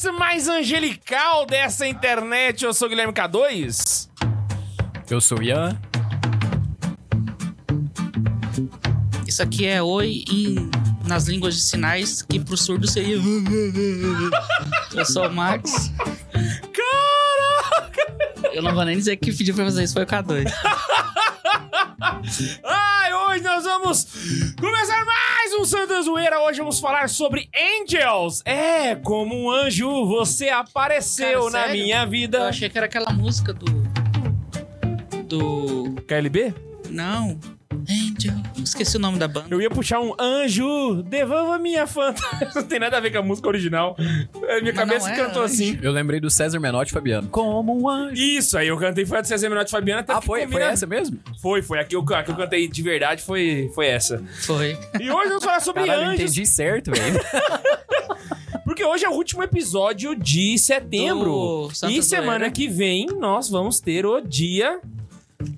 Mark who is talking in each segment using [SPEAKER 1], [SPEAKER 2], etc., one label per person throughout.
[SPEAKER 1] tá mais angelical dessa internet. Eu sou o Guilherme K2.
[SPEAKER 2] Eu sou o Ian.
[SPEAKER 3] Isso aqui é oi em, nas línguas de sinais, que pro surdo seria. Eu sou o Max. Eu não vou nem dizer que pediu pra fazer isso, foi o K2.
[SPEAKER 1] Ai, hoje nós vamos começar mais um Santa Zoeira. Hoje vamos falar sobre Angels. É, como um anjo, você apareceu
[SPEAKER 3] Cara,
[SPEAKER 1] na
[SPEAKER 3] sério?
[SPEAKER 1] minha
[SPEAKER 3] Eu
[SPEAKER 1] vida.
[SPEAKER 3] achei que era aquela música do. Do.
[SPEAKER 1] KLB?
[SPEAKER 3] Não. Angel. Esqueci o nome da banda.
[SPEAKER 1] Eu ia puxar um anjo, devolva minha fanta. Não tem nada a ver com a música original. É, Minha
[SPEAKER 3] Mas
[SPEAKER 1] cabeça
[SPEAKER 3] não é
[SPEAKER 1] cantou
[SPEAKER 3] anjo.
[SPEAKER 1] assim.
[SPEAKER 2] Eu lembrei do César Menotti e Fabiano. Como um anjo.
[SPEAKER 1] Isso, aí eu cantei foi a do César Menotti e Fabiana. até
[SPEAKER 2] Ah,
[SPEAKER 1] que
[SPEAKER 2] foi, foi
[SPEAKER 1] combina-
[SPEAKER 2] essa mesmo?
[SPEAKER 1] Foi, foi. A que, eu, a que eu cantei de verdade foi, foi essa.
[SPEAKER 3] Foi.
[SPEAKER 1] E hoje vamos falar sobre
[SPEAKER 2] Caralho, eu
[SPEAKER 1] anjos,
[SPEAKER 2] entendi certo, velho.
[SPEAKER 1] porque hoje é o último episódio de setembro.
[SPEAKER 3] Do Santa
[SPEAKER 1] E semana
[SPEAKER 3] Zoeira.
[SPEAKER 1] que vem nós vamos ter o dia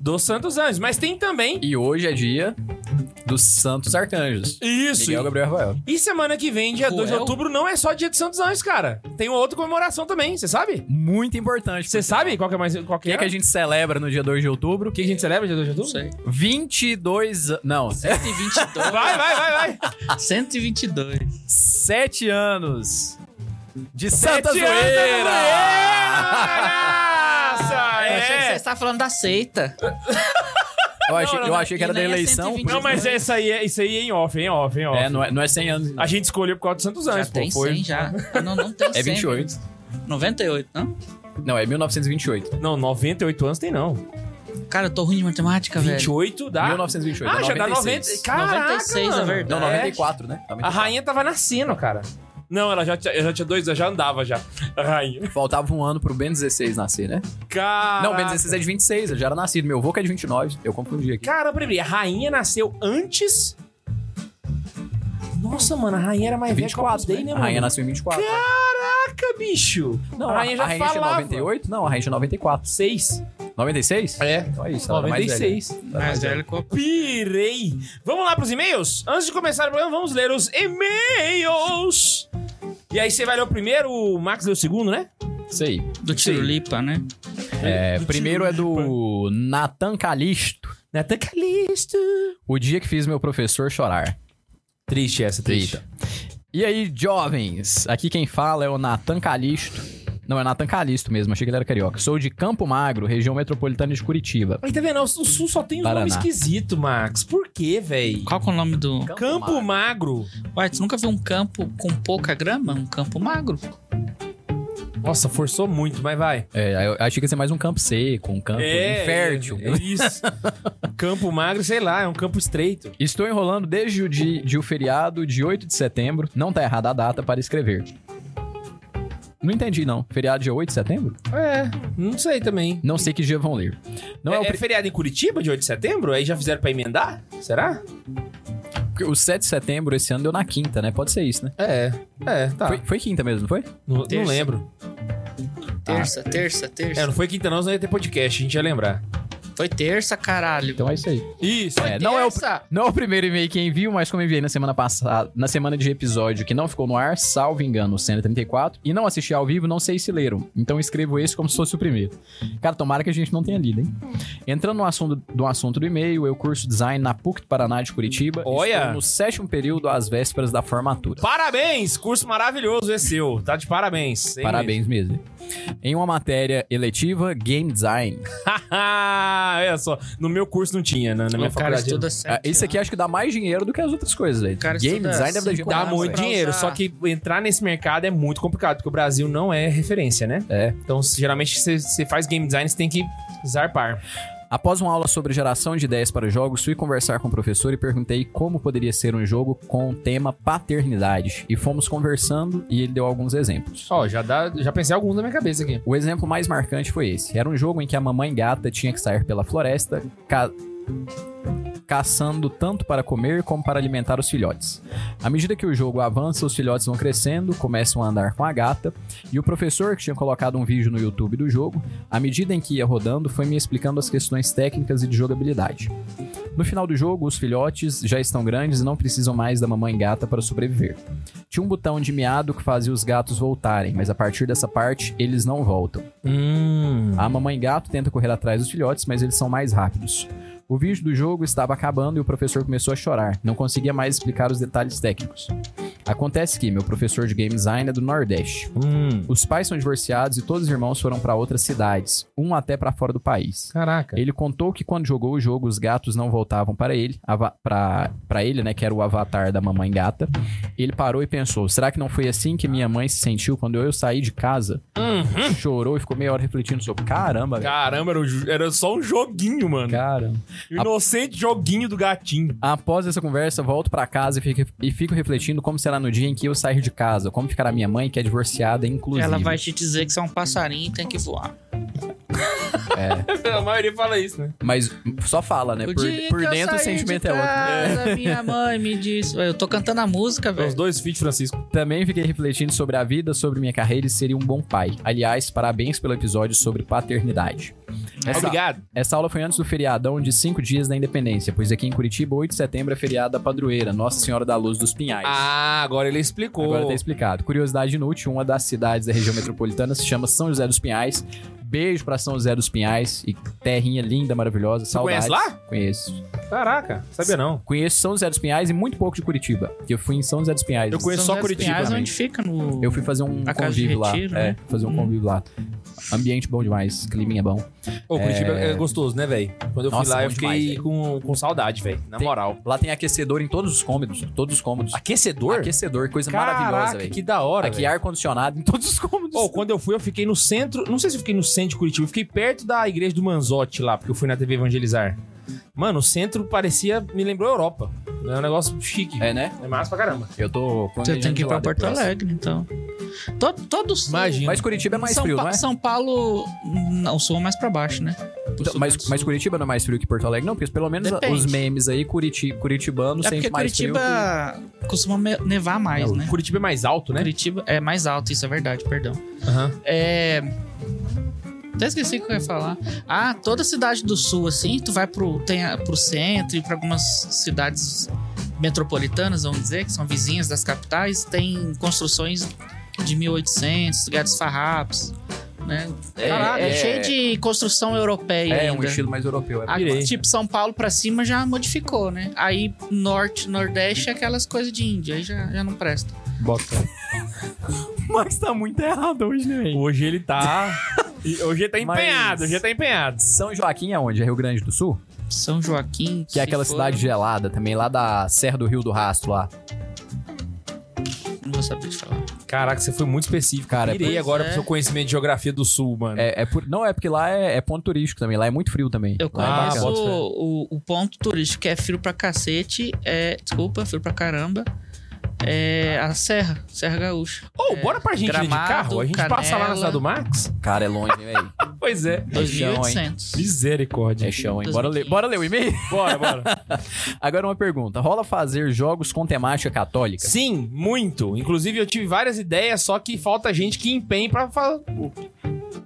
[SPEAKER 1] dos Santos Anjos. Mas tem também...
[SPEAKER 2] e hoje é dia dos Santos Arcanjos.
[SPEAKER 1] Isso.
[SPEAKER 2] Miguel, Gabriel e Rafael.
[SPEAKER 1] E semana que vem, dia 2 de
[SPEAKER 3] Ruel?
[SPEAKER 1] outubro, não é só dia de Santos Anjos, cara. Tem uma outra comemoração também, você sabe?
[SPEAKER 2] Muito importante.
[SPEAKER 1] Você sabe qual que é mais.
[SPEAKER 2] O
[SPEAKER 1] Qual
[SPEAKER 2] que, é que a gente celebra no dia 2 de outubro?
[SPEAKER 1] que a gente celebra dia 2 de
[SPEAKER 3] Não
[SPEAKER 1] outubro?
[SPEAKER 3] sei.
[SPEAKER 2] 22... a- Não,
[SPEAKER 3] 122.
[SPEAKER 1] Vai, vai, vai, vai.
[SPEAKER 3] 122.
[SPEAKER 2] 7 anos de Santa
[SPEAKER 3] né,
[SPEAKER 1] Sete anos,
[SPEAKER 2] Zoeira!
[SPEAKER 1] Nossa,
[SPEAKER 3] Eu achei que você
[SPEAKER 1] é.
[SPEAKER 3] estava falando da seita.
[SPEAKER 2] Eu achei,
[SPEAKER 1] Não, não,
[SPEAKER 2] eu
[SPEAKER 1] não.
[SPEAKER 2] achei que era
[SPEAKER 3] E
[SPEAKER 2] da
[SPEAKER 3] nem é
[SPEAKER 2] eleição.
[SPEAKER 3] 120.
[SPEAKER 1] Não, mas é isso aí, é isso aí é em off, em off, em off.
[SPEAKER 2] É, não é, não é 100 anos. não.
[SPEAKER 1] A gente escolheu por causa do Santos
[SPEAKER 3] Já
[SPEAKER 1] Anjos, pô.
[SPEAKER 3] tem
[SPEAKER 1] Foi...
[SPEAKER 3] 100 já. Não, não tem 100.
[SPEAKER 2] É 28.
[SPEAKER 3] 98, não?
[SPEAKER 2] Não, é 1928.
[SPEAKER 1] Não, 98 anos tem não.
[SPEAKER 3] Cara, eu tô ruim de matemática, Tá velho.
[SPEAKER 1] 28 dá.
[SPEAKER 2] 1928,
[SPEAKER 1] Ah,
[SPEAKER 2] dá
[SPEAKER 1] já dá
[SPEAKER 2] 96.
[SPEAKER 1] 90. Caraca,
[SPEAKER 3] 96 é
[SPEAKER 1] mano.
[SPEAKER 3] verdade.
[SPEAKER 2] Não, 94, né?
[SPEAKER 1] A rainha tava nascendo, cara. Não, ela já, tinha- ela já tinha dois, ela já andava já. A rainha.
[SPEAKER 2] Faltava um ano pro Ben 16 nascer, né?
[SPEAKER 1] Cara.
[SPEAKER 2] Não, o Ben 16 é de 26, eu já era nascido. Meu avô que é de 29, eu confundi aqui.
[SPEAKER 1] Cara, peraí, a rainha nasceu antes. Nossa, mano, a rainha era
[SPEAKER 3] É
[SPEAKER 1] mais velha que eu acordei, né,
[SPEAKER 2] né? A
[SPEAKER 1] mano?
[SPEAKER 2] rainha nasceu em 24.
[SPEAKER 1] Caraca, bicho! Não, a rainha já
[SPEAKER 2] tinha
[SPEAKER 1] falava.
[SPEAKER 2] 98? Não, a rainha tinha 94.
[SPEAKER 1] 6.
[SPEAKER 2] 96?
[SPEAKER 1] É.
[SPEAKER 2] Então é isso, ela era mais velha.
[SPEAKER 1] 96.
[SPEAKER 2] Ela era mais velha.
[SPEAKER 3] que
[SPEAKER 1] Pirei! Vamos lá pros e-mails? Antes de começar o programa, vamos ler os e-mails! E aí você vai ler o primeiro, o Max leu o segundo, né?
[SPEAKER 2] Isso aí.
[SPEAKER 3] Do Tirulipa, né?
[SPEAKER 2] É, primeiro é do Natan Calisto.
[SPEAKER 1] Nathan Calisto.
[SPEAKER 2] O dia que fiz meu professor chorar.
[SPEAKER 1] Triste essa, triste.
[SPEAKER 2] Eita. E aí, jovens? Aqui quem fala é o Natan Calisto. Não, é Natan Calisto mesmo, achei que ele era carioca. Sou de Campo Magro, região metropolitana de Curitiba.
[SPEAKER 1] Aí tá vendo? O Sul só tem um
[SPEAKER 2] Paraná.
[SPEAKER 1] nome esquisito, Max. Por quê, véi?
[SPEAKER 3] Qual que é o nome do.
[SPEAKER 1] Campo Magro.
[SPEAKER 3] Ué, você nunca viu um campo com pouca grama? Um campo magro?
[SPEAKER 1] Nossa, forçou muito, mas vai.
[SPEAKER 2] É, eu achei que ia ser mais um campo seco, um campo infértil.
[SPEAKER 1] É, é isso. campo Magro, sei lá, é um campo estreito.
[SPEAKER 2] Estou enrolando desde o de, de o feriado de 8 de setembro. Não tá errada a data para escrever. Não entendi, não. Feriado de 8 de setembro?
[SPEAKER 1] É, não sei também.
[SPEAKER 2] Não sei que dia vão ler. Não é,
[SPEAKER 1] é,
[SPEAKER 2] o,
[SPEAKER 1] é
[SPEAKER 2] pri-
[SPEAKER 1] feriado em Curitiba, de 8 de setembro? Aí já fizeram pra emendar? Será?
[SPEAKER 2] porque o 7 de setembro esse ano deu na quinta, né? Pode ser isso, né?
[SPEAKER 1] É, é, tá.
[SPEAKER 2] Foi, foi quinta mesmo, não foi?
[SPEAKER 1] Não, não
[SPEAKER 3] Terça.
[SPEAKER 1] lembro.
[SPEAKER 2] Ah.
[SPEAKER 3] Terça, terça, terça.
[SPEAKER 1] É, não foi quinta não, senão ia ter podcast, a gente ia lembrar.
[SPEAKER 3] Foi terça, caralho.
[SPEAKER 2] Então é isso aí.
[SPEAKER 1] Isso.
[SPEAKER 2] É, um- não é o,
[SPEAKER 3] Terça!
[SPEAKER 2] não é o primeiro e-mail que envio, mas como enviei na semana passada, na semana de episódio que não ficou no ar, salvo engano, 134, e não assisti ao vivo, não sei se leram. Então escrevo esse como se fosse o primeiro. Cara, tomara que a gente não tenha lido, hein?
[SPEAKER 3] É.
[SPEAKER 2] Entrando no assunto do, assunto do e-mail, eu curso design na PUC do Paraná de Curitiba.
[SPEAKER 1] Olha!
[SPEAKER 2] Estou no sétimo período às vésperas da formatura.
[SPEAKER 1] Parabéns! Curso maravilhoso esse seu. Tá de parabéns. Sem
[SPEAKER 2] Parabéns mesmo. Em uma matéria eletiva, game design.
[SPEAKER 1] mesmo. Olha só, no meu curso não tinha, na, na minha
[SPEAKER 3] O cara
[SPEAKER 1] faculdade.
[SPEAKER 3] estuda
[SPEAKER 2] Ah,
[SPEAKER 3] sete
[SPEAKER 2] Isso aqui
[SPEAKER 3] anos.
[SPEAKER 2] acho que dá mais dinheiro do que as outras coisas, velho.
[SPEAKER 3] cara
[SPEAKER 2] Game
[SPEAKER 3] estuda
[SPEAKER 2] design deve dar
[SPEAKER 3] cinco
[SPEAKER 2] dinheiro.
[SPEAKER 1] Dá
[SPEAKER 3] Ah,
[SPEAKER 2] pra
[SPEAKER 1] muito
[SPEAKER 2] caralho.
[SPEAKER 3] pra
[SPEAKER 1] dinheiro,
[SPEAKER 3] usar.
[SPEAKER 1] só que entrar nesse mercado é muito complicado, porque o Brasil não é referência, né?
[SPEAKER 2] É.
[SPEAKER 1] Então, se- geralmente, você- você faz game design, você tem que zarpar.
[SPEAKER 2] Após uma aula sobre geração de ideias para jogos, fui conversar com o professor e perguntei como poderia ser um jogo com o tema paternidade. E fomos conversando e ele deu alguns exemplos.
[SPEAKER 1] Ó, já, dá, já pensei alguns na minha cabeça aqui.
[SPEAKER 2] O exemplo mais marcante foi esse. Era um jogo em que a mamãe gata tinha que sair pela floresta ca- caçando tanto para comer como para alimentar os filhotes. À medida que o jogo avança, os filhotes vão crescendo, começam a andar com a gata, e o professor, que tinha colocado um vídeo no YouTube do jogo, à medida em que ia rodando, foi me explicando as questões técnicas e de jogabilidade. No final do jogo, os filhotes já estão grandes e não precisam mais da mamãe gata para sobreviver. Tinha um botão de miado que fazia os gatos voltarem, mas a partir dessa parte, eles não voltam.
[SPEAKER 1] Hum.
[SPEAKER 2] A mamãe gato tenta correr atrás dos filhotes, mas eles são mais rápidos. O vídeo do jogo estava acabando e o professor começou a chorar. Não conseguia mais explicar os detalhes técnicos. Acontece que meu professor de game design é do Nordeste.
[SPEAKER 1] Hum.
[SPEAKER 2] Os pais são divorciados e todos os irmãos foram para outras cidades, um até para fora do país.
[SPEAKER 1] Caraca.
[SPEAKER 2] Ele contou que quando jogou o jogo, os gatos não voltavam para ele, ava- pra pra ele, né, que era o avatar da mamãe gata. Ele parou e pensou: será que não foi assim que minha mãe se sentiu quando eu saí de casa?
[SPEAKER 1] Uhum.
[SPEAKER 2] Chorou e ficou meia hora refletindo sobre. Caramba, velho.
[SPEAKER 1] Caramba, era, o ju- era só um joguinho, mano.
[SPEAKER 2] Caramba.
[SPEAKER 1] Inocente joguinho do gatinho.
[SPEAKER 2] Após essa conversa, volto pra casa e fico, e fico refletindo como será no dia em que eu sair de casa, como ficará minha mãe, que é divorciada, inclusive.
[SPEAKER 3] Ela vai te dizer que você é um passarinho e tem que voar.
[SPEAKER 1] A maioria fala isso, né?
[SPEAKER 2] Mas só fala, né?
[SPEAKER 3] O
[SPEAKER 2] Por,
[SPEAKER 3] dia
[SPEAKER 2] por
[SPEAKER 3] que eu
[SPEAKER 2] dentro o
[SPEAKER 3] saí
[SPEAKER 2] sentimento
[SPEAKER 3] de
[SPEAKER 2] é outro.
[SPEAKER 3] casa, Minha mãe me disse. Eu tô cantando a música,
[SPEAKER 1] Os
[SPEAKER 3] velho.
[SPEAKER 1] dois feat Francisco.
[SPEAKER 2] Também fiquei refletindo sobre a vida, sobre minha carreira e seria um bom pai. Aliás, parabéns pelo episódio sobre paternidade. Essa,
[SPEAKER 1] Obrigado.
[SPEAKER 2] essa aula foi antes do feriadão de cinco dias da independência, pois aqui em Curitiba, 8 de setembro, é feriado da padroeira, Nossa Senhora da Luz dos Pinhais.
[SPEAKER 1] Ah, agora ele explicou.
[SPEAKER 2] Agora tá explicado. Curiosidade inútil, uma das cidades da região metropolitana se chama São José dos Pinhais. Beijo pra São José dos Pinhais e terrinha linda, maravilhosa. Saudades.
[SPEAKER 1] conhece lá?
[SPEAKER 2] Conheço.
[SPEAKER 1] Caraca, sabia não.
[SPEAKER 2] Conheço São José dos Pinhais e muito pouco de Curitiba. que Eu fui em São José dos Pinhais.
[SPEAKER 1] Eu conheço só
[SPEAKER 3] São José dos
[SPEAKER 1] Curitiba,
[SPEAKER 3] Pinhais,
[SPEAKER 1] né?
[SPEAKER 3] onde fica no...
[SPEAKER 2] Eu fui fazer um
[SPEAKER 3] A casa de
[SPEAKER 2] convívio lá.
[SPEAKER 3] retiro,
[SPEAKER 2] é,
[SPEAKER 3] né?
[SPEAKER 2] fazer um convívio lá. Ambiente bom demais, climinha bom.
[SPEAKER 1] Ô, Curitiba é, gostoso, né, velho? Quando eu fui
[SPEAKER 2] Nossa,
[SPEAKER 1] lá, eu
[SPEAKER 2] bom
[SPEAKER 1] fiquei
[SPEAKER 2] demais,
[SPEAKER 1] com, com saudade, velho. Na
[SPEAKER 2] Tem-
[SPEAKER 1] moral.
[SPEAKER 2] Lá tem aquecedor em todos os cômodos. Todos os cômodos.
[SPEAKER 1] Aquecedor? é
[SPEAKER 2] Aquecedor, coisa maravilhosa,
[SPEAKER 1] Caraca,
[SPEAKER 2] velho.
[SPEAKER 1] que da hora,
[SPEAKER 2] Aqui
[SPEAKER 1] velho.
[SPEAKER 2] ar-condicionado em todos os cômodos.
[SPEAKER 1] é- Ô, quando eu fui, eu fiquei no centro. Não sei se eu fiquei no centro de Curitiba, eu fiquei perto da igreja do Manzotti lá, porque eu fui na TV Evangelizar. Mano, o centro parecia. me lembrou a Europa. É um negócio chique.
[SPEAKER 2] É, né?
[SPEAKER 1] É massa pra caramba.
[SPEAKER 2] Eu tô...
[SPEAKER 3] Você tem que ir pra
[SPEAKER 2] lá
[SPEAKER 3] Porto
[SPEAKER 2] depois.
[SPEAKER 3] Alegre, então. Todo, todo o sul-
[SPEAKER 1] Imagina.
[SPEAKER 2] Mas Curitiba é mais
[SPEAKER 3] São
[SPEAKER 2] frio,
[SPEAKER 3] Pa-
[SPEAKER 2] não é?
[SPEAKER 3] São Paulo, não, o sul é mais pra baixo, né? O
[SPEAKER 2] Então,
[SPEAKER 3] sul
[SPEAKER 2] mas,
[SPEAKER 3] é mais
[SPEAKER 2] mas
[SPEAKER 3] sul.
[SPEAKER 2] Curitiba não é mais frio que Porto Alegre? Não, porque pelo menos
[SPEAKER 3] Depende.
[SPEAKER 2] os memes aí, Curiti, curitibano
[SPEAKER 3] É porque
[SPEAKER 2] sempre mais frio.
[SPEAKER 3] Curitiba costuma me- nevar mais, né?
[SPEAKER 1] Curitiba é mais alto, né?
[SPEAKER 3] Curitiba é mais alto, isso é verdade, perdão.
[SPEAKER 1] Aham.
[SPEAKER 3] É. Até esqueci o que eu ia falar. Ah, toda cidade do sul, assim, tu vai pro, tem a, pro centro e pra algumas cidades metropolitanas, vamos dizer, que são vizinhas das capitais, tem construções de 1800, gatos farrapos, né? É,
[SPEAKER 2] Caraca,
[SPEAKER 3] é
[SPEAKER 2] é-
[SPEAKER 3] cheio de construção europeia
[SPEAKER 2] É,
[SPEAKER 3] ainda.
[SPEAKER 2] um estilo mais europeu. É.
[SPEAKER 3] Ah,
[SPEAKER 1] Pirei.
[SPEAKER 3] tipo, São Paulo pra cima já modificou, né? Aí, norte, nordeste é aquelas coisas de índia, aí já, já não presta.
[SPEAKER 1] Bota.
[SPEAKER 2] Mas tá muito errado hoje, né? velho?
[SPEAKER 1] Hoje ele tá. e hoje ele tá
[SPEAKER 2] Mas-
[SPEAKER 1] empenhado, hoje ele tá empenhado.
[SPEAKER 2] São Joaquim é onde? É Rio Grande do Sul?
[SPEAKER 3] São Joaquim.
[SPEAKER 2] Que é
[SPEAKER 3] se
[SPEAKER 2] aquela
[SPEAKER 3] for-
[SPEAKER 2] cidade gelada também, lá da Serra do Rio do Rastro lá.
[SPEAKER 3] Não vou saber te falar.
[SPEAKER 1] Caraca, você foi muito específico.
[SPEAKER 2] Cara,
[SPEAKER 1] Irei né?
[SPEAKER 3] pois
[SPEAKER 1] agora
[SPEAKER 3] é.
[SPEAKER 1] pro seu conhecimento de geografia do sul, mano.
[SPEAKER 2] É, é por- não, é porque lá é, é ponto turístico também, lá é muito frio também.
[SPEAKER 3] Eu
[SPEAKER 2] Lá é
[SPEAKER 1] Ah,
[SPEAKER 3] conheço
[SPEAKER 2] bacana.
[SPEAKER 1] bota fé.
[SPEAKER 3] o, o ponto turístico que é frio pra cacete, é. Desculpa, frio pra caramba. É a Serra, Serra Gaúcha.
[SPEAKER 1] Ô, bora pra Argentina
[SPEAKER 3] Gramado,
[SPEAKER 1] de carro? A gente passa lá na
[SPEAKER 3] Canela.
[SPEAKER 1] cidade do Max?
[SPEAKER 2] Cara, é longe, hein, velho?
[SPEAKER 1] Pois é.
[SPEAKER 2] É chão, hein?
[SPEAKER 3] 2.800.
[SPEAKER 1] Misericórdia.
[SPEAKER 2] É chão, hein? Bora ler,
[SPEAKER 3] 2015.
[SPEAKER 2] bora ler o e-mail?
[SPEAKER 1] Bora, bora.
[SPEAKER 2] Agora uma pergunta. Rola fazer jogos com temática católica?
[SPEAKER 1] Sim, muito. Inclusive, eu tive várias ideias, só que falta gente que empenhe pra fa-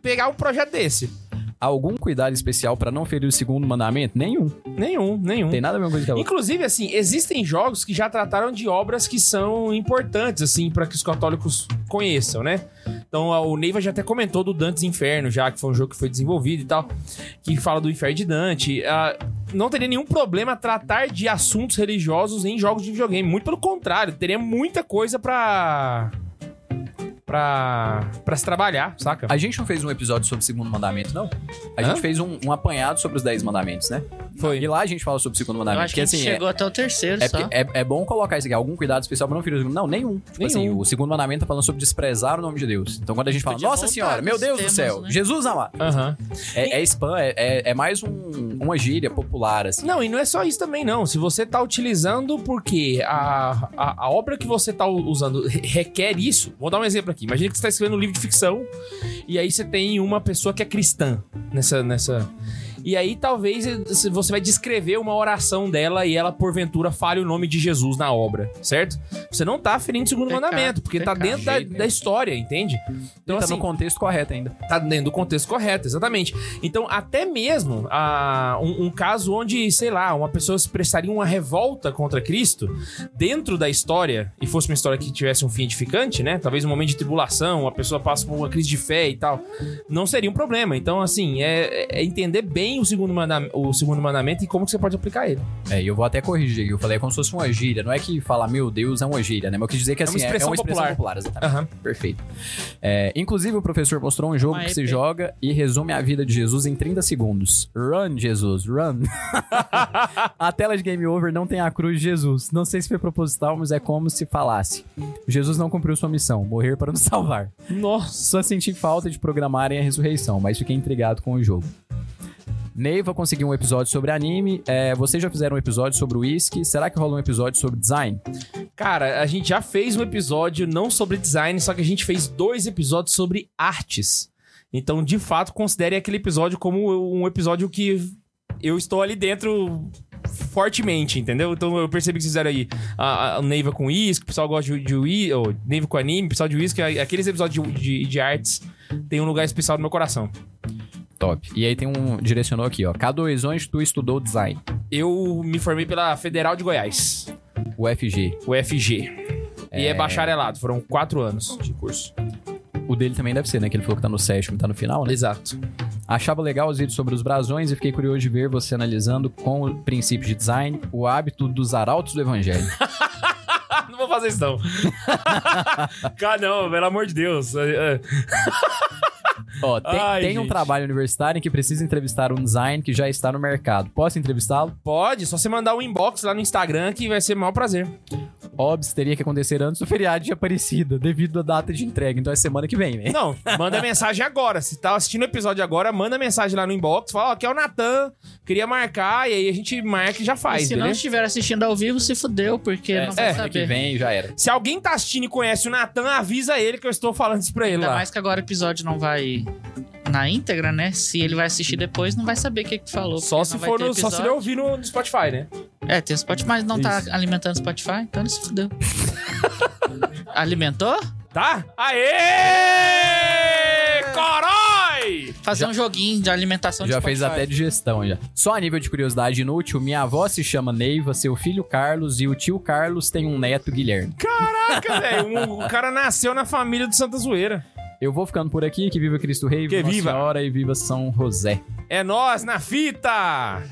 [SPEAKER 1] pegar um projeto desse.
[SPEAKER 2] Algum cuidado especial pra não ferir o segundo mandamento? Nenhum.
[SPEAKER 1] Nenhum, nenhum.
[SPEAKER 2] Tem nada a ver com coisa que a outra.
[SPEAKER 1] Inclusive, assim, existem jogos que já trataram de obras que são importantes, assim, pra que os católicos conheçam, né? Então, a- o Neiva já até comentou do Dante's Inferno, já que foi um jogo que foi desenvolvido e tal, que fala do Inferno de Dante. Ah, não teria nenhum problema tratar de assuntos religiosos em jogos de videogame. Muito pelo contrário, teria muita coisa pra. pra. pra se trabalhar, saca?
[SPEAKER 2] A gente não fez um episódio sobre o segundo mandamento, não? A
[SPEAKER 1] Hã?
[SPEAKER 2] gente fez um, um apanhado sobre os dez mandamentos, né?
[SPEAKER 1] Foi.
[SPEAKER 2] E lá a gente fala sobre o segundo
[SPEAKER 3] Eu
[SPEAKER 2] mandamento.
[SPEAKER 3] acho que
[SPEAKER 2] porque,
[SPEAKER 3] a gente
[SPEAKER 2] assim, é-
[SPEAKER 3] chegou até o terceiro
[SPEAKER 2] é,
[SPEAKER 3] só.
[SPEAKER 2] porque- é- é bom colocar isso aqui. Algum cuidado especial pra não ferir o segundo. Não, nenhum. Tipo
[SPEAKER 1] Nenhum.
[SPEAKER 2] assim, o segundo mandamento tá falando sobre desprezar o nome de Deus. Então quando a gente fala,
[SPEAKER 3] Podia
[SPEAKER 2] Nossa
[SPEAKER 3] voltar
[SPEAKER 2] Senhora, meu
[SPEAKER 3] nos
[SPEAKER 2] Deus do
[SPEAKER 3] temas,
[SPEAKER 2] céu,
[SPEAKER 3] né?
[SPEAKER 2] Jesus amado.
[SPEAKER 1] Aham.
[SPEAKER 2] É, é spam, é, é- é mais um- uma gíria popular, assim.
[SPEAKER 1] Não, e não é só isso também, não. Se você tá utilizando, porque a, a, a obra que você tá u- usando re- requer isso. Vou dar um exemplo aqui. Imagina que você tá escrevendo um livro de ficção e aí você tem uma pessoa que é cristã nessa. nessa... E aí talvez se você vai descrever uma oração dela e ela porventura fale o nome de Jesus na obra, certo? Você não tá ferindo o segundo
[SPEAKER 3] Pecado,
[SPEAKER 1] mandamento, porque tá
[SPEAKER 3] pecado,
[SPEAKER 1] dentro da,
[SPEAKER 3] jeito
[SPEAKER 1] da história, entende? Então
[SPEAKER 2] tá
[SPEAKER 1] assim,
[SPEAKER 2] no contexto correto ainda.
[SPEAKER 1] tá dentro do contexto correto, exatamente. Então, até mesmo ah, um, um caso onde, sei lá, uma pessoa expressaria uma revolta contra Cristo dentro da história, e fosse uma história que tivesse um fim edificante, né? Talvez um momento de tribulação, a pessoa passa por uma crise de fé e tal, não seria um problema. Então, assim, é, é entender bem o segundo, manda- o segundo mandamento e como que você pode aplicar ele.
[SPEAKER 2] É, e eu vou até corrigir. Eu falei é como se fosse uma gíria. Não é que falar, meu Deus, é uma gíria, né? Mas eu quis dizer que
[SPEAKER 1] uma
[SPEAKER 2] assim, é- é
[SPEAKER 1] expressão
[SPEAKER 2] uma expressão
[SPEAKER 1] popular.
[SPEAKER 2] popular. exatamente.
[SPEAKER 1] Aham.
[SPEAKER 2] Perfeito. É, inclusive, o professor mostrou um jogo
[SPEAKER 3] Uma
[SPEAKER 2] que se
[SPEAKER 3] EP.
[SPEAKER 2] joga e resume a vida de Jesus em 30 segundos. Run, Jesus, run. a tela de Game Over não tem a cruz de Jesus. Não sei se foi proposital, mas é como se falasse. Jesus não cumpriu sua missão, morrer para nos salvar.
[SPEAKER 1] Nossa.
[SPEAKER 2] Só senti falta de programarem a ressurreição, mas fiquei intrigado com o jogo. Neiva conseguiu um episódio sobre anime. É, vocês já fizeram um episódio sobre whisky. Será que rola um episódio sobre design?
[SPEAKER 1] Cara, a gente já fez um episódio não sobre design, só que a gente fez dois episódios sobre artes. Então, de fato, considere aquele episódio como um episódio que eu estou ali dentro fortemente, entendeu? Então eu percebi que vocês fizeram aí a, a- o Neiva com uísque, o pessoal gosta de, de uí- ou Neiva com anime, o pessoal de uísque, a- aqueles episódios de, de- de artes tem um lugar especial no meu coração.
[SPEAKER 2] Top. E aí tem um. Direcionou aqui, ó. K2, onde tu estudou design?
[SPEAKER 1] Eu me formei pela Federal de Goiás,
[SPEAKER 2] UFG.
[SPEAKER 1] UFG. E é bacharelado, foram quatro anos de curso.
[SPEAKER 2] O dele também deve ser, né? Que ele falou que tá no sétimo, tá no final, né?
[SPEAKER 1] Exato.
[SPEAKER 2] Achava legal os vídeos sobre os brasões e fiquei curioso de ver você analisando com o princípio de design o hábito dos arautos do evangelho.
[SPEAKER 1] Não vou fazer isso, não. Cara, não, pelo amor de Deus. É, é.
[SPEAKER 2] Ó, tem,
[SPEAKER 1] Ai,
[SPEAKER 2] tem um
[SPEAKER 1] gente.
[SPEAKER 2] trabalho universitário em que precisa entrevistar um design que já está no mercado. Posso entrevistá-lo?
[SPEAKER 1] Pode, só você mandar um inbox lá no Instagram que vai ser o maior prazer.
[SPEAKER 2] Óbvio, teria que acontecer antes do feriado de Aparecida, devido à data de entrega. Então é semana que vem, né?
[SPEAKER 1] Não, manda mensagem agora. Se tá assistindo o episódio agora, manda mensagem lá no inbox. Fala, ó, aqui é o Natan, queria marcar, e aí a gente marca e já
[SPEAKER 3] E
[SPEAKER 1] faz,
[SPEAKER 3] se não
[SPEAKER 1] beleza?
[SPEAKER 3] estiver assistindo ao vivo, se fudeu, porque não vai
[SPEAKER 1] é,
[SPEAKER 2] Semana que
[SPEAKER 3] saber.
[SPEAKER 2] vem já era.
[SPEAKER 1] Se alguém tá assistindo e conhece o Natan, avisa ele que eu estou falando isso pra ele
[SPEAKER 3] Ainda
[SPEAKER 1] lá.
[SPEAKER 3] mais que agora o episódio não vai na íntegra, né? Se ele vai assistir depois, não vai saber o que, que falou.
[SPEAKER 1] Só
[SPEAKER 3] porque
[SPEAKER 1] se,
[SPEAKER 3] não vai
[SPEAKER 1] for
[SPEAKER 3] ter
[SPEAKER 1] no, só se ele
[SPEAKER 3] episódio.
[SPEAKER 1] ouvir no, no Spotify, né?
[SPEAKER 3] É, tem Spotify, mas não
[SPEAKER 1] Isso.
[SPEAKER 3] tá alimentando Spotify, então ele se fudeu. Alimentou?
[SPEAKER 1] Tá? Aê! Corói!
[SPEAKER 3] Fazer um joguinho de alimentação de
[SPEAKER 2] Já fez
[SPEAKER 3] Spotify.
[SPEAKER 2] até digestão já. Só a nível de curiosidade inútil, minha avó se chama Neiva, seu filho Carlos e o tio Carlos tem um neto Guilherme.
[SPEAKER 1] Caraca, velho, um- o cara nasceu na família do Santa Zoeira.
[SPEAKER 2] Eu vou ficando por aqui, que viva Cristo Rei, viva
[SPEAKER 1] Que
[SPEAKER 2] Nossa
[SPEAKER 1] viva.
[SPEAKER 2] Senhora e viva São José.
[SPEAKER 1] É nós na fita!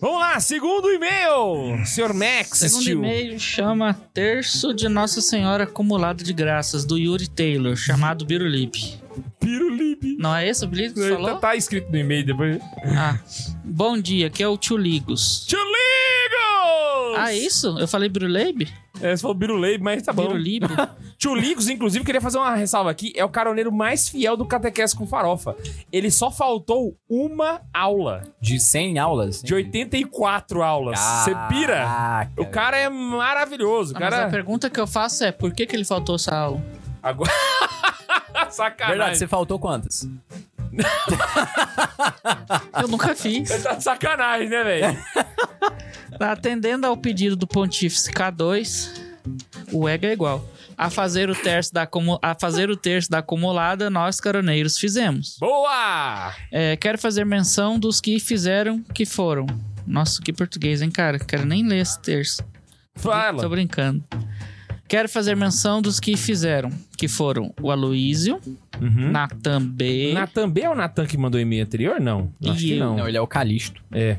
[SPEAKER 1] Vamos lá, segundo e-mail! Senhor Max
[SPEAKER 3] Segundo
[SPEAKER 1] assistiu.
[SPEAKER 3] e-mail chama Terço de Nossa Senhora Acumulado de Graças, do Yuri Taylor, chamado Birulipe.
[SPEAKER 1] Pirulipe.
[SPEAKER 3] Não é esse o apelido que você
[SPEAKER 1] Tá,
[SPEAKER 3] falou?
[SPEAKER 1] tá escrito no e-mail depois.
[SPEAKER 3] Ah. Bom dia, aqui é o Tio Ligos.
[SPEAKER 1] Te ligos!
[SPEAKER 3] Ah, isso? Eu falei Ah, Biruleibe?
[SPEAKER 1] É, você falou Biruleibe, mas tá bom.
[SPEAKER 3] Birulibe?
[SPEAKER 1] Tio Ligos, inclusive, queria fazer uma ressalva aqui. É o caroneiro mais fiel do Catequese com Farofa. Ele só faltou uma aula.
[SPEAKER 2] De 100 aulas?
[SPEAKER 1] De 84 aulas.
[SPEAKER 2] Ah,
[SPEAKER 1] Você pira? O
[SPEAKER 2] Caraca,
[SPEAKER 1] cara é maravilhoso. O
[SPEAKER 3] Ah, Mas a
[SPEAKER 1] cara...
[SPEAKER 3] pergunta que eu faço é por que, que ele faltou essa aula?
[SPEAKER 1] Agora... Sacanagem.
[SPEAKER 2] Verdade, você faltou quantas?
[SPEAKER 3] Eu nunca fiz.
[SPEAKER 1] Você tá de sacanagem, né, velho?
[SPEAKER 3] Tá Atendendo ao pedido do Pontífice K2, o EGA é igual. A fazer o terço da, acumu- a fazer o terço da acumulada, nós caroneiros fizemos.
[SPEAKER 1] Boa!
[SPEAKER 3] É, quero fazer menção dos que fizeram que foram. Nossa, que português, hein, cara? Quero nem ler esse terço. Tô
[SPEAKER 1] Fala.
[SPEAKER 3] brincando. Quero fazer menção dos que fizeram, que foram o Aloísio,
[SPEAKER 1] Uhum.
[SPEAKER 3] Natan B,
[SPEAKER 1] Natan B é o Natan que mandou e-mail anterior? Não.
[SPEAKER 3] E
[SPEAKER 1] Acho que
[SPEAKER 3] eu.
[SPEAKER 1] não.
[SPEAKER 2] Não, ele é o Calixto.
[SPEAKER 1] É.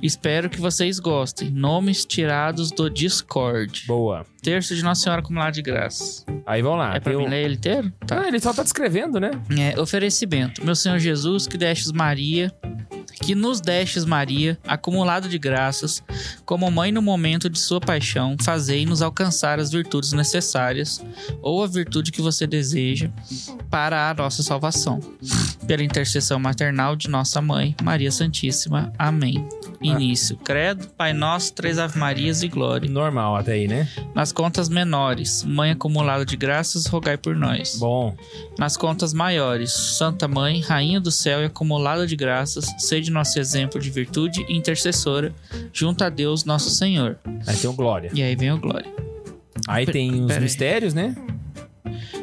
[SPEAKER 3] Espero que vocês gostem. Nomes tirados do Discord.
[SPEAKER 1] Boa.
[SPEAKER 3] Terço de Nossa Senhora acumulado de graça.
[SPEAKER 1] Aí vamos lá.
[SPEAKER 3] é pra
[SPEAKER 1] Tem
[SPEAKER 3] mim
[SPEAKER 1] um-
[SPEAKER 3] ler ele inteiro? Tá.
[SPEAKER 1] Ah, ele só tá descrevendo, né?
[SPEAKER 3] É, oferecimento. Meu Senhor Jesus, que destes Maria, que nos destes Maria, acumulado de graças, como mãe no momento de sua paixão, fazei-nos alcançar as virtudes necessárias, ou a virtude que você deseja, para a nossa salvação. pela intercessão maternal de nossa mãe, Maria Santíssima. Amém. Início. Credo, Pai Nosso, Três Ave Marias e Glória.
[SPEAKER 1] Normal até aí, né?
[SPEAKER 3] Nas contas menores, Mãe acumulada de graças, rogai por nós.
[SPEAKER 1] Bom.
[SPEAKER 3] Nas contas maiores, Santa Mãe, Rainha do Céu e acumulada de graças, sede nosso exemplo de virtude e intercessora, junto a Deus nosso Senhor.
[SPEAKER 1] Aí tem o Glória.
[SPEAKER 3] E aí vem o Glória.
[SPEAKER 1] Aí
[SPEAKER 3] Pe-
[SPEAKER 1] tem os
[SPEAKER 3] pera aí.
[SPEAKER 1] mistérios, né?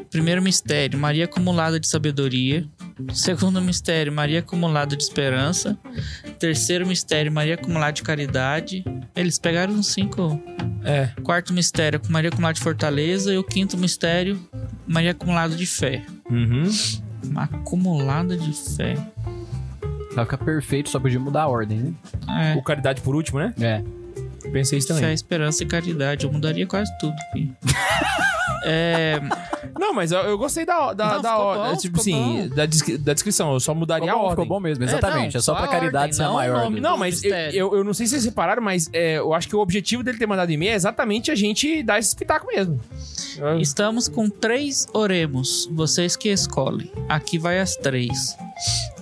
[SPEAKER 3] Primeiro mistério, Maria acumulada de sabedoria. Segundo mistério, Maria acumulada de esperança. Terceiro mistério, Maria acumulada de caridade. Eles pegaram uns cinco.
[SPEAKER 1] É.
[SPEAKER 3] Quarto mistério, Maria acumulada de fortaleza. E o quinto mistério, Maria acumulada de fé.
[SPEAKER 1] Uhum.
[SPEAKER 3] Acumulada de fé.
[SPEAKER 2] Vai ficar perfeito, só podia mudar a ordem, né?
[SPEAKER 3] É.
[SPEAKER 1] O Caridade por último, né?
[SPEAKER 2] É.
[SPEAKER 1] Pensei isso
[SPEAKER 3] Fé,
[SPEAKER 1] também.
[SPEAKER 3] esperança e caridade. Eu mudaria quase tudo aqui. é,
[SPEAKER 1] Não, mas eu, eu gostei da, da,
[SPEAKER 3] Não,
[SPEAKER 1] da
[SPEAKER 3] ficou
[SPEAKER 1] ordem.
[SPEAKER 3] bom,
[SPEAKER 1] tipo
[SPEAKER 3] ficou
[SPEAKER 1] assim, da, descri- da descrição. Eu só mudaria
[SPEAKER 2] Ficou
[SPEAKER 1] a
[SPEAKER 2] bom,
[SPEAKER 1] ordem.
[SPEAKER 2] ficou bom mesmo,
[SPEAKER 3] É,
[SPEAKER 2] exatamente. É,
[SPEAKER 3] não,
[SPEAKER 2] só
[SPEAKER 3] só
[SPEAKER 2] pra
[SPEAKER 3] a
[SPEAKER 2] caridade
[SPEAKER 3] ordem,
[SPEAKER 2] ser a
[SPEAKER 3] não o
[SPEAKER 2] maior. né?
[SPEAKER 3] nome.
[SPEAKER 2] ordem.
[SPEAKER 1] Não, mas eu,
[SPEAKER 3] Mistério.
[SPEAKER 1] eu, eu não sei se vocês repararam, mas é, eu acho que o objetivo dele ter mandado e-mail é exatamente a gente dar esse espetáculo mesmo. Eu-
[SPEAKER 3] Estamos com três oremos. Vocês que escolhem. Aqui vai as três.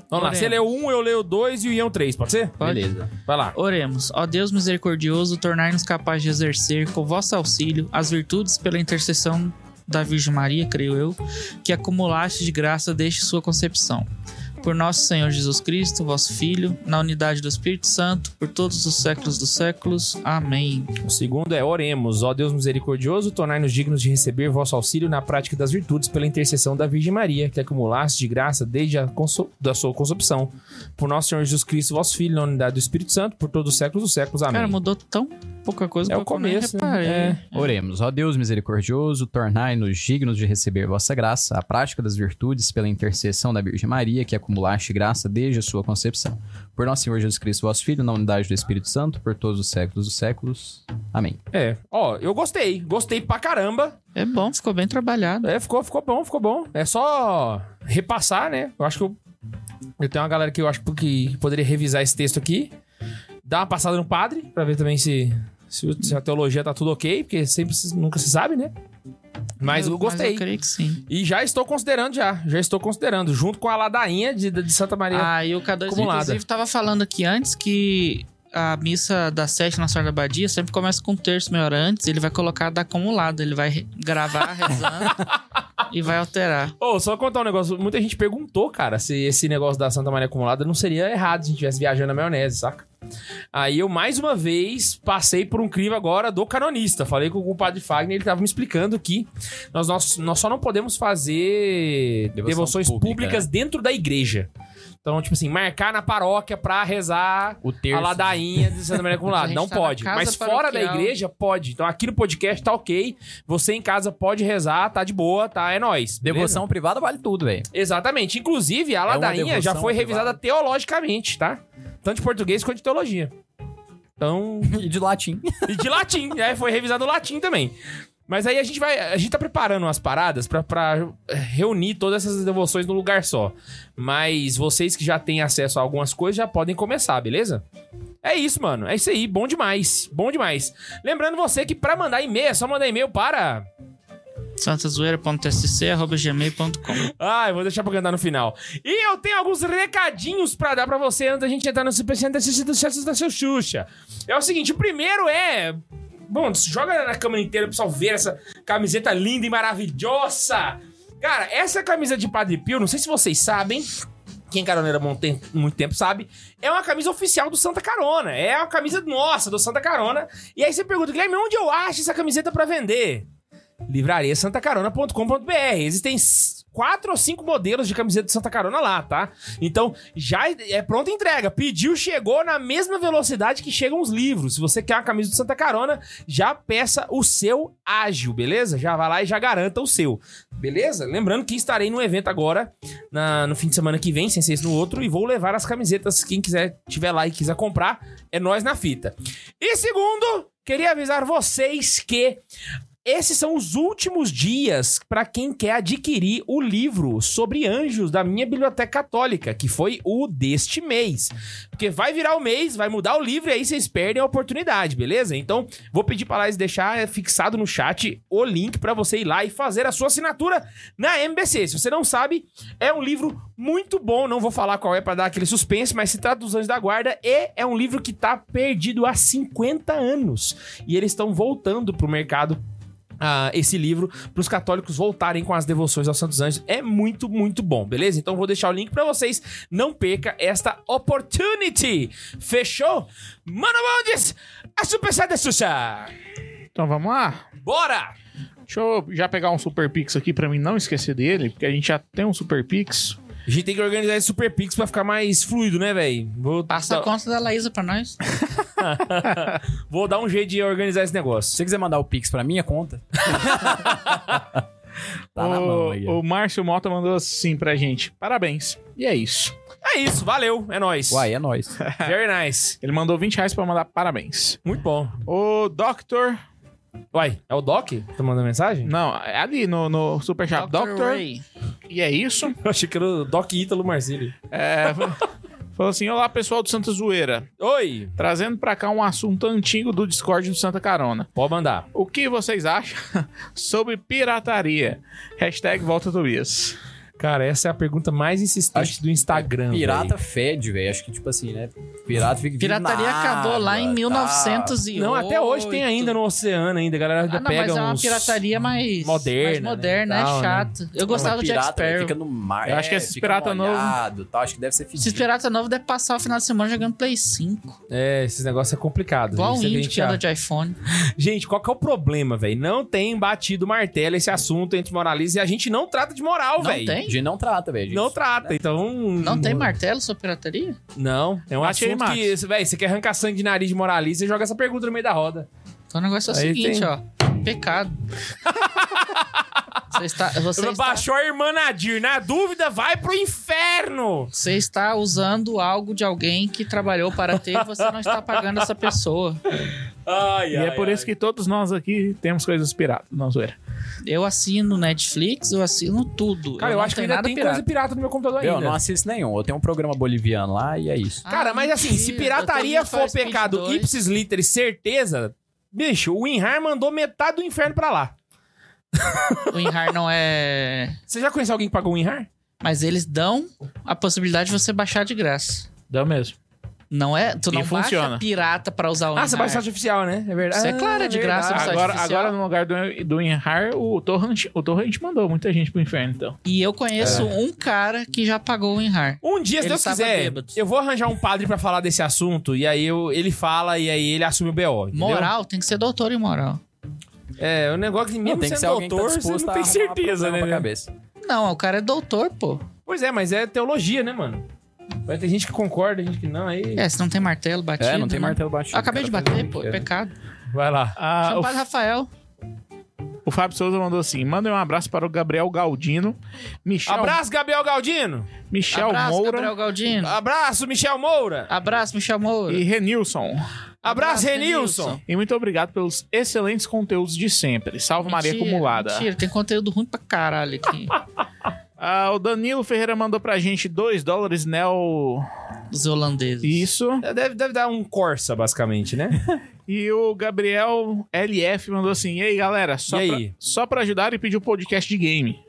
[SPEAKER 1] Vamos lá,
[SPEAKER 3] Lorena.
[SPEAKER 1] você leu um, eu leio dois e o Ian três, pode ser?
[SPEAKER 3] Pode?
[SPEAKER 2] Beleza.
[SPEAKER 1] Vai lá.
[SPEAKER 3] Oremos, ó Deus misericordioso, tornai-nos capazes de exercer, com vosso auxílio, as virtudes pela intercessão da Virgem Maria, creio eu, que acumulaste de graça desde sua concepção. Por nosso Senhor Jesus Cristo, vosso Filho, na unidade do Espírito Santo, por todos os séculos dos séculos. Amém.
[SPEAKER 1] O segundo é oremos, ó Deus misericordioso, tornai-nos dignos de receber vosso auxílio na prática das virtudes pela intercessão da Virgem Maria, que acumulaste de graça desde a conso- da sua concepção. Por nosso Senhor Jesus Cristo, vosso Filho, na unidade do Espírito Santo, por todos os séculos dos séculos. Amém.
[SPEAKER 3] Cara, mudou tão pouca coisa
[SPEAKER 1] É
[SPEAKER 3] que
[SPEAKER 1] o
[SPEAKER 3] eu nem
[SPEAKER 1] começo, né?
[SPEAKER 3] reparei.
[SPEAKER 1] É.
[SPEAKER 2] Oremos, ó Deus misericordioso, tornai-nos dignos de receber vossa graça, a prática das virtudes pela intercessão da Virgem Maria, que acumulaste graça desde a sua concepção. Por nosso Senhor Jesus Cristo, vosso Filho, na unidade do Espírito Santo, por todos os séculos dos séculos. Amém.
[SPEAKER 1] É, ó, eu gostei, gostei pra caramba.
[SPEAKER 3] É bom, ficou bem trabalhado.
[SPEAKER 1] É, ficou, ficou bom, ficou bom. É só repassar, né? Eu acho que eu, eu tenho uma galera que eu acho que poderia revisar esse texto aqui. Dar uma passada no padre, pra ver também se, se, o- se a teologia tá tudo ok, porque sempre, se- nunca se sabe, né? Mas eu gostei.
[SPEAKER 3] eu creio que sim.
[SPEAKER 1] E já estou considerando, já. Já estou considerando, junto com a ladainha de, de Santa Maria.
[SPEAKER 3] Ah, e o K2,
[SPEAKER 1] Acumulada.
[SPEAKER 3] inclusive, tava falando aqui antes que a missa da sete na Senhora da Abadia sempre começa com um terço meia hora antes. Ele vai colocar da acumulada. Ele vai re- gravar rezando e vai alterar.
[SPEAKER 1] Ô, só contar um negócio. Muita gente perguntou, cara, se esse negócio da Santa Maria acumulada não seria errado se a gente estivesse viajando na maionese, saca? Aí eu, mais uma vez, passei por um crivo agora do canonista. Falei com o padre Fagner, ele tava me explicando que nós, nós, nós só não podemos fazer
[SPEAKER 2] Devoção
[SPEAKER 1] devoções
[SPEAKER 2] pública,
[SPEAKER 1] públicas
[SPEAKER 3] né?
[SPEAKER 1] dentro da igreja. Então, tipo assim, marcar na paróquia pra rezar
[SPEAKER 2] O
[SPEAKER 1] a
[SPEAKER 2] terço.
[SPEAKER 1] ladainha de Santa Maria
[SPEAKER 3] A
[SPEAKER 1] acumulada.
[SPEAKER 3] gente
[SPEAKER 1] Não
[SPEAKER 3] tá na
[SPEAKER 1] pode.
[SPEAKER 3] casa
[SPEAKER 1] Mas fora da
[SPEAKER 3] paroquial.
[SPEAKER 1] igreja, pode. Então aqui no podcast tá ok. Você em casa pode rezar, tá de boa, tá? É nóis. beleza?
[SPEAKER 2] Devoção privada vale tudo, velho.
[SPEAKER 1] Exatamente. Inclusive, a
[SPEAKER 2] É uma
[SPEAKER 1] ladainha já
[SPEAKER 2] devoção
[SPEAKER 1] foi revisada teologicamente, tá? Tanto de português quanto de teologia. Então.
[SPEAKER 2] E de latim.
[SPEAKER 1] E de latim, né? Foi revisado o latim também. Mas aí a gente vai. A gente tá preparando umas paradas pra, pra reunir todas essas devoções num lugar só. Mas vocês que já têm acesso a algumas coisas já podem começar, beleza? É isso, mano. É isso aí. Bom demais. Bom demais. Lembrando você que pra mandar e-mail, é só mandar e-mail para.
[SPEAKER 3] santazoeira.tsc.gmail.com
[SPEAKER 1] Ah, eu vou deixar pra cantar no final. E eu tenho alguns recadinhos pra dar pra você antes da gente entrar no Super Center da seu Xuxa. É o seguinte, o primeiro é... Bom, joga na câmera inteira pro pessoal ver essa camiseta linda e maravilhosa. Cara, essa camisa de Padre Pio, não sei se vocês sabem... Quem é caroneira há muito tem- muito tempo sabe, é uma camisa oficial do Santa Carona. É a camisa nossa, do Santa Carona. E aí você pergunta, Guilherme, onde eu acho essa camiseta pra vender? livrariasantacarona.com.br. Existem s- quatro ou cinco modelos de camiseta de Santa Carona lá, tá? Então, já é pronta a entrega. Pediu, chegou na mesma velocidade que chegam os livros. Se você quer uma camisa de Santa Carona, já peça o seu ágil, beleza? Já vai lá e já garanta o seu, beleza? Lembrando que estarei num evento agora, na- no fim de semana que vem, sem ser esse no outro, e vou levar as camisetas. Quem quiser, tiver lá e quiser comprar, é nós na fita. E segundo, queria avisar vocês que Esses são os últimos dias para quem quer adquirir o livro sobre anjos da minha biblioteca católica, que foi o deste mês. Porque vai virar o mês, vai mudar o livro e aí vocês perdem a oportunidade, beleza? Então, vou pedir para Laís deixar é, fixado no chat o link para você ir lá e fazer a sua assinatura na MBC. Se você não sabe, é um livro muito bom, não vou falar qual é para dar aquele suspense, mas se trata dos Anjos da Guarda e é um livro que tá perdido há 50 anos e eles estão voltando pro mercado ah, esse livro para os católicos voltarem com as devoções aos Santos Anjos. É muito, muito bom, beleza? Então vou deixar o link para vocês. Não perca esta opportunity. Fechou? Mano Mondes, a Super Santa Xuxa.
[SPEAKER 4] Então vamos lá.
[SPEAKER 1] Bora!
[SPEAKER 4] Deixa eu já pegar um Super Pix aqui pra mim não esquecer dele, porque a gente já tem um Super Pix.
[SPEAKER 1] A gente tem que organizar esse Super Pix pra ficar mais fluido, né, velho? Vou,
[SPEAKER 3] Passa a
[SPEAKER 1] dar-
[SPEAKER 3] conta da Laísa pra nós.
[SPEAKER 1] vou dar um jeito de organizar esse
[SPEAKER 2] Se
[SPEAKER 1] negócio.
[SPEAKER 2] você quiser mandar o Pix pra minha conta. tá na mão aí. ó.
[SPEAKER 4] o, o Márcio Mota mandou assim pra gente. Parabéns. E é isso.
[SPEAKER 1] É isso, valeu, é nóis.
[SPEAKER 2] Uai, é nóis.
[SPEAKER 1] Very nice.
[SPEAKER 4] Ele mandou 20 reais pra mandar parabéns.
[SPEAKER 1] Muito bom.
[SPEAKER 4] O Doctor.
[SPEAKER 1] Uai, é o Doc? Tá mandando mensagem?
[SPEAKER 4] Não, é ali no, no Superchat. Doctor.
[SPEAKER 3] Ray.
[SPEAKER 4] E é isso.
[SPEAKER 1] Eu achei que era o Doc Ítalo Marzilli.
[SPEAKER 4] É, falou assim: Olá, pessoal do Santa Zoeira.
[SPEAKER 1] Oi,
[SPEAKER 4] Trazendo pra cá um assunto antigo do Discord do Santa Carona.
[SPEAKER 1] pode mandar.
[SPEAKER 4] O que vocês acham sobre pirataria? Hashtag volta Tobias.
[SPEAKER 1] Cara, essa é a pergunta mais insistente do Instagram.
[SPEAKER 2] Pirata fede, velho. Acho que, tipo assim, né? Pirata fica.
[SPEAKER 3] Pirataria
[SPEAKER 2] vive na
[SPEAKER 3] acabou lá
[SPEAKER 2] água,
[SPEAKER 3] em
[SPEAKER 2] tá?
[SPEAKER 3] 1908.
[SPEAKER 1] Não, até hoje tem ainda no oceano ainda. A galera ainda
[SPEAKER 3] Ah, não,
[SPEAKER 1] pega
[SPEAKER 3] mas é uma
[SPEAKER 1] uns...
[SPEAKER 3] pirataria mais
[SPEAKER 1] moderna,
[SPEAKER 3] mais moderna
[SPEAKER 1] né,
[SPEAKER 3] é
[SPEAKER 1] tal, né?
[SPEAKER 3] chato. Eu
[SPEAKER 2] Não,
[SPEAKER 3] gostava
[SPEAKER 2] mas
[SPEAKER 3] do Jack
[SPEAKER 2] pirata, velho,
[SPEAKER 3] Sparrow.
[SPEAKER 2] Fica no mar. é,
[SPEAKER 4] Eu acho que esses
[SPEAKER 2] fica
[SPEAKER 4] pirata novo-
[SPEAKER 2] molhado, tal, acho que deve ser fedido.
[SPEAKER 3] Esses pirata novo deve passar o final de semana jogando Play 5.
[SPEAKER 1] É, esses negócios é complicado.
[SPEAKER 3] Igual um
[SPEAKER 1] Isso é
[SPEAKER 3] índio
[SPEAKER 1] bem
[SPEAKER 3] que
[SPEAKER 1] chato.
[SPEAKER 3] anda de iPhone.
[SPEAKER 1] Gente, qual que é o problema, velho? Não tem batido martelo esse assunto entre moralistas e a gente não trata de moral,
[SPEAKER 3] Não
[SPEAKER 1] velho.
[SPEAKER 3] tem?
[SPEAKER 2] A gente não trata, velho.
[SPEAKER 1] Não
[SPEAKER 2] gente.
[SPEAKER 1] trata, então...
[SPEAKER 3] Não tem martelo sobre pirataria?
[SPEAKER 1] Não, é um
[SPEAKER 4] Bate aí,
[SPEAKER 1] assunto
[SPEAKER 4] Max.
[SPEAKER 1] que... Velho, você quer arrancar sangue de nariz de moralista e joga essa pergunta no meio da roda.
[SPEAKER 3] Então o negócio é o
[SPEAKER 1] Aí
[SPEAKER 3] seguinte,
[SPEAKER 1] tem.
[SPEAKER 3] ó. Pecado. você está, você,
[SPEAKER 1] Você
[SPEAKER 3] está,
[SPEAKER 1] baixou a irmã Nadir. Na dúvida, vai pro inferno!
[SPEAKER 3] você está usando algo de alguém que trabalhou para ter e você não está pagando essa pessoa.
[SPEAKER 1] Ai,
[SPEAKER 4] E é por isso que todos nós aqui temos coisas piratas. Não, zoeira.
[SPEAKER 3] Eu assino Netflix, eu assino tudo.
[SPEAKER 1] Cara, eu,
[SPEAKER 3] não
[SPEAKER 1] acho que
[SPEAKER 3] tenho
[SPEAKER 1] ainda
[SPEAKER 3] nada
[SPEAKER 1] tem
[SPEAKER 3] pirata.
[SPEAKER 1] coisa pirata no meu computador
[SPEAKER 2] Meu,
[SPEAKER 1] ainda.
[SPEAKER 2] não assisto nenhum. Eu tenho um programa boliviano lá e é isso.
[SPEAKER 1] Cara,
[SPEAKER 3] Ah,
[SPEAKER 1] mas assim, se
[SPEAKER 3] mentira.
[SPEAKER 1] pirataria
[SPEAKER 3] Eu tenho
[SPEAKER 1] for
[SPEAKER 3] Need for Speed
[SPEAKER 1] pecado
[SPEAKER 3] 2.
[SPEAKER 1] ipsis literis, certeza, bicho, o Winrar mandou metade do inferno pra lá.
[SPEAKER 3] O Inhar não é.
[SPEAKER 1] Você já conhece alguém que pagou o Winrar?
[SPEAKER 3] Mas eles dão a possibilidade de você baixar de graça.
[SPEAKER 4] Dá mesmo.
[SPEAKER 3] Não é? Tu
[SPEAKER 4] E
[SPEAKER 3] não
[SPEAKER 4] funciona.
[SPEAKER 3] baixa pirata pra usar o
[SPEAKER 1] Ah, você
[SPEAKER 3] Inhar.
[SPEAKER 1] baixa o site oficial, né? É verdade.
[SPEAKER 3] Isso é claro,
[SPEAKER 1] Ah,
[SPEAKER 3] é de graça,
[SPEAKER 1] verdade.
[SPEAKER 3] site
[SPEAKER 4] Agora,
[SPEAKER 3] oficial.
[SPEAKER 4] agora, no lugar do, do Enhar, o Torrent, o Torrent mandou muita gente pro inferno, então.
[SPEAKER 3] E eu conheço um cara que já pagou o Inhar.
[SPEAKER 1] Um dia, se
[SPEAKER 3] Ele
[SPEAKER 1] Deus
[SPEAKER 3] tava
[SPEAKER 1] quiser,
[SPEAKER 3] bêbado.
[SPEAKER 1] eu vou arranjar um padre pra falar desse assunto e aí eu- ele fala e aí ele assume o BO. entendeu?
[SPEAKER 3] Moral, tem que ser doutor em moral.
[SPEAKER 1] É, o negócio que
[SPEAKER 2] Não,
[SPEAKER 1] mesmo
[SPEAKER 2] tem que ser
[SPEAKER 1] sendo
[SPEAKER 2] alguém
[SPEAKER 1] doutor,
[SPEAKER 2] que tá
[SPEAKER 1] você
[SPEAKER 2] disposto
[SPEAKER 1] não
[SPEAKER 2] a
[SPEAKER 1] tem
[SPEAKER 2] arrumar
[SPEAKER 1] certeza,
[SPEAKER 2] problema
[SPEAKER 1] né?
[SPEAKER 2] pra cabeça.
[SPEAKER 3] Não, o cara é doutor, pô.
[SPEAKER 1] Pois é, mas é teologia, né, mano? Vai ter gente que concorda, gente que não, aí.
[SPEAKER 3] É, se não tem martelo batido.
[SPEAKER 2] É, não tem
[SPEAKER 3] né?
[SPEAKER 2] martelo baixo.
[SPEAKER 3] Eu acabei de bater, pô. É pecado.
[SPEAKER 1] Vai lá.
[SPEAKER 4] Ah,
[SPEAKER 3] Chama o
[SPEAKER 4] o,
[SPEAKER 3] padre Rafael.
[SPEAKER 4] o Fábio Souza mandou assim: mandem um abraço para o Gabriel Galdino, Michel,
[SPEAKER 1] Abraço, Gabriel Galdino.
[SPEAKER 4] Michel
[SPEAKER 3] Abraço,
[SPEAKER 4] Moura
[SPEAKER 3] Gabriel Galdino.
[SPEAKER 1] Ah. Abraço, Michel Moura.
[SPEAKER 3] Abraço, Michel Moura.
[SPEAKER 4] e Renilson.
[SPEAKER 1] Abraço,
[SPEAKER 3] Abraço,
[SPEAKER 1] Renilson.
[SPEAKER 3] Renilson.
[SPEAKER 4] E muito obrigado pelos excelentes conteúdos de sempre. Salve Maria
[SPEAKER 3] Mentira,
[SPEAKER 4] Acumulada.
[SPEAKER 3] Mentira, tem conteúdo ruim pra caralho aqui.
[SPEAKER 4] Ah, o Danilo Ferreira mandou pra gente 2 dólares neo.
[SPEAKER 3] Os holandeses.
[SPEAKER 4] Isso.
[SPEAKER 1] Deve, deve dar um Corsa, basicamente, né?
[SPEAKER 4] E o Gabriel LF mandou assim: E aí, galera, só,
[SPEAKER 1] E
[SPEAKER 4] pra,
[SPEAKER 1] aí?
[SPEAKER 4] só pra ajudar e pedir o podcast de game.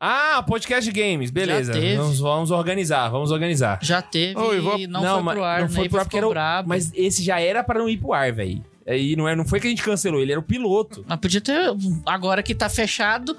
[SPEAKER 1] ah, podcast de games, beleza.
[SPEAKER 3] Já teve.
[SPEAKER 1] Vamos, vamos organizar, vamos organizar.
[SPEAKER 3] Já teve
[SPEAKER 4] Ô, e vou-
[SPEAKER 3] e não, foi pro ar,
[SPEAKER 1] não
[SPEAKER 3] né?
[SPEAKER 1] foi
[SPEAKER 3] E
[SPEAKER 1] pro ar porque
[SPEAKER 3] ficou
[SPEAKER 1] era o-
[SPEAKER 3] brabo. Mas...
[SPEAKER 1] Mas esse já era pra não ir pro ar, velho. E não, é, não foi que a gente cancelou, ele era o piloto.
[SPEAKER 3] podia ter... Agora que tá fechado,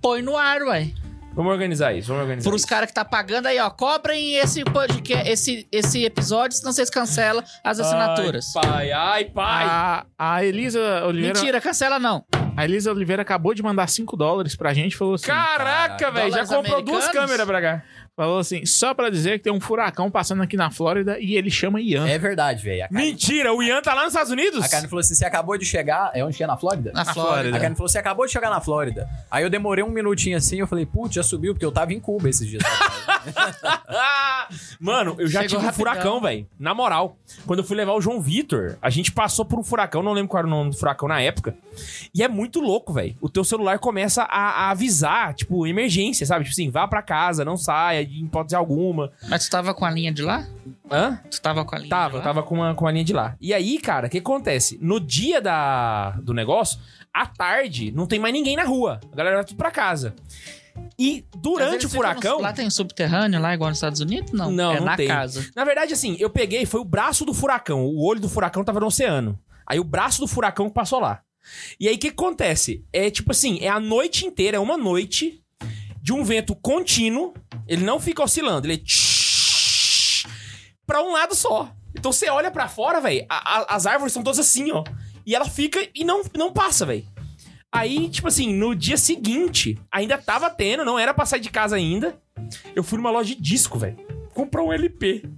[SPEAKER 3] põe no ar, ué.
[SPEAKER 1] Vamos organizar isso, vamos organizar. é
[SPEAKER 3] Pros
[SPEAKER 1] isso.
[SPEAKER 3] caras que tá pagando aí, ó. Cobrem esse podcast, esse, esse episódio, senão vocês cancelam as assinaturas.
[SPEAKER 1] Ai, pai, ai, pai.
[SPEAKER 4] A, a Elisa Oliveira.
[SPEAKER 3] Mentira, cancela não.
[SPEAKER 4] A Elisa Oliveira acabou de mandar 5 dólares pra gente falou assim.
[SPEAKER 1] Caraca,
[SPEAKER 2] Caralho.
[SPEAKER 1] velho, já
[SPEAKER 3] Dólares
[SPEAKER 1] comprou duas
[SPEAKER 3] americanos?
[SPEAKER 1] câmeras pra cá.
[SPEAKER 4] Falou assim, só pra dizer que tem um furacão passando aqui na Flórida e ele chama Ian.
[SPEAKER 2] É verdade, velho. A Karen-
[SPEAKER 1] Mentira, o Ian tá lá nos Estados Unidos?
[SPEAKER 2] a Karen falou assim: você acabou de chegar. É onde que é na Flórida?
[SPEAKER 3] Na
[SPEAKER 4] Flórida.
[SPEAKER 3] Flórida.
[SPEAKER 2] A Karen falou: você acabou de chegar na Flórida. Aí eu demorei um minutinho assim, eu falei, putz, já subiu, porque eu tava em Cuba esses dias.
[SPEAKER 1] Mano, eu já
[SPEAKER 3] Chegou
[SPEAKER 1] tive um
[SPEAKER 3] rapidão.
[SPEAKER 1] furacão, velho. Na moral. Quando eu fui levar o João Vitor, a gente passou por um furacão, não lembro qual era o nome do furacão na época. E é muito louco, velho. O teu celular começa a, a avisar, tipo, emergência, sabe? Tipo assim, vá pra casa, não saia, em hipótese alguma.
[SPEAKER 3] Mas tu tava com a linha de lá?
[SPEAKER 1] Hã?
[SPEAKER 3] Tu tava com a linha
[SPEAKER 1] Tava,
[SPEAKER 3] de lá?
[SPEAKER 1] tava com a, com a linha de lá. E aí, cara, o que acontece? No dia da, do negócio, à tarde, não tem mais ninguém na rua. A galera vai tudo pra casa. E
[SPEAKER 3] Mas eles
[SPEAKER 1] durante o
[SPEAKER 3] ficam no-
[SPEAKER 1] furacão.
[SPEAKER 3] Lá tem um subterrâneo, lá igual nos Estados Unidos? Não.
[SPEAKER 1] Não,
[SPEAKER 3] é
[SPEAKER 1] não
[SPEAKER 3] na
[SPEAKER 1] tem.
[SPEAKER 3] casa.
[SPEAKER 1] Na verdade, assim, eu peguei, foi o braço do furacão. O olho do furacão tava no oceano. Aí o braço do furacão que passou lá. E aí o que acontece? É tipo assim, é a noite inteira, é uma noite de um vento contínuo. Ele não fica oscilando, ele é tsh- pra um lado só. Então você olha pra fora, velho, as árvores são todas assim, ó. E ela fica e não, não passa, velho. Aí, tipo assim, no dia seguinte, ainda tava tendo, não era pra sair de casa ainda. Eu fui numa loja de disco, velho. Comprar um LP.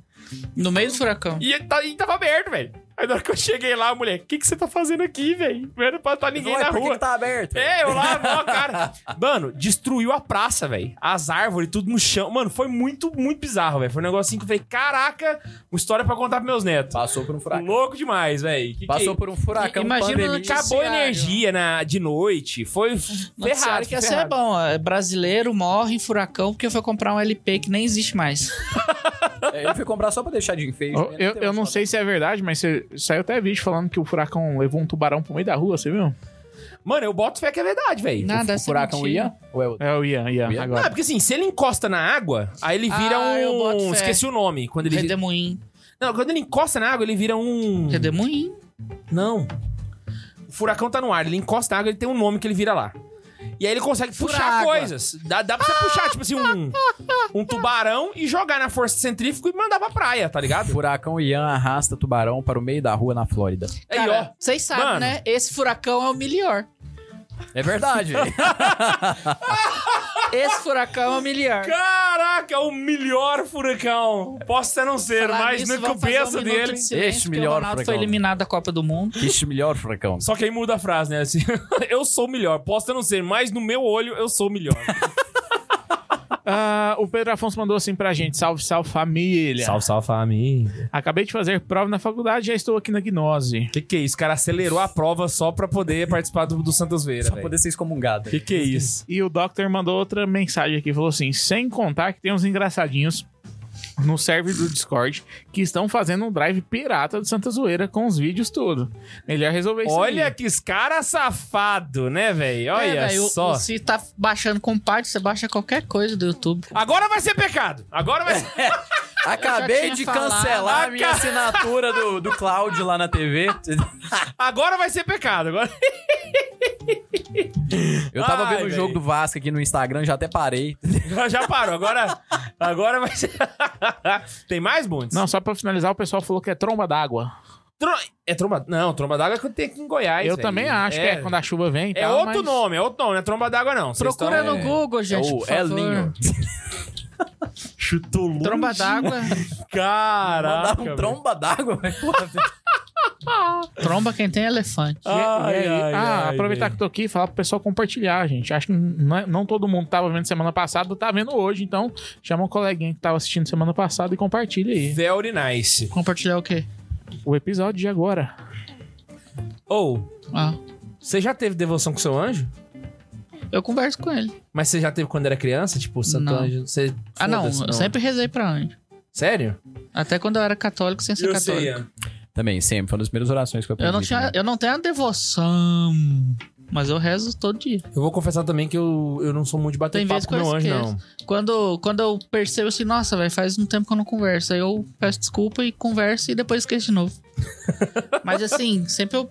[SPEAKER 3] No meio do furacão.
[SPEAKER 1] E ele tá- e tava aberto, velho. Aí na hora que eu cheguei lá, a mulher, o que, que você tá fazendo aqui, velho? Não era pra estar ninguém
[SPEAKER 5] Ué,
[SPEAKER 1] na
[SPEAKER 5] por que
[SPEAKER 1] rua.
[SPEAKER 5] que tá aberto?
[SPEAKER 1] É, eu lá, ó, cara. Mano, destruiu a praça, velho. As árvores, tudo no chão. Mano, foi muito, muito bizarro, velho. Foi um negocinho que eu falei, caraca, uma história pra contar pros meus netos.
[SPEAKER 2] Passou por um furacão.
[SPEAKER 1] Louco demais, velho. Que
[SPEAKER 2] Passou
[SPEAKER 1] que...
[SPEAKER 2] por um furacão.
[SPEAKER 3] Imagina
[SPEAKER 2] pandemia.
[SPEAKER 3] que-
[SPEAKER 1] Acabou a
[SPEAKER 3] Noticiário.
[SPEAKER 1] energia na, de noite. Foi f- ferrado.
[SPEAKER 3] Noticiário que essa é bom. ó. Brasileiro morre em furacão porque foi comprar um LP que nem existe mais.
[SPEAKER 2] É, eu fui comprar só pra deixar de enfeite.
[SPEAKER 4] Eu, eu, eu não sei se é verdade, mas você- saiu até vídeo falando que o furacão levou um tubarão pro meio da rua, você viu?
[SPEAKER 1] Mano, eu boto fé que é verdade, velho.
[SPEAKER 3] Nada,
[SPEAKER 2] O
[SPEAKER 3] essa é
[SPEAKER 2] furacão
[SPEAKER 3] mentira.
[SPEAKER 2] ia? Ou é outro?
[SPEAKER 4] É o Ian, Ian,
[SPEAKER 2] Ian.
[SPEAKER 1] Não,
[SPEAKER 4] agora.
[SPEAKER 1] é porque assim, se ele encosta na água, aí ele vira
[SPEAKER 3] Ah, eu boto
[SPEAKER 1] um.
[SPEAKER 3] fé.
[SPEAKER 1] Esqueci o nome. Quando ele,
[SPEAKER 3] Redemoinho.
[SPEAKER 1] Não, quando ele encosta na água, ele vira um.
[SPEAKER 3] Redemoinho.
[SPEAKER 1] Não. O furacão tá no ar, ele encosta na água, ele tem um nome que ele vira lá. E aí ele consegue puxar
[SPEAKER 3] Furágua.
[SPEAKER 1] coisas. Dá, dá pra você puxar, tipo assim, um, um tubarão e jogar na força centrífuga e mandar pra praia, tá ligado?
[SPEAKER 2] Furacão Ian arrasta tubarão para o meio da rua na Flórida.
[SPEAKER 1] Aí, ó.
[SPEAKER 3] Cara, Vocês sabem,
[SPEAKER 1] Mano.
[SPEAKER 3] né? Esse furacão é o melhor.
[SPEAKER 2] É verdade.
[SPEAKER 3] Esse furacão é o melhor.
[SPEAKER 1] Caraca, é o melhor furacão. Posso até não ser,
[SPEAKER 3] Falar
[SPEAKER 1] mas
[SPEAKER 3] nisso,
[SPEAKER 1] na
[SPEAKER 3] vamos fazer
[SPEAKER 1] cabeça
[SPEAKER 3] um minuto
[SPEAKER 1] dele.
[SPEAKER 3] de silêncio,
[SPEAKER 2] Esse
[SPEAKER 3] porque
[SPEAKER 2] melhor
[SPEAKER 3] o Ronaldo
[SPEAKER 2] furacão.
[SPEAKER 3] foi eliminado da Copa do Mundo.
[SPEAKER 2] Ixi, melhor furacão.
[SPEAKER 1] Só que aí muda a frase, né? Assim, eu sou o melhor. Posso até não ser, mas no meu olho eu sou o melhor.
[SPEAKER 4] Ah, o Pedro Afonso mandou assim pra gente: salve, salve família.
[SPEAKER 1] salve, família.
[SPEAKER 4] Acabei de fazer prova na faculdade, já estou aqui na Gnose.
[SPEAKER 1] Que que é isso? O cara acelerou a prova só pra poder participar do, do Santos Veira,
[SPEAKER 2] Só
[SPEAKER 1] velho.
[SPEAKER 2] poder ser excomungado.
[SPEAKER 1] Que que é isso?
[SPEAKER 4] E o Doctor mandou outra mensagem aqui, falou assim: sem contar que tem uns engraçadinhos no server do Discord que estão fazendo um drive pirata do Santa Zoeira com os vídeos tudo. Melhor resolver É isso.
[SPEAKER 1] Olha
[SPEAKER 4] aí.
[SPEAKER 1] que esse cara safado, né, velho? Olha
[SPEAKER 3] É, velho,
[SPEAKER 1] só.
[SPEAKER 3] Se tá baixando com parte, você baixa qualquer coisa do YouTube.
[SPEAKER 1] Agora vai ser pecado. Agora vai ser.
[SPEAKER 2] Acabei
[SPEAKER 3] tinha
[SPEAKER 2] de
[SPEAKER 3] falado.
[SPEAKER 2] cancelar a minha assinatura do, do Cloud lá na TV.
[SPEAKER 1] Agora vai ser pecado. Agora...
[SPEAKER 2] Eu tava
[SPEAKER 1] Ai,
[SPEAKER 2] vendo o
[SPEAKER 1] velho.
[SPEAKER 2] jogo do Vasco aqui no Instagram, já até parei.
[SPEAKER 1] Já parou. Agora, agora vai ser. Tem mais, Bundes?
[SPEAKER 4] Não, só pra finalizar, o pessoal falou que é tromba d'água.
[SPEAKER 1] Tro- É tromba. Não, tromba d'água é que tem aqui em Goiás.
[SPEAKER 4] Eu
[SPEAKER 1] velho.
[SPEAKER 4] também acho que é quando a chuva vem. e
[SPEAKER 1] É
[SPEAKER 4] tal,
[SPEAKER 1] outro
[SPEAKER 4] mas-
[SPEAKER 1] nome, é outro nome, não é tromba d'água, não. Vocês
[SPEAKER 3] Procura
[SPEAKER 1] tão-
[SPEAKER 3] no Google, gente.
[SPEAKER 2] é o
[SPEAKER 3] por favor.
[SPEAKER 2] Elinho.
[SPEAKER 1] Chutou longe.
[SPEAKER 3] Tromba d'água.
[SPEAKER 1] Caraca.
[SPEAKER 2] Mandaram um
[SPEAKER 1] velho.
[SPEAKER 2] tromba d'água, velho. Porra, velho.
[SPEAKER 3] Tromba quem tem elefante.
[SPEAKER 4] E- e
[SPEAKER 1] Ai,
[SPEAKER 4] aí-
[SPEAKER 1] ai,
[SPEAKER 4] ah,
[SPEAKER 1] ai,
[SPEAKER 4] aproveitar
[SPEAKER 1] velho.
[SPEAKER 4] que eu tô aqui e falar pro pessoal compartilhar, gente. Acho que não, é- não todo mundo tava vendo semana passada, tá vendo hoje. Então, chama um coleguinha que tava assistindo semana passada e compartilha aí
[SPEAKER 1] Very nice.
[SPEAKER 3] Compartilhar o quê?
[SPEAKER 4] o episódio de agora.
[SPEAKER 1] Ou,
[SPEAKER 3] Ah,
[SPEAKER 1] você já teve devoção com seu anjo?
[SPEAKER 3] eu converso com ele.
[SPEAKER 1] Mas você já teve quando era criança? Tipo, Santo
[SPEAKER 3] Não.
[SPEAKER 1] Anjo? Você...
[SPEAKER 3] Ah, não.
[SPEAKER 1] Foda-se,
[SPEAKER 3] Eu sempre rezei pra anjo.
[SPEAKER 1] Sério?
[SPEAKER 3] Até quando eu era católico, sem ser é católico.
[SPEAKER 2] é. Também, sempre. Foi uma das primeiras orações que eu aprendi.
[SPEAKER 3] eu, não tinha,
[SPEAKER 2] também.
[SPEAKER 3] eu não tenho a devoção, mas eu rezo todo dia.
[SPEAKER 1] Eu vou confessar também que eu, eu não sou muito de bater
[SPEAKER 3] Tem
[SPEAKER 1] papo
[SPEAKER 3] vezes
[SPEAKER 1] com
[SPEAKER 3] que eu
[SPEAKER 1] meu anjo,
[SPEAKER 3] esqueço.
[SPEAKER 1] não.
[SPEAKER 3] Quando, quando eu percebo assim, nossa, velho, faz um tempo que eu não converso. Aí eu peço desculpa e converso e depois esqueço de novo. mas assim, sempre eu.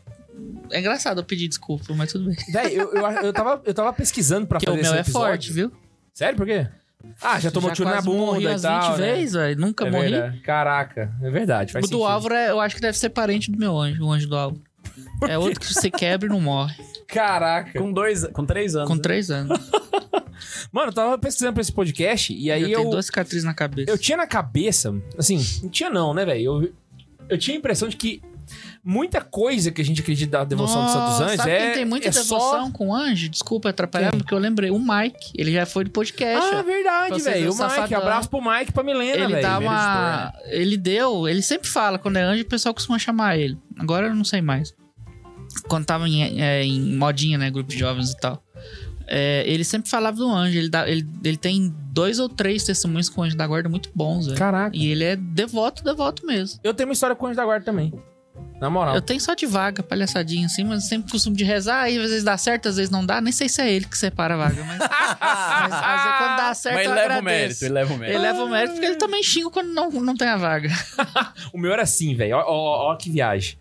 [SPEAKER 3] É engraçado eu pedir desculpa, mas tudo bem.
[SPEAKER 1] Véi, eu, eu, eu, tava, eu tava pesquisando pra
[SPEAKER 3] Porque o
[SPEAKER 1] fazer
[SPEAKER 3] meu
[SPEAKER 1] esse
[SPEAKER 3] é
[SPEAKER 1] episódio.
[SPEAKER 3] forte, viu?
[SPEAKER 1] Sério? Por quê? Ah, já tomou tiro na
[SPEAKER 3] quase
[SPEAKER 1] bunda
[SPEAKER 3] morri
[SPEAKER 1] e
[SPEAKER 3] umas
[SPEAKER 1] tal, né?
[SPEAKER 3] vezes, velho. Nunca
[SPEAKER 1] É
[SPEAKER 3] morri.
[SPEAKER 1] verdade. Caraca, é verdade. Faz
[SPEAKER 3] o do
[SPEAKER 1] sentido.
[SPEAKER 3] Álvaro, é- eu acho que deve ser parente do meu anjo, o anjo do Álvaro. É outro que você quebra e não morre.
[SPEAKER 1] Caraca.
[SPEAKER 2] Com dois, com três anos.
[SPEAKER 3] Com
[SPEAKER 2] né?
[SPEAKER 3] três anos.
[SPEAKER 1] Mano, eu tava pesquisando pra esse podcast e aí
[SPEAKER 3] eu,
[SPEAKER 1] eu...
[SPEAKER 3] tenho duas cicatrizes na cabeça.
[SPEAKER 1] Eu tinha na cabeça, assim, não tinha não, né, velho? Eu, eu tinha a impressão de que muita coisa que a gente acredita da devoção dos Santos Anjos
[SPEAKER 3] sabe
[SPEAKER 1] é.
[SPEAKER 3] quem tem muita
[SPEAKER 1] é
[SPEAKER 3] devoção
[SPEAKER 1] Só...
[SPEAKER 3] com anjo? Desculpa atrapalhar, porque eu lembrei. O Mike, ele já foi do podcast.
[SPEAKER 1] Ah,
[SPEAKER 3] ó.
[SPEAKER 1] verdade,
[SPEAKER 3] Vocês é
[SPEAKER 1] velho. O
[SPEAKER 3] um
[SPEAKER 1] Mike,
[SPEAKER 3] safadão.
[SPEAKER 1] abraço pro Mike e pra Milena, velho.
[SPEAKER 3] ele dá
[SPEAKER 1] Milena editora, né?
[SPEAKER 3] uma...
[SPEAKER 2] é.
[SPEAKER 3] Ele deu... Ele sempre fala, quando é anjo, o pessoal costuma chamar ele. Agora eu não sei mais. Quando tava em, é, em modinha, né? Grupo de jovens e tal. É, ele sempre falava do anjo. Ele, dá- ele, ele tem dois ou três testemunhos com o anjo da guarda muito bons, velho.
[SPEAKER 1] Caraca.
[SPEAKER 3] E ele é devoto, devoto mesmo.
[SPEAKER 1] Eu tenho uma história com o Anjo da Guarda também. Na moral.
[SPEAKER 3] Eu tenho só de vaga, palhaçadinha assim, mas eu sempre costumo de rezar. Aí às vezes dá certo, às vezes não dá. Nem sei se é ele que separa a vaga, mas, mas, às vezes quando dá certo,
[SPEAKER 2] Mas ele
[SPEAKER 3] eu
[SPEAKER 2] leva o
[SPEAKER 3] agradeço.
[SPEAKER 2] mérito, ele leva o
[SPEAKER 3] Ele
[SPEAKER 2] mérito.
[SPEAKER 3] leva o mérito porque ele também xinga quando não, não tem a vaga.
[SPEAKER 1] O meu era assim, velho. Ó, ó, ó que viagem.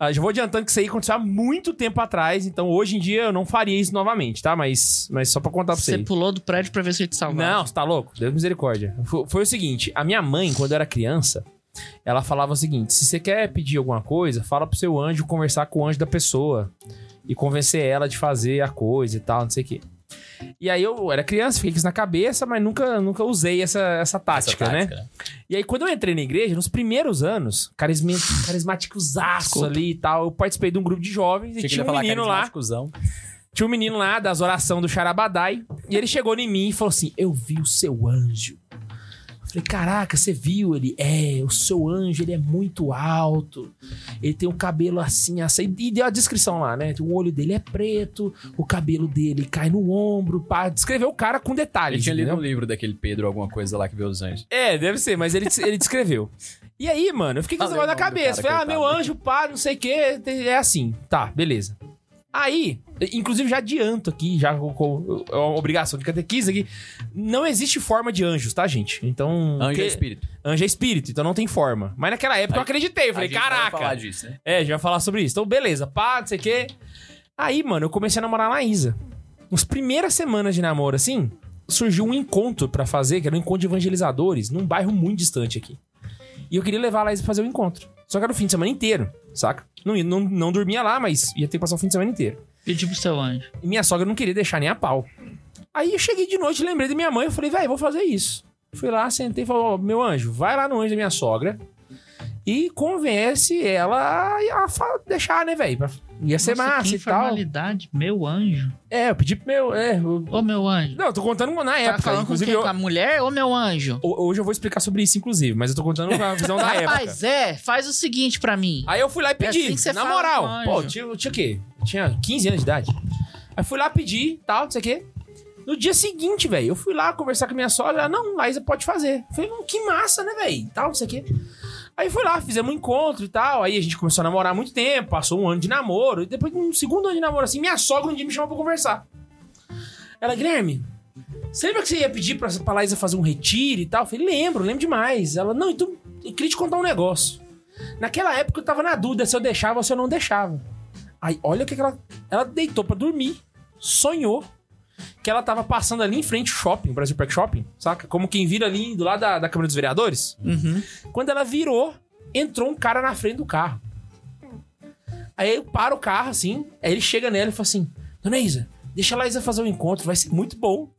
[SPEAKER 1] Ah, já vou adiantando que isso aí aconteceu há muito tempo atrás, então hoje em dia eu não faria isso novamente, tá? Mas, mas só pra contar pra
[SPEAKER 3] Você
[SPEAKER 1] vocês.
[SPEAKER 3] pulou do prédio pra ver se ele te salvava.
[SPEAKER 1] Não, você tá louco? Deus misericórdia. Fo- Foi, o seguinte: a minha mãe, quando eu era criança, ela falava o seguinte: se você quer pedir alguma coisa, fala pro seu anjo conversar com o anjo da pessoa e convencer ela de fazer a coisa e tal, não sei o quê. E aí eu era criança, fiquei com isso na cabeça, mas nunca, nunca usei essa, essa, tática, né? E aí, quando eu entrei na igreja, nos primeiros anos, carisma, carismáticozaço ali e tal, eu participei de um grupo de jovens e tinha um menino lá. Tinha um menino lá das orações do Charabadai. E ele chegou em mim e falou assim: Eu vi o seu anjo. Eu falei, caraca, você viu? Ele é, o seu anjo, ele é muito alto. Ele tem o cabelo assim, assim. E deu a descrição lá, né? O olho dele é preto, o cabelo dele cai no ombro. Pá. Descreveu o cara com
[SPEAKER 2] Ele
[SPEAKER 1] detalhes.
[SPEAKER 2] tinha lido
[SPEAKER 1] entendeu?
[SPEAKER 2] um livro daquele Pedro, alguma coisa lá que vê os anjos.
[SPEAKER 1] É, deve ser, mas ele, ele descreveu. E aí, mano, eu fiquei com esse
[SPEAKER 2] Valeu
[SPEAKER 1] negócio na
[SPEAKER 2] o nome do
[SPEAKER 1] cabeça.
[SPEAKER 2] cara,
[SPEAKER 1] Falei, ah, meu
[SPEAKER 2] coitado.
[SPEAKER 1] anjo, pá, não sei o quê, é assim. Tá, beleza. Aí, inclusive já adianto aqui, já com- com é uma obrigação de catequista aqui, não existe forma de anjos, tá, gente? Então...
[SPEAKER 2] Anjo é
[SPEAKER 1] porque-
[SPEAKER 2] espírito.
[SPEAKER 1] anjo é espírito, então não tem forma. Mas naquela época eu acreditei, eu falei,
[SPEAKER 2] A gente vai falar
[SPEAKER 1] caraca.
[SPEAKER 2] disso, né?
[SPEAKER 1] É, a gente vai falar sobre isso. Então, beleza, pá, não sei o quê. Aí, mano, eu comecei a namorar a Laísa. Nas primeiras semanas de namoro, assim, surgiu um encontro pra fazer, que era um encontro de evangelizadores, num bairro muito distante aqui. E eu queria levar a Laísa pra fazer o encontro. Só que era o fim de semana inteiro, saca? Não, ia- não, não dormia lá, mas ia ter que passar o fim de semana inteiro.
[SPEAKER 3] Pedi pro seu anjo.
[SPEAKER 1] E minha sogra não queria deixar nem a pau. Aí eu cheguei de noite, lembrei da minha mãe, eu falei, velho, vou fazer isso. Fui lá, sentei e falei, ó, meu anjo, vai lá no anjo da minha sogra e convence ela a, a fa- deixar, né, velho? Pra- Ia ser
[SPEAKER 3] Nossa, que
[SPEAKER 1] massa e tal.
[SPEAKER 3] informalidade, meu anjo.
[SPEAKER 1] É, eu pedi pro meu. É, eu-
[SPEAKER 3] Ô, meu anjo.
[SPEAKER 1] Não, eu tô contando na
[SPEAKER 3] tá
[SPEAKER 1] época.
[SPEAKER 3] falando com
[SPEAKER 1] É, inclusive,
[SPEAKER 3] quem?
[SPEAKER 1] eu-
[SPEAKER 3] Com a mulher ou meu anjo?
[SPEAKER 1] ho- hoje eu vou explicar sobre isso, inclusive, mas eu tô contando a visão da época.
[SPEAKER 3] Rapaz, é, faz o seguinte pra mim.
[SPEAKER 1] Aí eu fui lá e
[SPEAKER 3] É
[SPEAKER 1] pedi,
[SPEAKER 3] assim que você
[SPEAKER 1] na
[SPEAKER 3] fala
[SPEAKER 1] moral.
[SPEAKER 3] com anjo.
[SPEAKER 1] Pô, eu tinha, eu tinha o quê? Eu tinha 15 anos de idade. Aí fui lá pedir, tal, não sei o quê. No dia seguinte, velho, eu fui lá conversar com a minha sogra. Ela, não, Laísa pode fazer. Eu falei, "Hum, que massa, né, velho? Tal, não sei o quê. Aí fui lá, fizemos um encontro e tal. Aí a gente começou a namorar há muito tempo, passou um ano de namoro. E depois, um segundo ano de namoro, assim, minha sogra um dia me chamou pra conversar. Ela, Guilherme, você lembra que você ia pedir pra, pra Laísa fazer um retiro e tal? Eu falei, lembro, lembro demais. Ela, não, então, eu queria te contar um negócio. Naquela época eu tava na dúvida se eu deixava ou se eu não deixava. Aí, olha o que, que ela. Ela deitou pra dormir, sonhou que ela tava passando ali em frente ao shopping, o Brasil Park Shopping, saca? Como quem vira ali do lado da, da Câmara dos Vereadores.
[SPEAKER 3] Uhum.
[SPEAKER 1] Quando ela virou, entrou um cara na frente do carro. Aí eu paro o carro, assim, aí ele chega nela e fala assim: Dona Isa, deixa a Laísa fazer um encontro, vai ser muito bom.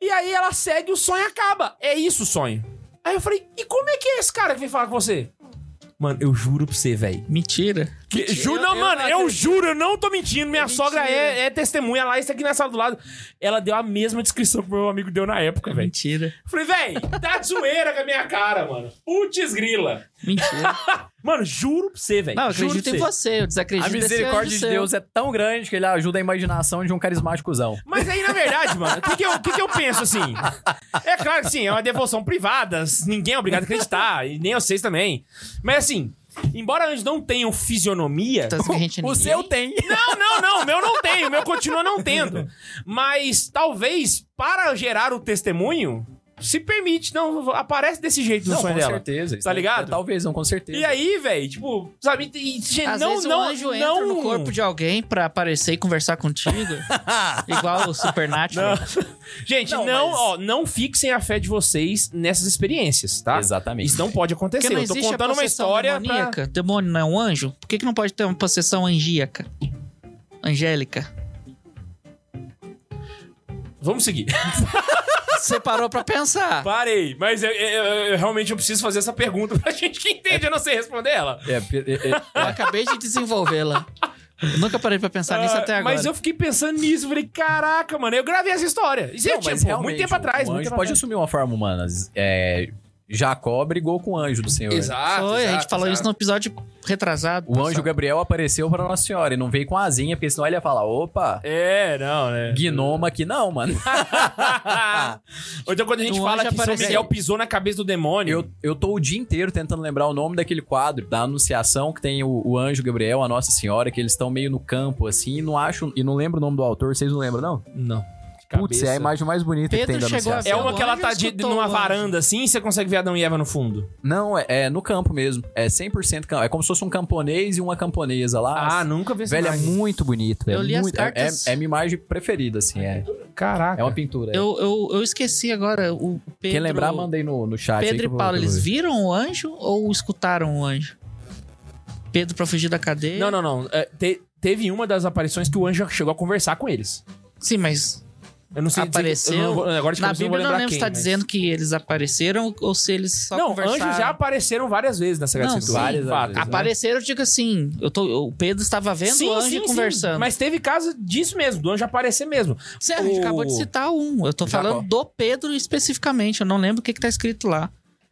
[SPEAKER 1] e aí ela segue, o sonho acaba. É isso o sonho. Aí eu falei: e como é que é esse cara que vem falar com você? Mano, eu juro pra você, velho.
[SPEAKER 3] Mentira.
[SPEAKER 1] Que- Ju, não,
[SPEAKER 2] eu
[SPEAKER 1] mano,
[SPEAKER 2] não
[SPEAKER 1] eu
[SPEAKER 2] acredito.
[SPEAKER 1] juro, eu não tô mentindo. Minha
[SPEAKER 3] Mentira.
[SPEAKER 1] sogra é, é testemunha lá, isso aqui na sala do lado. Ela deu a mesma descrição que meu amigo deu na época, velho.
[SPEAKER 3] Mentira.
[SPEAKER 1] Falei, véi, tá de zoeira com a minha cara, mano. Putz grila.
[SPEAKER 3] Mentira.
[SPEAKER 1] Mano, juro pra você, velho.
[SPEAKER 3] Não, eu
[SPEAKER 1] juro
[SPEAKER 3] acredito em
[SPEAKER 1] pra
[SPEAKER 3] você, eu desacredito
[SPEAKER 2] A
[SPEAKER 3] desse anjo
[SPEAKER 2] misericórdia de
[SPEAKER 3] seu.
[SPEAKER 2] Deus é tão grande que ele ajuda a imaginação de um carismáticozão.
[SPEAKER 1] Mas aí, na verdade, mano, o que, que, eu- o que que eu penso assim? É claro que sim, é uma devoção privada, ninguém é obrigado a acreditar, e nem vocês também. Mas assim, embora anjos não tenham fisionomia.
[SPEAKER 3] Tá dizendo que a gente é
[SPEAKER 2] O
[SPEAKER 3] ninguém?
[SPEAKER 2] seu tem.
[SPEAKER 1] Não, não, não, o meu não tem, o meu continua não tendo. Mas talvez, para gerar o testemunho, se permite, não, aparece desse jeito no
[SPEAKER 2] Não,
[SPEAKER 1] sonho
[SPEAKER 2] com
[SPEAKER 1] dela.
[SPEAKER 2] certeza.
[SPEAKER 1] Tá ligado?
[SPEAKER 2] É, talvez, não, com certeza.
[SPEAKER 1] E aí, velho, tipo, sabe, e, gente,
[SPEAKER 3] Às
[SPEAKER 1] não,
[SPEAKER 3] vezes
[SPEAKER 1] não,
[SPEAKER 3] o anjo entra
[SPEAKER 1] não,
[SPEAKER 3] no corpo de alguém pra aparecer e conversar contigo.
[SPEAKER 1] Ah!
[SPEAKER 3] igual o Supernatural.
[SPEAKER 1] Gente, não,
[SPEAKER 2] Não, mas-
[SPEAKER 1] ó, não fixem a fé de vocês nessas experiências, tá?
[SPEAKER 2] Exatamente.
[SPEAKER 1] Isso não pode
[SPEAKER 3] Porque
[SPEAKER 1] acontecer.
[SPEAKER 3] não
[SPEAKER 1] Eu tô
[SPEAKER 3] existe a
[SPEAKER 1] contando uma
[SPEAKER 3] possessão
[SPEAKER 1] história pra...
[SPEAKER 3] demoníaca. Demônio não é um anjo? Por que, que não pode ter uma possessão angíaca? Angélica.
[SPEAKER 1] Vamos seguir.
[SPEAKER 3] Você parou pra pensar.
[SPEAKER 1] Parei, mas eu, eu- eu- eu realmente eu preciso fazer essa pergunta pra gente que entende, eu não sei responder ela.
[SPEAKER 2] É, porque- é, é,
[SPEAKER 3] Eu acabei de desenvolvê-la. Nunca parei pra pensar nisso
[SPEAKER 1] Ah,
[SPEAKER 3] até agora.
[SPEAKER 1] Mas eu fiquei pensando nisso, falei, caraca, mano, eu gravei essa história. Isso é
[SPEAKER 2] Não, mas
[SPEAKER 1] tipo, muito
[SPEAKER 2] realmente,
[SPEAKER 1] tempo atrás.
[SPEAKER 2] O
[SPEAKER 1] Muito
[SPEAKER 2] anjo
[SPEAKER 1] tempo
[SPEAKER 2] pode
[SPEAKER 1] atrás.
[SPEAKER 2] assumir uma forma humana. É, Jacó brigou com o anjo do Senhor. né?
[SPEAKER 1] Exato.
[SPEAKER 3] Foi, a gente
[SPEAKER 1] exato,
[SPEAKER 3] falou isso
[SPEAKER 1] exato.
[SPEAKER 3] no episódio retrasado.
[SPEAKER 2] O anjo Gabriel apareceu pra Nossa Senhora e não veio com asinha, porque senão ele ia falar: opa,
[SPEAKER 1] É, não, né?
[SPEAKER 2] gnoma aqui não, mano.
[SPEAKER 1] Ou então quando a gente
[SPEAKER 3] Um
[SPEAKER 1] fala
[SPEAKER 3] anjo
[SPEAKER 1] que São
[SPEAKER 3] apareceu.
[SPEAKER 1] Miguel pisou na cabeça do demônio.
[SPEAKER 2] Eu, eu tô o dia inteiro tentando lembrar o nome daquele quadro da Anunciação que tem o, o anjo Gabriel, a Nossa Senhora, que eles estão meio no campo assim, e não acho e não lembro o nome do autor, vocês não lembram não?
[SPEAKER 1] Não. de
[SPEAKER 2] Putz,
[SPEAKER 1] cabeça.
[SPEAKER 2] é a imagem mais bonita
[SPEAKER 3] Pedro
[SPEAKER 2] que tem da
[SPEAKER 3] chegou a
[SPEAKER 2] Anunciação.
[SPEAKER 1] É uma que ela
[SPEAKER 3] Agora
[SPEAKER 1] tá
[SPEAKER 3] já
[SPEAKER 1] de,
[SPEAKER 3] escutou o
[SPEAKER 1] numa
[SPEAKER 3] um anjo.
[SPEAKER 1] varanda assim e você consegue ver Adão e Eva no fundo.
[SPEAKER 2] Não, é, é no campo mesmo. É 100% campo. É como se fosse um camponês e uma camponesa lá.
[SPEAKER 1] Ah, nunca vi
[SPEAKER 2] velho, é muito bonito, velho.
[SPEAKER 3] Eu li as
[SPEAKER 2] muito- é-
[SPEAKER 3] cartas.
[SPEAKER 2] É, é minha imagem preferida, assim. É,
[SPEAKER 1] Caraca.
[SPEAKER 2] é uma pintura. é.
[SPEAKER 3] Eu, eu, eu esqueci agora o Pedro.
[SPEAKER 2] Quem lembrar, mandei no, no chat. aí que
[SPEAKER 3] Pedro
[SPEAKER 2] eu
[SPEAKER 3] e
[SPEAKER 2] vou-
[SPEAKER 3] Paulo,
[SPEAKER 2] que eu vou
[SPEAKER 3] eles
[SPEAKER 2] ver.
[SPEAKER 3] viram o anjo ou escutaram o anjo? Pedro pra fugir da cadeia?
[SPEAKER 1] Não, não, não. É, te- teve uma das aparições que o anjo chegou a conversar com eles.
[SPEAKER 3] Sim, mas
[SPEAKER 1] Eu não sei dizer-
[SPEAKER 3] Apareceu.
[SPEAKER 1] eu não vou- agora de
[SPEAKER 3] na
[SPEAKER 1] cabeça eu
[SPEAKER 3] Bíblia
[SPEAKER 1] não,
[SPEAKER 3] eu não
[SPEAKER 1] vou lembrar
[SPEAKER 3] lembro
[SPEAKER 1] quem,
[SPEAKER 3] se tá
[SPEAKER 1] mas-
[SPEAKER 3] dizendo que eles apareceram ou se eles só
[SPEAKER 1] não,
[SPEAKER 3] conversaram.
[SPEAKER 1] anjos já apareceram várias vezes na Sagrada
[SPEAKER 3] Não,
[SPEAKER 1] Escritura.
[SPEAKER 3] sim.
[SPEAKER 1] Várias
[SPEAKER 2] Várias
[SPEAKER 1] vezes, né?
[SPEAKER 3] Apareceram, eu digo assim. Eu tô, o Pedro estava vendo
[SPEAKER 1] Sim,
[SPEAKER 3] o anjo
[SPEAKER 1] sim, sim.
[SPEAKER 3] conversando.
[SPEAKER 1] Mas teve caso disso mesmo, do anjo aparecer mesmo.
[SPEAKER 3] Sério, a gente
[SPEAKER 1] o-
[SPEAKER 3] acabou de citar um. Eu tô
[SPEAKER 2] Jacó.
[SPEAKER 3] falando do Pedro especificamente. Eu não lembro o que, que tá escrito lá.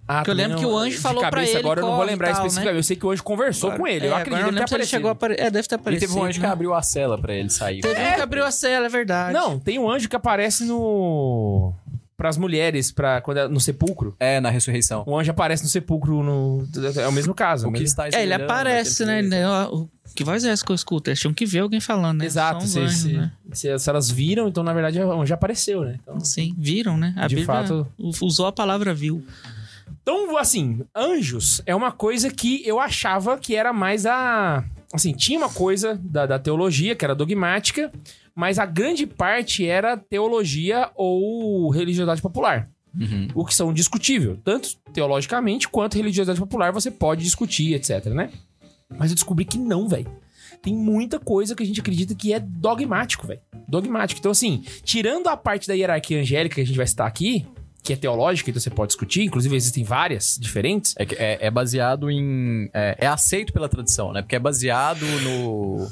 [SPEAKER 1] Ah,
[SPEAKER 3] Porque eu
[SPEAKER 1] também
[SPEAKER 3] lembro que o anjo
[SPEAKER 1] de
[SPEAKER 3] falou pra
[SPEAKER 1] cabeça
[SPEAKER 3] ele,
[SPEAKER 1] Agora eu não vou
[SPEAKER 3] corre e
[SPEAKER 1] lembrar
[SPEAKER 3] tal, né?
[SPEAKER 1] especificamente. Eu sei que o anjo conversou com ele. eu
[SPEAKER 3] É, agora
[SPEAKER 1] acredito
[SPEAKER 3] eu não
[SPEAKER 1] que
[SPEAKER 3] lembro se ele chegou a apare... É, deve ter
[SPEAKER 2] E
[SPEAKER 3] aparecido.
[SPEAKER 2] teve um anjo que
[SPEAKER 3] né?
[SPEAKER 2] abriu a cela pra ele sair.
[SPEAKER 3] Teve um que abriu a cela, é verdade.
[SPEAKER 1] Não, tem um anjo que aparece no. Pras mulheres, pra... quando é- no sepulcro.
[SPEAKER 2] É, na ressurreição.
[SPEAKER 1] O anjo aparece no sepulcro. No... É o mesmo caso. é
[SPEAKER 2] O
[SPEAKER 1] o
[SPEAKER 2] que
[SPEAKER 1] mesmo-
[SPEAKER 2] está
[SPEAKER 3] É, ele
[SPEAKER 2] esmerando
[SPEAKER 3] aparece, né?
[SPEAKER 2] naquele
[SPEAKER 3] Ele- ó, o- Que voz é essa que eu escuto? Eles tinham que ver alguém falando, né?
[SPEAKER 1] Exato,
[SPEAKER 3] Só um
[SPEAKER 1] se,
[SPEAKER 3] anjo,
[SPEAKER 1] se-
[SPEAKER 3] né?
[SPEAKER 1] se- se elas viram, então na verdade já já apareceu, né? Então,
[SPEAKER 3] Sim, viram, né? A
[SPEAKER 1] De
[SPEAKER 3] Bíblia
[SPEAKER 1] fato.
[SPEAKER 3] u- usou a palavra viu.
[SPEAKER 1] Então, assim, anjos é uma coisa que eu achava que era mais a. Assim, tinha uma coisa da, da teologia que era dogmática, mas a grande parte era teologia ou religiosidade popular.
[SPEAKER 2] Uhum.
[SPEAKER 1] O que são discutível, tanto teologicamente quanto religiosidade popular você pode discutir, etc, né? Mas eu descobri que não, velho. Tem muita coisa que a gente acredita que é dogmático, velho. Dogmático. Então, assim, tirando a parte da hierarquia angélica que a gente vai citar aqui, que é teológica, então você pode discutir, inclusive existem várias diferentes.
[SPEAKER 2] É, que- é- é baseado em. É, é aceito pela tradição, né? Porque é baseado no.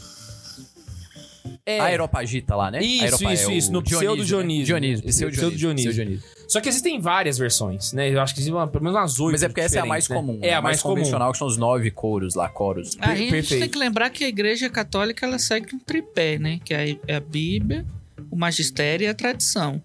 [SPEAKER 1] É,
[SPEAKER 2] Aeropagita lá, né?
[SPEAKER 1] Isso,
[SPEAKER 2] Aeropa-
[SPEAKER 1] isso,
[SPEAKER 2] o
[SPEAKER 1] isso, no é pseudo-dionísio.
[SPEAKER 2] Né? Dionísio, pseudo-dionísio.
[SPEAKER 1] Pseudo-dionísio.
[SPEAKER 2] pseudo-dionísio.
[SPEAKER 1] Só que existem várias versões, né? Eu acho que existem uma- pelo menos umas oito.
[SPEAKER 2] Mas é porque essa é a mais
[SPEAKER 1] diferentes, né?
[SPEAKER 2] comum. né?
[SPEAKER 1] É a mais, comum. É.
[SPEAKER 2] convencional, que são os nove coros lá, coros.
[SPEAKER 1] Per-
[SPEAKER 3] Aí a gente tem
[SPEAKER 1] perfeito.
[SPEAKER 3] que lembrar que a igreja católica ela segue um tripé, né? Que é a- é a Bíblia, o magistério e a tradição.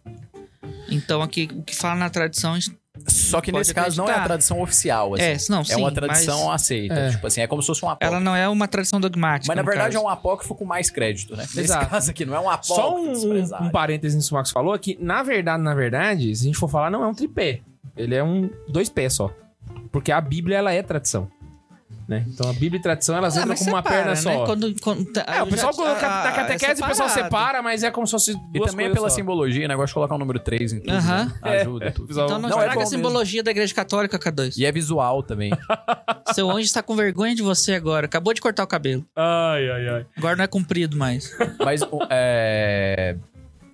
[SPEAKER 3] Então aqui o que fala na tradição a gente-
[SPEAKER 2] Só que
[SPEAKER 3] Pode
[SPEAKER 2] nesse caso não é a
[SPEAKER 3] acreditar.
[SPEAKER 2] tradição oficial, assim.
[SPEAKER 3] é, não, sim,
[SPEAKER 2] É uma
[SPEAKER 3] mas
[SPEAKER 2] tradição aceita.
[SPEAKER 1] É.
[SPEAKER 2] Tipo assim, é como se fosse um apócrifo.
[SPEAKER 3] ela não é uma tradição dogmática.
[SPEAKER 2] Mas na
[SPEAKER 3] no
[SPEAKER 2] verdade
[SPEAKER 3] caso.
[SPEAKER 2] é um apócrifo com mais crédito, né? Nesse
[SPEAKER 1] Exato.
[SPEAKER 2] caso aqui, não é um apócrifo.
[SPEAKER 1] Só um,
[SPEAKER 2] desprezado.
[SPEAKER 1] um, um parênteses nisso que o Max falou, é que na verdade, na verdade, se a gente for falar, não é um tripé. Ele é um dois pés só. Porque a Bíblia, ela é tradição. Né? Então a Bíblia e tradição, elas
[SPEAKER 3] Ah,
[SPEAKER 1] entram
[SPEAKER 3] mas
[SPEAKER 1] com uma
[SPEAKER 3] separa,
[SPEAKER 1] perna só.
[SPEAKER 3] Né? Quando, quando, tá-
[SPEAKER 1] É, o pessoal
[SPEAKER 3] já-
[SPEAKER 1] coloca
[SPEAKER 3] ah,
[SPEAKER 1] na catequese,
[SPEAKER 3] é
[SPEAKER 1] o pessoal
[SPEAKER 3] separado.
[SPEAKER 1] separa, mas é como se fosse
[SPEAKER 2] E
[SPEAKER 1] duas
[SPEAKER 2] também é
[SPEAKER 1] coisas
[SPEAKER 2] pela
[SPEAKER 1] só.
[SPEAKER 2] simbologia, né? Eu gosto de colocar o número 3 em tudo. né?
[SPEAKER 3] Aham.
[SPEAKER 2] Ajuda, tudo.
[SPEAKER 1] Pessoal,
[SPEAKER 3] Então não,
[SPEAKER 2] Não, é
[SPEAKER 3] traga
[SPEAKER 2] bom
[SPEAKER 3] a
[SPEAKER 2] mesmo.
[SPEAKER 3] simbologia da igreja católica, K2.
[SPEAKER 2] E é visual também.
[SPEAKER 3] Seu anjo está com vergonha de você agora. Acabou de cortar o cabelo.
[SPEAKER 1] Ai, ai, ai.
[SPEAKER 3] Agora não é comprido mais.
[SPEAKER 2] Mas o- é.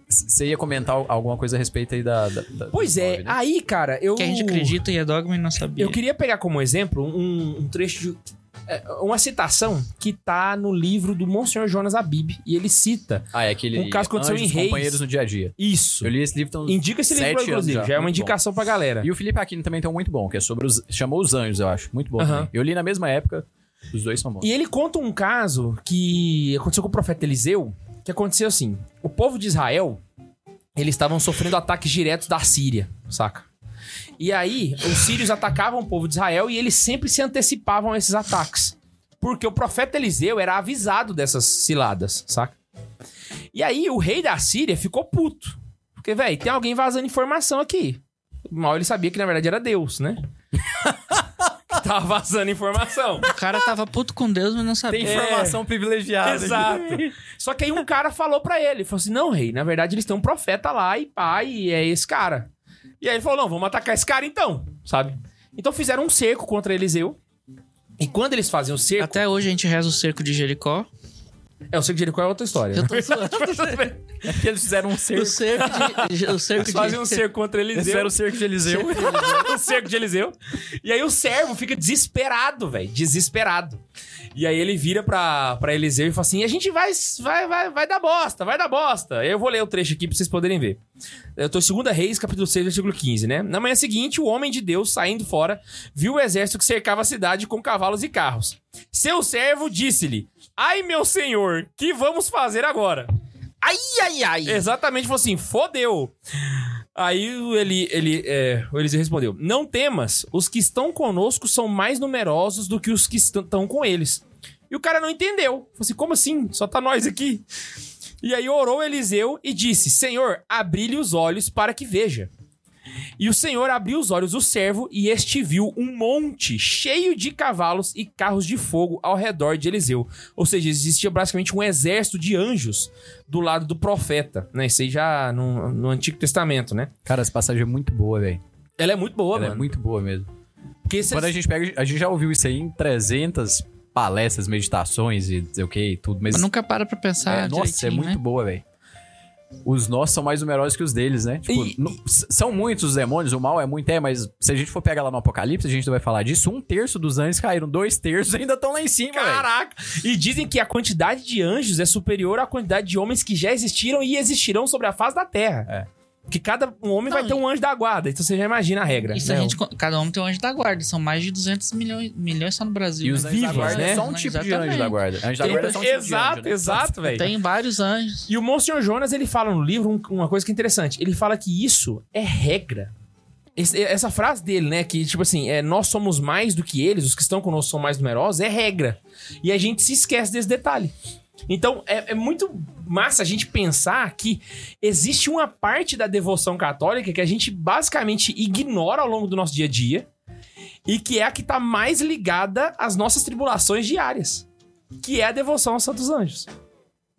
[SPEAKER 2] Você ia comentar alguma coisa a respeito aí da. da- da-
[SPEAKER 1] Pois
[SPEAKER 2] do
[SPEAKER 1] é,
[SPEAKER 2] nome, né?
[SPEAKER 1] aí, cara, eu.
[SPEAKER 3] Que a gente acredita e é dogma e não sabia.
[SPEAKER 1] Uh. Eu queria pegar como exemplo um, um trecho de. é, Uma citação que tá no livro do Monsenhor Jonas Abib. E ele cita
[SPEAKER 2] Ah, é aquele.
[SPEAKER 1] um caso que aconteceu
[SPEAKER 2] Anjos,
[SPEAKER 1] em Reis.
[SPEAKER 2] companheiros no dia a dia.
[SPEAKER 1] isso.
[SPEAKER 2] Eu li esse livro então.
[SPEAKER 1] Indica esse livro,
[SPEAKER 2] Sete
[SPEAKER 1] inclusive.
[SPEAKER 2] anos
[SPEAKER 1] Já,
[SPEAKER 2] já,
[SPEAKER 1] é uma
[SPEAKER 2] muito bom.
[SPEAKER 1] indicação pra galera.
[SPEAKER 2] E o Felipe Aquino também tem um muito bom, que é sobre os. Chamou os anjos, eu acho. Muito bom.
[SPEAKER 1] Aham.
[SPEAKER 2] também. Eu li na mesma época, os dois são bons.
[SPEAKER 1] E ele conta um caso que aconteceu com o profeta Eliseu, que aconteceu assim. O povo de Israel, eles estavam sofrendo ataques diretos da Síria, saca? E aí, os sírios atacavam o povo de Israel e eles sempre se antecipavam a esses ataques. Porque o profeta Eliseu era avisado dessas ciladas, saca? E aí, o rei da Síria ficou puto. Porque, velho, tem alguém vazando informação aqui. Mal ele sabia que, na verdade, era Deus, né? que tava vazando informação.
[SPEAKER 3] O cara tava puto com Deus, mas não sabia. É.
[SPEAKER 2] Tem informação privilegiada.
[SPEAKER 1] é. Exato. Só que aí um cara falou pra ele, falou assim: "Não, rei, na verdade eles têm um profeta lá e pá, e é esse cara". E aí ele falou: "Não, vamos atacar esse cara então", sabe? Então fizeram um cerco contra Eliseu. E quando eles fazem o cerco,
[SPEAKER 3] Até hoje a gente reza o cerco de Jericó.
[SPEAKER 1] É, o Cerco de Jericó é outra história.
[SPEAKER 3] Eu
[SPEAKER 1] né?
[SPEAKER 3] tô zoando.
[SPEAKER 2] É porque eles fizeram um
[SPEAKER 3] o
[SPEAKER 2] cerco.
[SPEAKER 3] cerco de. O cerco
[SPEAKER 1] Eles
[SPEAKER 3] de.
[SPEAKER 1] fazem um cerco contra
[SPEAKER 2] Eles
[SPEAKER 1] Eliseu.
[SPEAKER 2] fizeram o cerco de Eliseu.
[SPEAKER 1] o cerco de Eliseu. E aí o servo fica desesperado, velho. Desesperado. E aí ele vira pra, pra Eliseu e fala assim: a gente vai, vai, vai, vai dar bosta, vai dar bosta. Eu vou ler o trecho aqui pra vocês poderem ver. Eu tô em 2 Reis, capítulo 6, versículo 15, né? Na manhã seguinte, o homem de Deus, saindo fora, viu o exército que cercava a cidade com cavalos e carros. Seu servo disse-lhe: Ai, meu senhor, que vamos fazer agora?
[SPEAKER 3] Ai, ai, ai.
[SPEAKER 1] Exatamente, falou assim: fodeu. Aí o ele, ele, é, o Eliseu respondeu: Não temas, os que estão conosco são mais numerosos do que os que est- estão com eles. E o cara não entendeu. Falou assim: Como assim? Só tá nós aqui. E aí orou Eliseu e disse: Senhor, abri-lhe os olhos para que veja. E o Senhor abriu os olhos do servo e este viu um monte cheio de cavalos e carros de fogo ao redor de Eliseu. Ou seja, existia basicamente um exército de anjos do lado do profeta, né? Isso aí já no, no Antigo Testamento, né?
[SPEAKER 2] Cara, essa passagem é muito boa, velho.
[SPEAKER 1] Ela é muito boa,
[SPEAKER 2] Ela é
[SPEAKER 1] mano.
[SPEAKER 2] muito boa mesmo.
[SPEAKER 1] Porque se-
[SPEAKER 2] Quando a gente pega, a gente já ouviu isso aí em 300 palestras, meditações e dizer o que e tudo, mas.
[SPEAKER 3] Mas nunca para pra pensar.
[SPEAKER 2] é, nossa, é
[SPEAKER 3] direitinho,
[SPEAKER 2] muito
[SPEAKER 3] Né?
[SPEAKER 2] boa, velho. Os nossos são mais numerosos que os deles, né? Tipo,
[SPEAKER 1] E-
[SPEAKER 2] no- s- são muitos os demônios, o mal é muito, é, mas se a gente for pegar lá no Apocalipse, a gente não vai falar disso. Um terço dos anjos caíram, dois terços ainda estão lá em cima, velho.
[SPEAKER 1] Caraca! E dizem que a quantidade de anjos é superior à quantidade de homens que já existiram e existirão sobre a face da Terra.
[SPEAKER 2] É.
[SPEAKER 1] Porque cada um homem
[SPEAKER 3] Não,
[SPEAKER 1] vai ter um anjo da guarda, então você já imagina a regra.
[SPEAKER 3] Isso a
[SPEAKER 1] né?
[SPEAKER 3] gente, co- cada homem tem um anjo da guarda. São mais de 200 milhões, milhões só no Brasil.
[SPEAKER 2] E os
[SPEAKER 3] né?
[SPEAKER 2] anjos da
[SPEAKER 1] vivos,
[SPEAKER 2] guarda
[SPEAKER 1] né?
[SPEAKER 2] é só um tipo de anjo da
[SPEAKER 3] Exatamente.
[SPEAKER 2] guarda. Anjo da
[SPEAKER 1] Tem-
[SPEAKER 2] guarda é só um tipo de anjo,
[SPEAKER 1] exato,
[SPEAKER 2] né?
[SPEAKER 1] exato, velho.
[SPEAKER 3] Tem vários anjos.
[SPEAKER 1] E o Monsenhor Jonas, ele fala no livro um- uma coisa que é interessante. Ele fala que isso é regra. Esse- essa frase dele, né? Que, tipo assim, é, nós somos mais do que eles, os que estão conosco são mais numerosos, é regra. E a gente se esquece desse detalhe. Então, é, é muito massa a gente pensar que existe uma parte da devoção católica que a gente basicamente ignora ao longo do nosso dia a dia e que é a que está mais ligada às nossas tribulações diárias, que é a devoção aos santos anjos.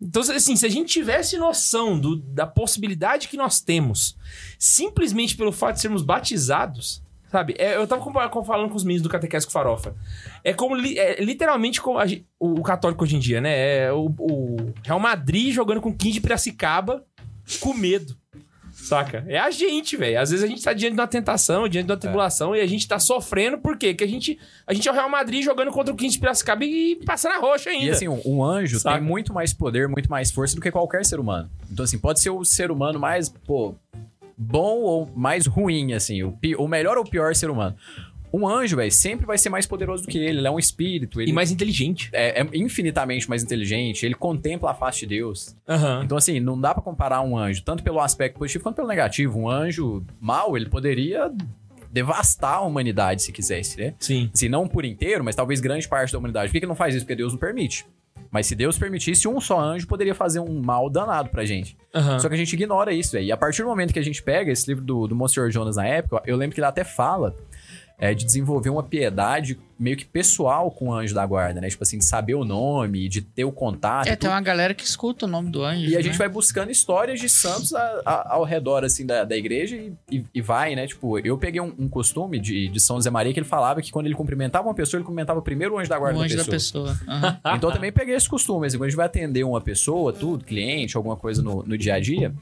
[SPEAKER 1] Então, assim, se a gente tivesse noção do- da possibilidade que nós temos, simplesmente pelo fato de sermos batizados, sabe? É, eu tava compa- com- falando com os meninos do Catequese com Farofa. É como, li- é literalmente, como a gen- o, o católico hoje em dia, né? É o, o Real Madrid jogando com o 15 de Piracicaba com medo. Saca? É a gente, velho. Às vezes a gente tá diante de uma tentação, diante de
[SPEAKER 2] É.
[SPEAKER 1] uma tribulação, e a gente tá sofrendo, por quê? Porque a gente, a gente é o Real Madrid jogando contra o 15 de Piracicaba e passando a roxa ainda.
[SPEAKER 2] E assim, um, um anjo
[SPEAKER 1] Saca?
[SPEAKER 2] tem muito mais poder, muito mais força do que qualquer ser humano. Então, assim, pode ser o ser humano mais, pô, bom ou mais ruim, assim, o, pi- o melhor ou pior ser humano. Um anjo, velho, sempre vai ser mais poderoso do que ele. Ele é um espírito, ele
[SPEAKER 1] e mais inteligente.
[SPEAKER 2] é, é infinitamente mais inteligente, ele contempla a face de Deus.
[SPEAKER 1] Aham.
[SPEAKER 2] Então, assim, não dá pra comparar um anjo, tanto pelo aspecto positivo quanto pelo negativo. Um anjo mau, ele poderia devastar a humanidade se quisesse, né?
[SPEAKER 1] Sim.
[SPEAKER 2] Assim, não por inteiro, mas talvez grande parte da humanidade. Por que, que não faz isso? Porque Deus não permite. Mas se Deus permitisse, um só anjo poderia fazer um mal danado pra gente.
[SPEAKER 3] Ah.
[SPEAKER 1] Aham.
[SPEAKER 2] Só que a gente ignora isso, velho. E a partir do momento que a gente pega esse livro do, do Monsenhor Jonas na época, eu lembro que ele até fala é, de desenvolver uma piedade meio que pessoal com o anjo da guarda, né? Tipo assim, de saber o nome, de ter o contato.
[SPEAKER 3] É,
[SPEAKER 2] e tudo.
[SPEAKER 3] tem uma galera que escuta o nome do anjo.
[SPEAKER 2] E a
[SPEAKER 3] né?
[SPEAKER 2] gente vai buscando histórias de santos a- a- ao redor, assim, da, da igreja e, e- e vai, né? Tipo, eu peguei um, um costume de, de São José Maria que ele falava que quando ele cumprimentava uma pessoa, ele cumprimentava primeiro o anjo da guarda
[SPEAKER 3] O anjo
[SPEAKER 2] da
[SPEAKER 3] da
[SPEAKER 2] pessoa.
[SPEAKER 3] pessoa. Aham.
[SPEAKER 2] Então eu também peguei esse costume, assim, quando a gente vai atender uma pessoa, tudo, cliente, alguma coisa no, no dia a dia,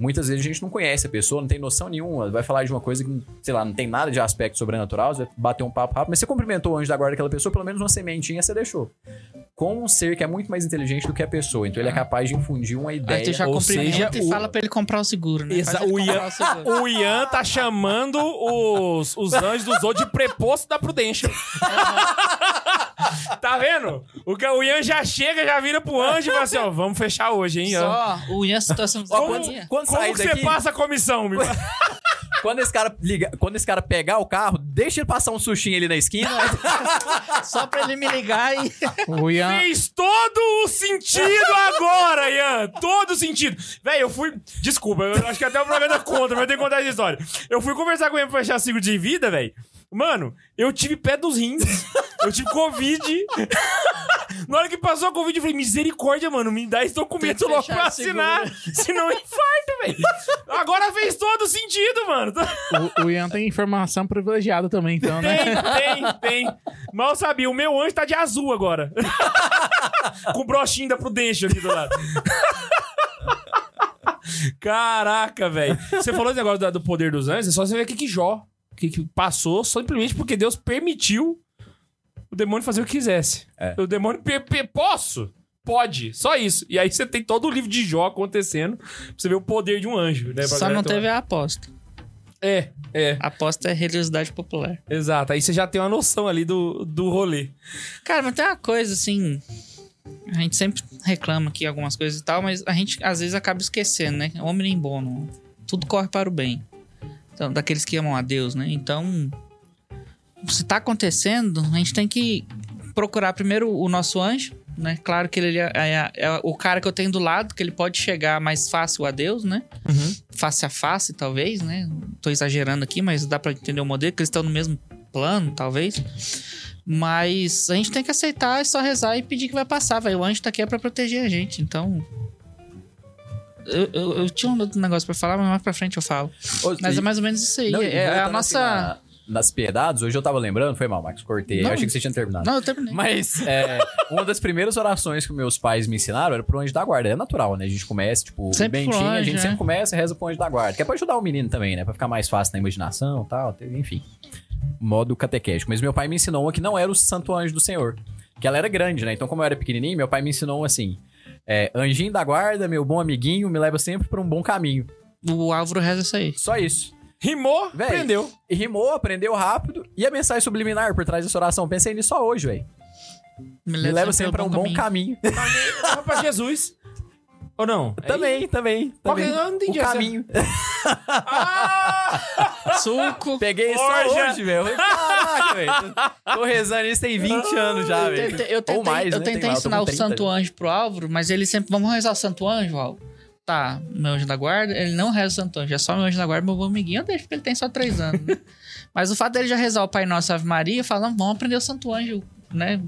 [SPEAKER 2] muitas vezes a gente não conhece a pessoa, não tem noção nenhuma, vai falar de uma coisa que, sei lá, não tem nada de aspecto sobrenatural, você vai bater um papo rápido, mas você cumprimentou o anjo da guarda daquela pessoa, pelo menos uma sementinha você deixou. Com um ser que é muito mais inteligente do que a pessoa, então ele é capaz de infundir uma
[SPEAKER 3] Ah. Aí tu
[SPEAKER 2] ideia.
[SPEAKER 3] já
[SPEAKER 1] Ou
[SPEAKER 3] cumprimenta
[SPEAKER 1] seja,
[SPEAKER 3] e
[SPEAKER 1] o-
[SPEAKER 3] fala pra ele comprar o seguro, né?
[SPEAKER 1] Exa-
[SPEAKER 3] Faz ele
[SPEAKER 1] o
[SPEAKER 3] comprar
[SPEAKER 1] Ian-
[SPEAKER 3] o seguro.
[SPEAKER 1] O Ian tá chamando os, os anjos do Zod de preposto da prudência. tá vendo? O, ca- o Ian já chega, já vira pro anjo e fala assim, ó, vamos fechar hoje, hein, Ian?
[SPEAKER 3] Só o Ian é situação
[SPEAKER 2] Ó, quando, quando
[SPEAKER 1] Como
[SPEAKER 2] sair
[SPEAKER 1] que você
[SPEAKER 2] daqui,
[SPEAKER 1] passa a comissão? meu?
[SPEAKER 2] quando esse cara liga, quando esse cara pegar o carro, deixa ele passar um sushinho ali na esquina.
[SPEAKER 3] Só pra ele me ligar e.
[SPEAKER 4] O Ian,
[SPEAKER 1] Fez todo o sentido agora, Ian! Todo o sentido. Véi, eu fui... Desculpa, eu acho que até o programa conta, mas eu tenho que contar essa história. Eu fui conversar com o Ian pra fechar ciclo de vida, velho. Mano, eu tive pé dos rins. Eu tive Covid. Na hora que passou a Covid, eu falei, misericórdia, mano, me dá esse documento
[SPEAKER 3] Tem que
[SPEAKER 1] logo
[SPEAKER 3] fechar
[SPEAKER 1] pra
[SPEAKER 3] a
[SPEAKER 1] assinar. Senão eu infarto, velho. Agora fez todo sentido, mano.
[SPEAKER 4] o, o Ian tem informação privilegiada também, então, né?
[SPEAKER 1] Tem, tem, tem. Mal sabia, o meu anjo tá de azul agora. com o broxinho da Prudential aqui do lado. Caraca, velho. Você falou esse negócio da- do poder dos anjos, é só você ver o que que Jó o que, que passou simplesmente porque Deus permitiu o demônio fazer o que quisesse. O demônio, pe- pe- posso? Pode, só isso. E aí você tem todo o livro de Jó acontecendo pra você ver o poder de um anjo, né? pra
[SPEAKER 3] Só
[SPEAKER 1] galera
[SPEAKER 3] não
[SPEAKER 1] tomar-
[SPEAKER 3] teve a aposta.
[SPEAKER 1] É, é,
[SPEAKER 3] A aposta é religiosidade popular.
[SPEAKER 1] exato. Aí você já tem uma noção ali do, do rolê.
[SPEAKER 3] Cara, mas tem uma coisa assim. A gente sempre reclama aqui algumas coisas e tal, mas a gente às vezes acaba esquecendo, né? Homem nem bono. Tudo corre para o bem. Então, daqueles que amam a Deus, né? Então, se tá acontecendo, a gente tem que procurar primeiro o nosso anjo, né? Claro que ele é, é- é o cara que eu tenho do lado, que ele pode chegar mais fácil a Deus, né? Face a face, talvez, né? Tô exagerando aqui, mas dá para entender o modelo, que eles estão no mesmo plano, talvez. Mas a gente tem que aceitar, é só rezar e pedir que vai passar, velho. O anjo tá aqui é pra proteger a gente, então. Eu, eu, eu tinha um outro negócio pra falar, mas mais pra frente eu falo. Mas é mais ou menos isso aí.
[SPEAKER 2] Não, e
[SPEAKER 3] é, é a
[SPEAKER 2] voltando,
[SPEAKER 3] nossa.
[SPEAKER 2] assim, na- nas piedades, hoje eu tava lembrando, foi mal, Max, cortei.
[SPEAKER 3] Não.
[SPEAKER 2] eu achei que você tinha terminado.
[SPEAKER 3] Não, eu terminei.
[SPEAKER 2] Mas é, uma das primeiras orações que meus pais me ensinaram era pro anjo da guarda. É natural, né? A gente começa, tipo,
[SPEAKER 3] Sempre pro
[SPEAKER 2] bentinho, a
[SPEAKER 3] anjo,
[SPEAKER 2] gente
[SPEAKER 3] né?
[SPEAKER 2] sempre começa e reza pro anjo da guarda. Que é pra ajudar o menino também, né? Pra ficar mais fácil na imaginação e tal, enfim. Modo catequético. Mas meu pai me ensinou uma que não era o santo anjo do senhor. Que ela era grande, né? Então, como eu era pequenininho, meu pai me ensinou assim... é, anjinho da guarda, meu bom amiguinho, me leva sempre pra um bom caminho.
[SPEAKER 3] O Álvaro reza isso aí.
[SPEAKER 2] Só isso.
[SPEAKER 1] Rimou,
[SPEAKER 2] Véi.
[SPEAKER 1] prendeu.
[SPEAKER 2] E rimou, aprendeu rápido. E a mensagem subliminar por trás dessa oração? Pensei nisso só hoje, velho. Me leva sempre pra um bom caminho.
[SPEAKER 1] Vai pra Jesus. Ou não?
[SPEAKER 3] Tá
[SPEAKER 1] É
[SPEAKER 2] Também, também.
[SPEAKER 1] Qual
[SPEAKER 2] também.
[SPEAKER 1] que- eu não entendi
[SPEAKER 2] o
[SPEAKER 1] essa-
[SPEAKER 2] caminho.
[SPEAKER 1] Ah!
[SPEAKER 3] Suco.
[SPEAKER 2] Peguei isso
[SPEAKER 1] Forja.
[SPEAKER 2] hoje, velho. Caraca, velho. Tô rezando isso tem 20
[SPEAKER 1] Ah,
[SPEAKER 2] anos já,
[SPEAKER 3] Eu
[SPEAKER 2] velho.
[SPEAKER 3] tentei, eu tentei,
[SPEAKER 2] Ou mais,
[SPEAKER 3] eu
[SPEAKER 2] né?
[SPEAKER 3] tentei
[SPEAKER 2] Tem lá, eu tô
[SPEAKER 3] ensinar
[SPEAKER 2] com
[SPEAKER 3] o
[SPEAKER 2] 30
[SPEAKER 3] Santo
[SPEAKER 2] já.
[SPEAKER 3] Anjo pro Álvaro, mas ele sempre. Vamos rezar o Santo Anjo, Álvaro? Tá, meu anjo da guarda. Ele não reza o Santo Anjo, é só meu anjo da guarda, meu bom amiguinho. Eu deixo porque ele tem só três anos. né? mas o fato dele já rezar o Pai Nosso e a Ave Maria, falando, vamos aprender o Santo Anjo, né?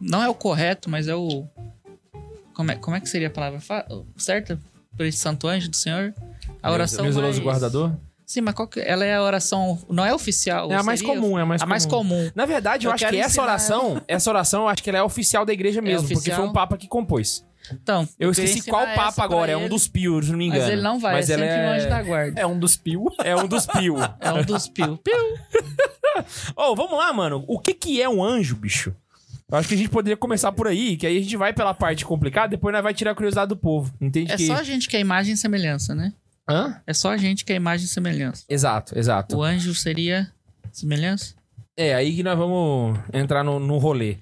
[SPEAKER 3] Não é o correto, mas é o. Como é, como é que seria a palavra fa- certa? Por esse Santo Anjo do Senhor? A oração.
[SPEAKER 1] Meu zeloso
[SPEAKER 3] mais-
[SPEAKER 1] guardador?
[SPEAKER 3] Sim, mas qual que- ela é a oração. Não é oficial.
[SPEAKER 1] É a mais
[SPEAKER 3] seria?
[SPEAKER 1] comum, é a mais
[SPEAKER 3] a mais comum.
[SPEAKER 1] Na verdade, eu,
[SPEAKER 3] Eu
[SPEAKER 1] acho
[SPEAKER 3] quero
[SPEAKER 1] que essa
[SPEAKER 3] ensinar-
[SPEAKER 1] oração, essa oração, eu acho que ela é oficial da igreja mesmo, porque
[SPEAKER 3] oficial?
[SPEAKER 1] foi um papa que compôs.
[SPEAKER 3] Então,
[SPEAKER 1] Eu
[SPEAKER 3] queria
[SPEAKER 1] esqueci
[SPEAKER 3] ensinar
[SPEAKER 1] qual
[SPEAKER 3] essa
[SPEAKER 1] papa
[SPEAKER 3] pra
[SPEAKER 1] agora, é
[SPEAKER 3] ele.
[SPEAKER 1] um dos pio, se não me engano.
[SPEAKER 3] Mas ele não vai,
[SPEAKER 1] Mas
[SPEAKER 3] é
[SPEAKER 1] ela
[SPEAKER 3] sempre um anjo da
[SPEAKER 1] é...
[SPEAKER 3] guarda.
[SPEAKER 2] É um dos pio.
[SPEAKER 1] é um dos pio. Ô,
[SPEAKER 3] É um dos pio. Piu.
[SPEAKER 1] vamos lá, mano. O que que é um anjo, bicho? Eu acho que a gente poderia começar por aí, que aí a gente vai pela parte complicada, depois nós vai tirar a curiosidade do povo. Entende
[SPEAKER 3] É
[SPEAKER 1] que...
[SPEAKER 3] só a gente que é imagem e semelhança, né?
[SPEAKER 1] Hã?
[SPEAKER 3] É só a gente que é imagem e semelhança.
[SPEAKER 1] Exato, exato.
[SPEAKER 3] O anjo seria semelhança?
[SPEAKER 1] É, aí que nós vamos entrar no, no rolê.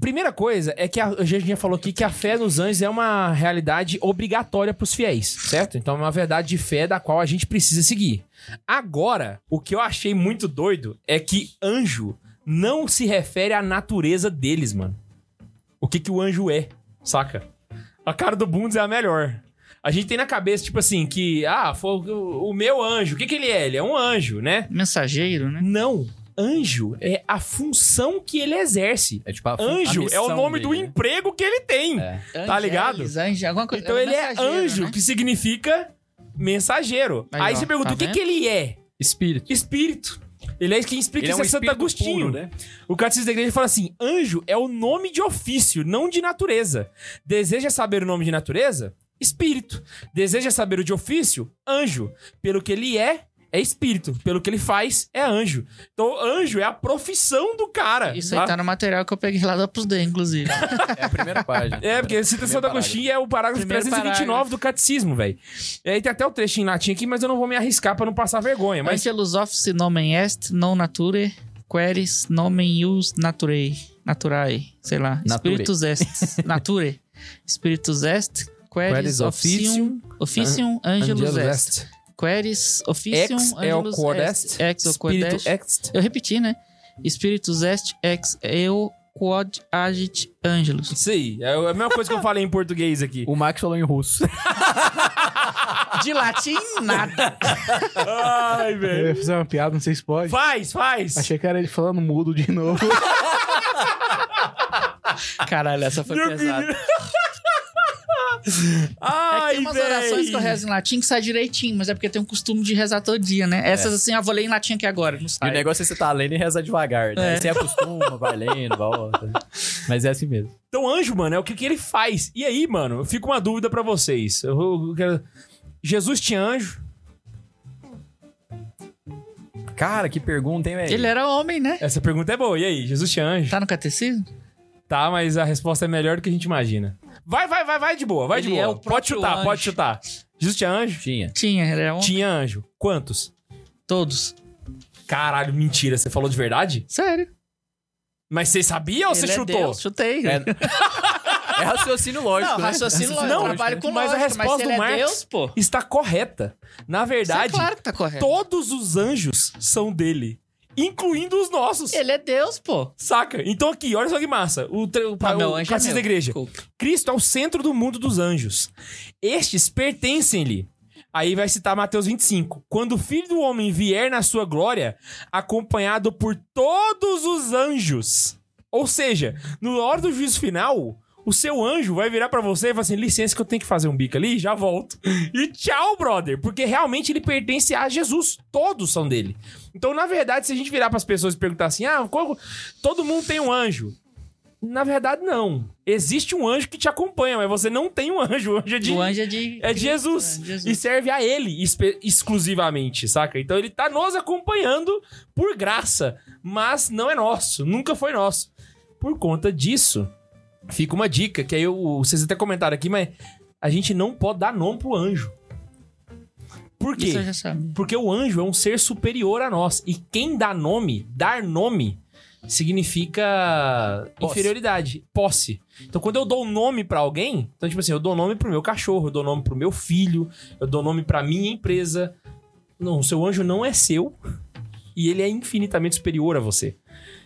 [SPEAKER 1] Primeira coisa é que a, a gente já falou aqui que a fé nos anjos é uma realidade obrigatória pros fiéis, certo? Então é uma verdade de fé da qual a gente precisa seguir. Agora, o que eu achei muito doido é que anjo não se refere à natureza deles, mano. O que que o anjo é, saca? A cara do Bundes é a melhor. A gente tem na cabeça, tipo assim, que, ah, foi o, o meu anjo. O que que ele é? Ele é um anjo, né?
[SPEAKER 3] Mensageiro, né?
[SPEAKER 1] Não. Anjo é a função que ele exerce.
[SPEAKER 2] É tipo a, né?
[SPEAKER 1] Anjo é o nome do
[SPEAKER 2] imp.
[SPEAKER 1] emprego que ele tem. Tá ligado?
[SPEAKER 3] Angelis, anjo, alguma coisa.
[SPEAKER 1] Então ele é
[SPEAKER 3] mensageiro,
[SPEAKER 1] anjo,
[SPEAKER 3] né?
[SPEAKER 1] que significa mensageiro. Aí,
[SPEAKER 3] Aí, ó,
[SPEAKER 1] você pergunta
[SPEAKER 3] tá
[SPEAKER 1] o que,
[SPEAKER 3] vendo?
[SPEAKER 1] que ele é?
[SPEAKER 2] Espírito. um
[SPEAKER 1] Espírito. Ele é quem explica isso é, Santo
[SPEAKER 2] espírito
[SPEAKER 1] Agostinho.
[SPEAKER 2] puro, né?
[SPEAKER 1] O catecismo da igreja fala assim: anjo é o nome de ofício, não de natureza. Deseja saber o nome de natureza? Espírito. Deseja saber o de ofício? Anjo. Pelo que ele é, é espírito. Pelo que ele faz, é anjo. Então, anjo é a profissão do cara.
[SPEAKER 3] Isso
[SPEAKER 1] tá?
[SPEAKER 3] aí tá no material que eu peguei lá da Opus Dei, inclusive.
[SPEAKER 2] É a primeira página.
[SPEAKER 1] É, porque cita Santo Agostinho é o parágrafo
[SPEAKER 3] Primeiro
[SPEAKER 1] 329 do catecismo, velho. E aí tem até o trecho em latim aqui, mas eu não vou me arriscar pra não passar
[SPEAKER 3] É
[SPEAKER 1] vergonha. Mas
[SPEAKER 3] Angelus office nomen est, non nature, queris nomen ius naturei, naturae, sei lá,
[SPEAKER 2] Nature.
[SPEAKER 3] spiritus est, nature, spiritus est,
[SPEAKER 1] Queris
[SPEAKER 3] queris officium, officium angelus est, queris officium
[SPEAKER 1] Ex
[SPEAKER 3] angelus
[SPEAKER 1] eoquod
[SPEAKER 3] est,
[SPEAKER 1] est,
[SPEAKER 3] um ex eoquod
[SPEAKER 1] Espírito
[SPEAKER 3] est,
[SPEAKER 1] ext.
[SPEAKER 3] eu repeti, né, spiritus est, ex eoquod agit angelus.
[SPEAKER 1] Isso aí. É a mesma coisa que eu falei em português aqui.
[SPEAKER 2] O Max falou em russo.
[SPEAKER 3] De latim, nada.
[SPEAKER 1] Ai,
[SPEAKER 4] Eu ia fazer uma piada, não sei se pode.
[SPEAKER 1] Faz, faz.
[SPEAKER 4] É. Achei que era ele falando mudo de novo.
[SPEAKER 3] Caralho, essa foi
[SPEAKER 1] Meu
[SPEAKER 3] pesada. É que
[SPEAKER 1] Ai,
[SPEAKER 3] tem umas
[SPEAKER 1] véi.
[SPEAKER 3] orações que eu rezo em latim que sai direitinho, mas é porque eu tenho um costume de rezar todo dia, né?
[SPEAKER 1] É.
[SPEAKER 3] Essas assim, eu vou ler em latim aqui agora, não
[SPEAKER 2] E o
[SPEAKER 3] sai.
[SPEAKER 2] negócio é você tá lendo e rezar devagar, né? Aí Você acostuma, vai lendo, volta. Mas é assim mesmo.
[SPEAKER 1] Então, anjo, mano, é o que, que ele faz. E aí, mano, fica uma dúvida pra vocês. Eu- eu quero- Jesus tinha anjo?
[SPEAKER 2] Cara, que pergunta,
[SPEAKER 1] é
[SPEAKER 2] hein, velho?
[SPEAKER 3] Ele era homem, né?
[SPEAKER 1] Essa pergunta é boa. E aí, Jesus tinha anjo?
[SPEAKER 3] Tá no catecismo?
[SPEAKER 1] Tá, mas a resposta é melhor do que a gente imagina. Vai, vai, vai, vai de boa, vai de
[SPEAKER 3] Ele
[SPEAKER 1] boa.
[SPEAKER 3] é o
[SPEAKER 1] pode
[SPEAKER 3] próprio
[SPEAKER 1] chutar,
[SPEAKER 3] anjo.
[SPEAKER 1] pode chutar. Jesus tinha anjo?
[SPEAKER 2] Tinha.
[SPEAKER 3] Tinha, ele era homem.
[SPEAKER 1] Tinha anjo. Quantos?
[SPEAKER 3] Todos.
[SPEAKER 1] Caralho, mentira. Você falou de verdade?
[SPEAKER 3] Sério.
[SPEAKER 1] Mas você sabia ou você
[SPEAKER 3] Ele é
[SPEAKER 1] chutou?
[SPEAKER 3] Deus, chutei.
[SPEAKER 2] É, É raciocínio lógico,
[SPEAKER 3] Não,
[SPEAKER 2] né?
[SPEAKER 3] raciocínio lógico.
[SPEAKER 1] Não,
[SPEAKER 3] eu trabalho com
[SPEAKER 1] mas a
[SPEAKER 3] lógica,
[SPEAKER 1] resposta
[SPEAKER 3] mas se
[SPEAKER 1] do
[SPEAKER 3] ele é
[SPEAKER 1] Marx-
[SPEAKER 3] Deus, pô. Isso
[SPEAKER 1] Está correta. Na
[SPEAKER 3] é
[SPEAKER 1] verdade,
[SPEAKER 3] claro que tá correto.
[SPEAKER 1] todos os anjos são dele, incluindo os nossos.
[SPEAKER 3] Ele é Deus, pô.
[SPEAKER 1] Saca? Então aqui, olha só que massa. O, tre- o,
[SPEAKER 3] Tá,
[SPEAKER 1] o,
[SPEAKER 3] meu anjo é
[SPEAKER 1] catecismo
[SPEAKER 3] meu.
[SPEAKER 1] da igreja.
[SPEAKER 3] Desculpa.
[SPEAKER 1] Cristo é o centro do mundo dos anjos. Estes pertencem-lhe. Aí vai citar Mateus 25. Quando o filho do homem vier na sua glória, acompanhado por todos os anjos. Ou seja, no hora do juízo final, o seu anjo vai virar pra você e falar assim: licença que eu tenho que fazer um bico ali, já volto. E tchau, brother. Porque realmente ele pertence a Jesus. Todos são dele. Então, na verdade, se a gente virar pras pessoas e perguntar assim: ah, qual- todo mundo tem um anjo. Na verdade, não. Existe um anjo que te acompanha, mas você não tem um anjo. O anjo é de,
[SPEAKER 3] O anjo é de...
[SPEAKER 1] é de Jesus.
[SPEAKER 3] É de Jesus.
[SPEAKER 1] E serve a ele espe- exclusivamente, saca? Então ele tá nos acompanhando por graça, mas não é nosso, nunca foi nosso. Por conta disso, fica uma dica, que aí eu, vocês até comentaram aqui, mas a gente não pode dar nome pro anjo. Por quê?
[SPEAKER 3] Isso eu já sabia.
[SPEAKER 1] Porque o anjo é um ser superior a nós. E quem dá nome, dar nome, significa
[SPEAKER 2] Posse.
[SPEAKER 1] inferioridade, posse. Então, quando eu dou nome pra alguém, então, tipo assim, eu dou nome pro meu cachorro, eu dou nome pro meu filho, eu dou nome pra minha empresa. Não, o seu anjo não é seu e ele é infinitamente superior a você.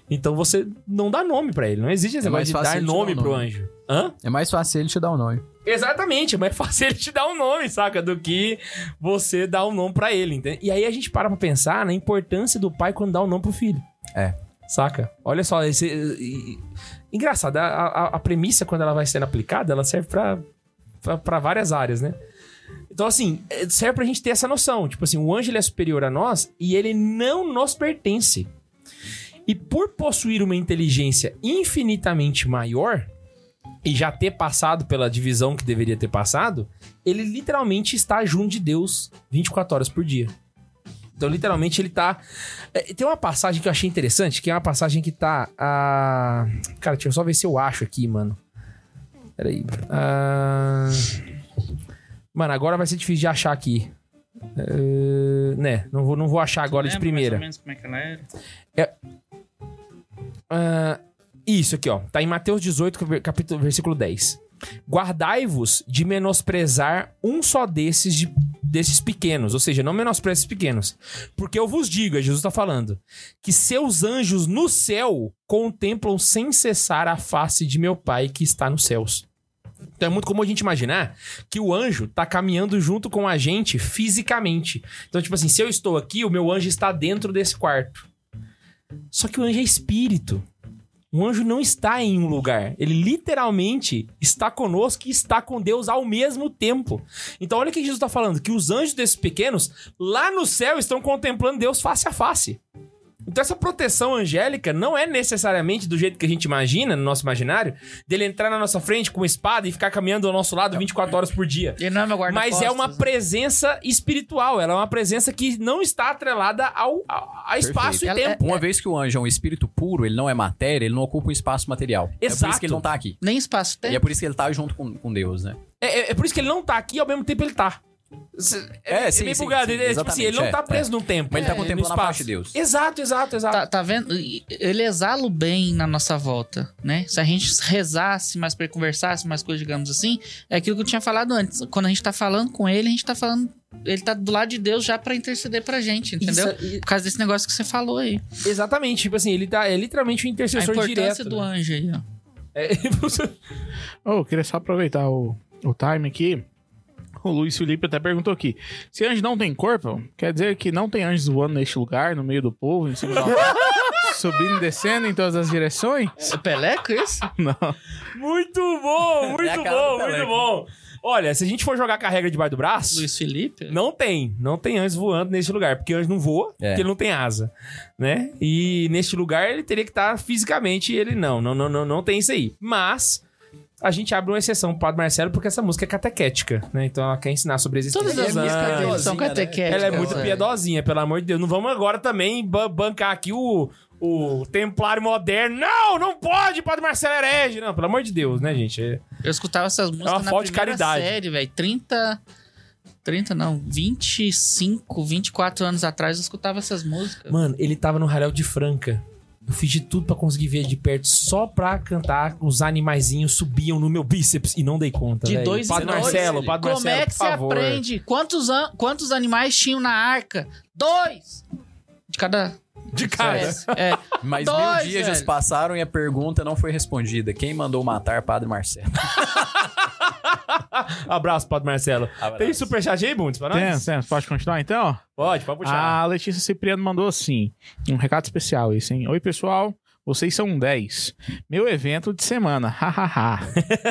[SPEAKER 1] Então você não dá nome pra ele. Não existe esse
[SPEAKER 2] É mais
[SPEAKER 1] negócio de
[SPEAKER 2] fácil
[SPEAKER 1] dar
[SPEAKER 2] de dar
[SPEAKER 1] nome
[SPEAKER 2] um
[SPEAKER 1] pro
[SPEAKER 2] nome.
[SPEAKER 1] anjo. Hã?
[SPEAKER 2] É mais fácil ele te dar o nome.
[SPEAKER 1] Exatamente, é mais fácil ele te dar um nome, saca? Do que você dar um nome pra ele, entende? E aí a gente para pra pensar na importância do pai quando dá um nome pro filho.
[SPEAKER 2] É.
[SPEAKER 1] Saca? Olha só, esse. e- e- Engraçado, a, a- a premissa, quando ela vai sendo aplicada, ela serve pra, pra, pra várias áreas, né? Então, assim, eh, serve pra gente ter essa noção. Tipo assim, o anjo ele é superior a nós e ele não nos pertence. E por possuir uma inteligência infinitamente maior e já ter passado pela divisão que deveria ter passado, ele literalmente está junto de Deus 24 horas por dia. Então, literalmente, ele tá. eh, Tem uma passagem que eu achei interessante, que é uma passagem que tá. ah, Cara, deixa eu só ver se eu acho aqui, mano. Peraí. Ah, Mano, agora vai ser difícil de achar aqui. Eh, Né, não vou, não vou achar agora de
[SPEAKER 3] Lembra
[SPEAKER 1] primeira.
[SPEAKER 3] mais ou menos como é que ela era?
[SPEAKER 1] Ah, isso aqui, ó. Tá em Mateus 18, cap- capítulo, versículo 10. Guardai-vos de menosprezar um só desses de- desses pequenos, ou seja, não menospreze esses pequenos. Porque eu vos digo, é Jesus tá falando, que seus anjos no céu contemplam sem cessar a face de meu Pai que está nos céus. Então é muito comum a gente imaginar que o anjo tá caminhando junto com a gente fisicamente. Então, tipo assim, se eu estou aqui, o meu anjo está dentro desse quarto. Só que o anjo é espírito. O anjo não está em um lugar. Ele literalmente está conosco e está com Deus ao mesmo tempo. Então, olha o que Jesus está falando: que os anjos desses pequenos, lá no céu, estão contemplando Deus face a face. Então, essa proteção angélica não é necessariamente do jeito que a gente imagina, no nosso imaginário, dele entrar na nossa frente com uma espada e ficar caminhando ao nosso lado 24 horas por dia.
[SPEAKER 3] Ele não é meu guarda-costas.
[SPEAKER 1] Mas é uma
[SPEAKER 3] né?
[SPEAKER 1] presença espiritual, ela é uma presença que não está atrelada ao, a, a espaço e
[SPEAKER 3] Ela
[SPEAKER 1] tempo.
[SPEAKER 3] é-
[SPEAKER 2] Uma vez que o anjo é um espírito puro, ele não é matéria, ele não ocupa um espaço material. É por
[SPEAKER 1] Exato.
[SPEAKER 2] isso que ele não tá aqui.
[SPEAKER 3] Nem espaço tem.
[SPEAKER 2] E é por isso que ele tá junto com, com Deus, né?
[SPEAKER 1] É, é- é por isso que ele não tá aqui e ao mesmo tempo ele tá.
[SPEAKER 2] É,
[SPEAKER 1] é meio bugado. ele, é tipo assim, ele não tá preso num tempo.
[SPEAKER 2] Mas ele tá
[SPEAKER 1] é,
[SPEAKER 2] contemplando a
[SPEAKER 1] no espaço.
[SPEAKER 2] parte de Deus.
[SPEAKER 1] Exato, exato, exato.
[SPEAKER 3] Tá, tá vendo? Ele exala o bem na nossa volta, né? Se a gente rezasse mais pra ele, conversasse mais coisas, digamos assim, é aquilo que eu tinha falado antes. Quando a gente tá falando com ele, a gente tá falando. Ele tá do lado de Deus já pra interceder pra gente, entendeu?
[SPEAKER 1] Isso, é
[SPEAKER 3] Por causa desse negócio que você falou aí.
[SPEAKER 1] e- exatamente, tipo assim, ele tá, é literalmente um
[SPEAKER 3] A
[SPEAKER 1] intercessor
[SPEAKER 3] importância
[SPEAKER 1] direto.
[SPEAKER 3] do
[SPEAKER 1] né?
[SPEAKER 3] anjo aí, ó.
[SPEAKER 1] É,
[SPEAKER 4] Ô, eu queria só aproveitar o, o time aqui. O Luiz Felipe até perguntou aqui: se anjo não tem corpo, quer dizer que não tem anjos voando neste lugar, no meio do povo, em cima da subindo e descendo em todas as direções?
[SPEAKER 3] É Peleco isso?
[SPEAKER 4] Não.
[SPEAKER 1] Muito bom, muito
[SPEAKER 2] É a cara
[SPEAKER 1] bom,
[SPEAKER 2] do Pelé.
[SPEAKER 1] muito bom. Olha, se a gente for jogar com a regra debaixo do braço,
[SPEAKER 3] Luiz Felipe?
[SPEAKER 1] não tem. Não tem anjo voando neste lugar. Porque anjo não voa,
[SPEAKER 2] É.
[SPEAKER 1] porque ele não tem asa. Né? E neste lugar ele teria que estar fisicamente e ele não. Não, não, não, não tem isso aí. Mas. A gente abre uma exceção pro Padre Marcelo porque essa música é catequética, né? Então ela quer ensinar sobre a existência
[SPEAKER 3] Todas as
[SPEAKER 1] das
[SPEAKER 3] músicas
[SPEAKER 1] anjas.
[SPEAKER 3] dele são
[SPEAKER 2] Piedosinha, né?
[SPEAKER 3] catequéticas.
[SPEAKER 1] é Ela é muito
[SPEAKER 3] velho.
[SPEAKER 1] piedosinha, pelo amor de Deus. Não vamos agora também ba- bancar aqui o, o templário moderno. Não, não pode, Padre Marcelo Herege. Não, pelo amor de Deus, né, gente? É-
[SPEAKER 3] Eu escutava essas músicas
[SPEAKER 1] uma
[SPEAKER 3] na
[SPEAKER 1] falta de
[SPEAKER 3] primeira
[SPEAKER 1] caridade.
[SPEAKER 3] série, velho. 30... 30 não, 25, 24 anos atrás eu escutava essas músicas.
[SPEAKER 1] Mano, ele tava no Ralel de Franca. Eu fiz de tudo pra conseguir ver ele de perto só pra cantar. Os animaizinhos subiam no meu bíceps e não dei conta.
[SPEAKER 3] De
[SPEAKER 1] velho.
[SPEAKER 3] dois em
[SPEAKER 1] Padre
[SPEAKER 3] dois.
[SPEAKER 1] Marcelo, Padre
[SPEAKER 3] Como
[SPEAKER 1] Marcelo,
[SPEAKER 3] é que
[SPEAKER 1] por
[SPEAKER 3] você
[SPEAKER 1] favor.
[SPEAKER 3] aprende? Quantos, an- quantos animais tinham na arca? Dois! De cada.
[SPEAKER 1] De cara.
[SPEAKER 3] espécie. É,
[SPEAKER 2] Mas
[SPEAKER 3] Dois,
[SPEAKER 2] mil dias já se
[SPEAKER 3] velho.
[SPEAKER 2] passaram e a pergunta não foi respondida. Quem mandou matar Padre Marcelo?
[SPEAKER 1] Abraço, Padre Marcelo.
[SPEAKER 2] Abraço.
[SPEAKER 1] Tem superchat aí, Bundes, pra
[SPEAKER 4] Tem,
[SPEAKER 1] nós?
[SPEAKER 4] tem. Pode continuar então?
[SPEAKER 1] Pode, pode puxar.
[SPEAKER 4] A Letícia Cipriano mandou assim: um recado especial isso, hein? Oi, pessoal. Vocês são 10. Meu evento de semana. Hahaha.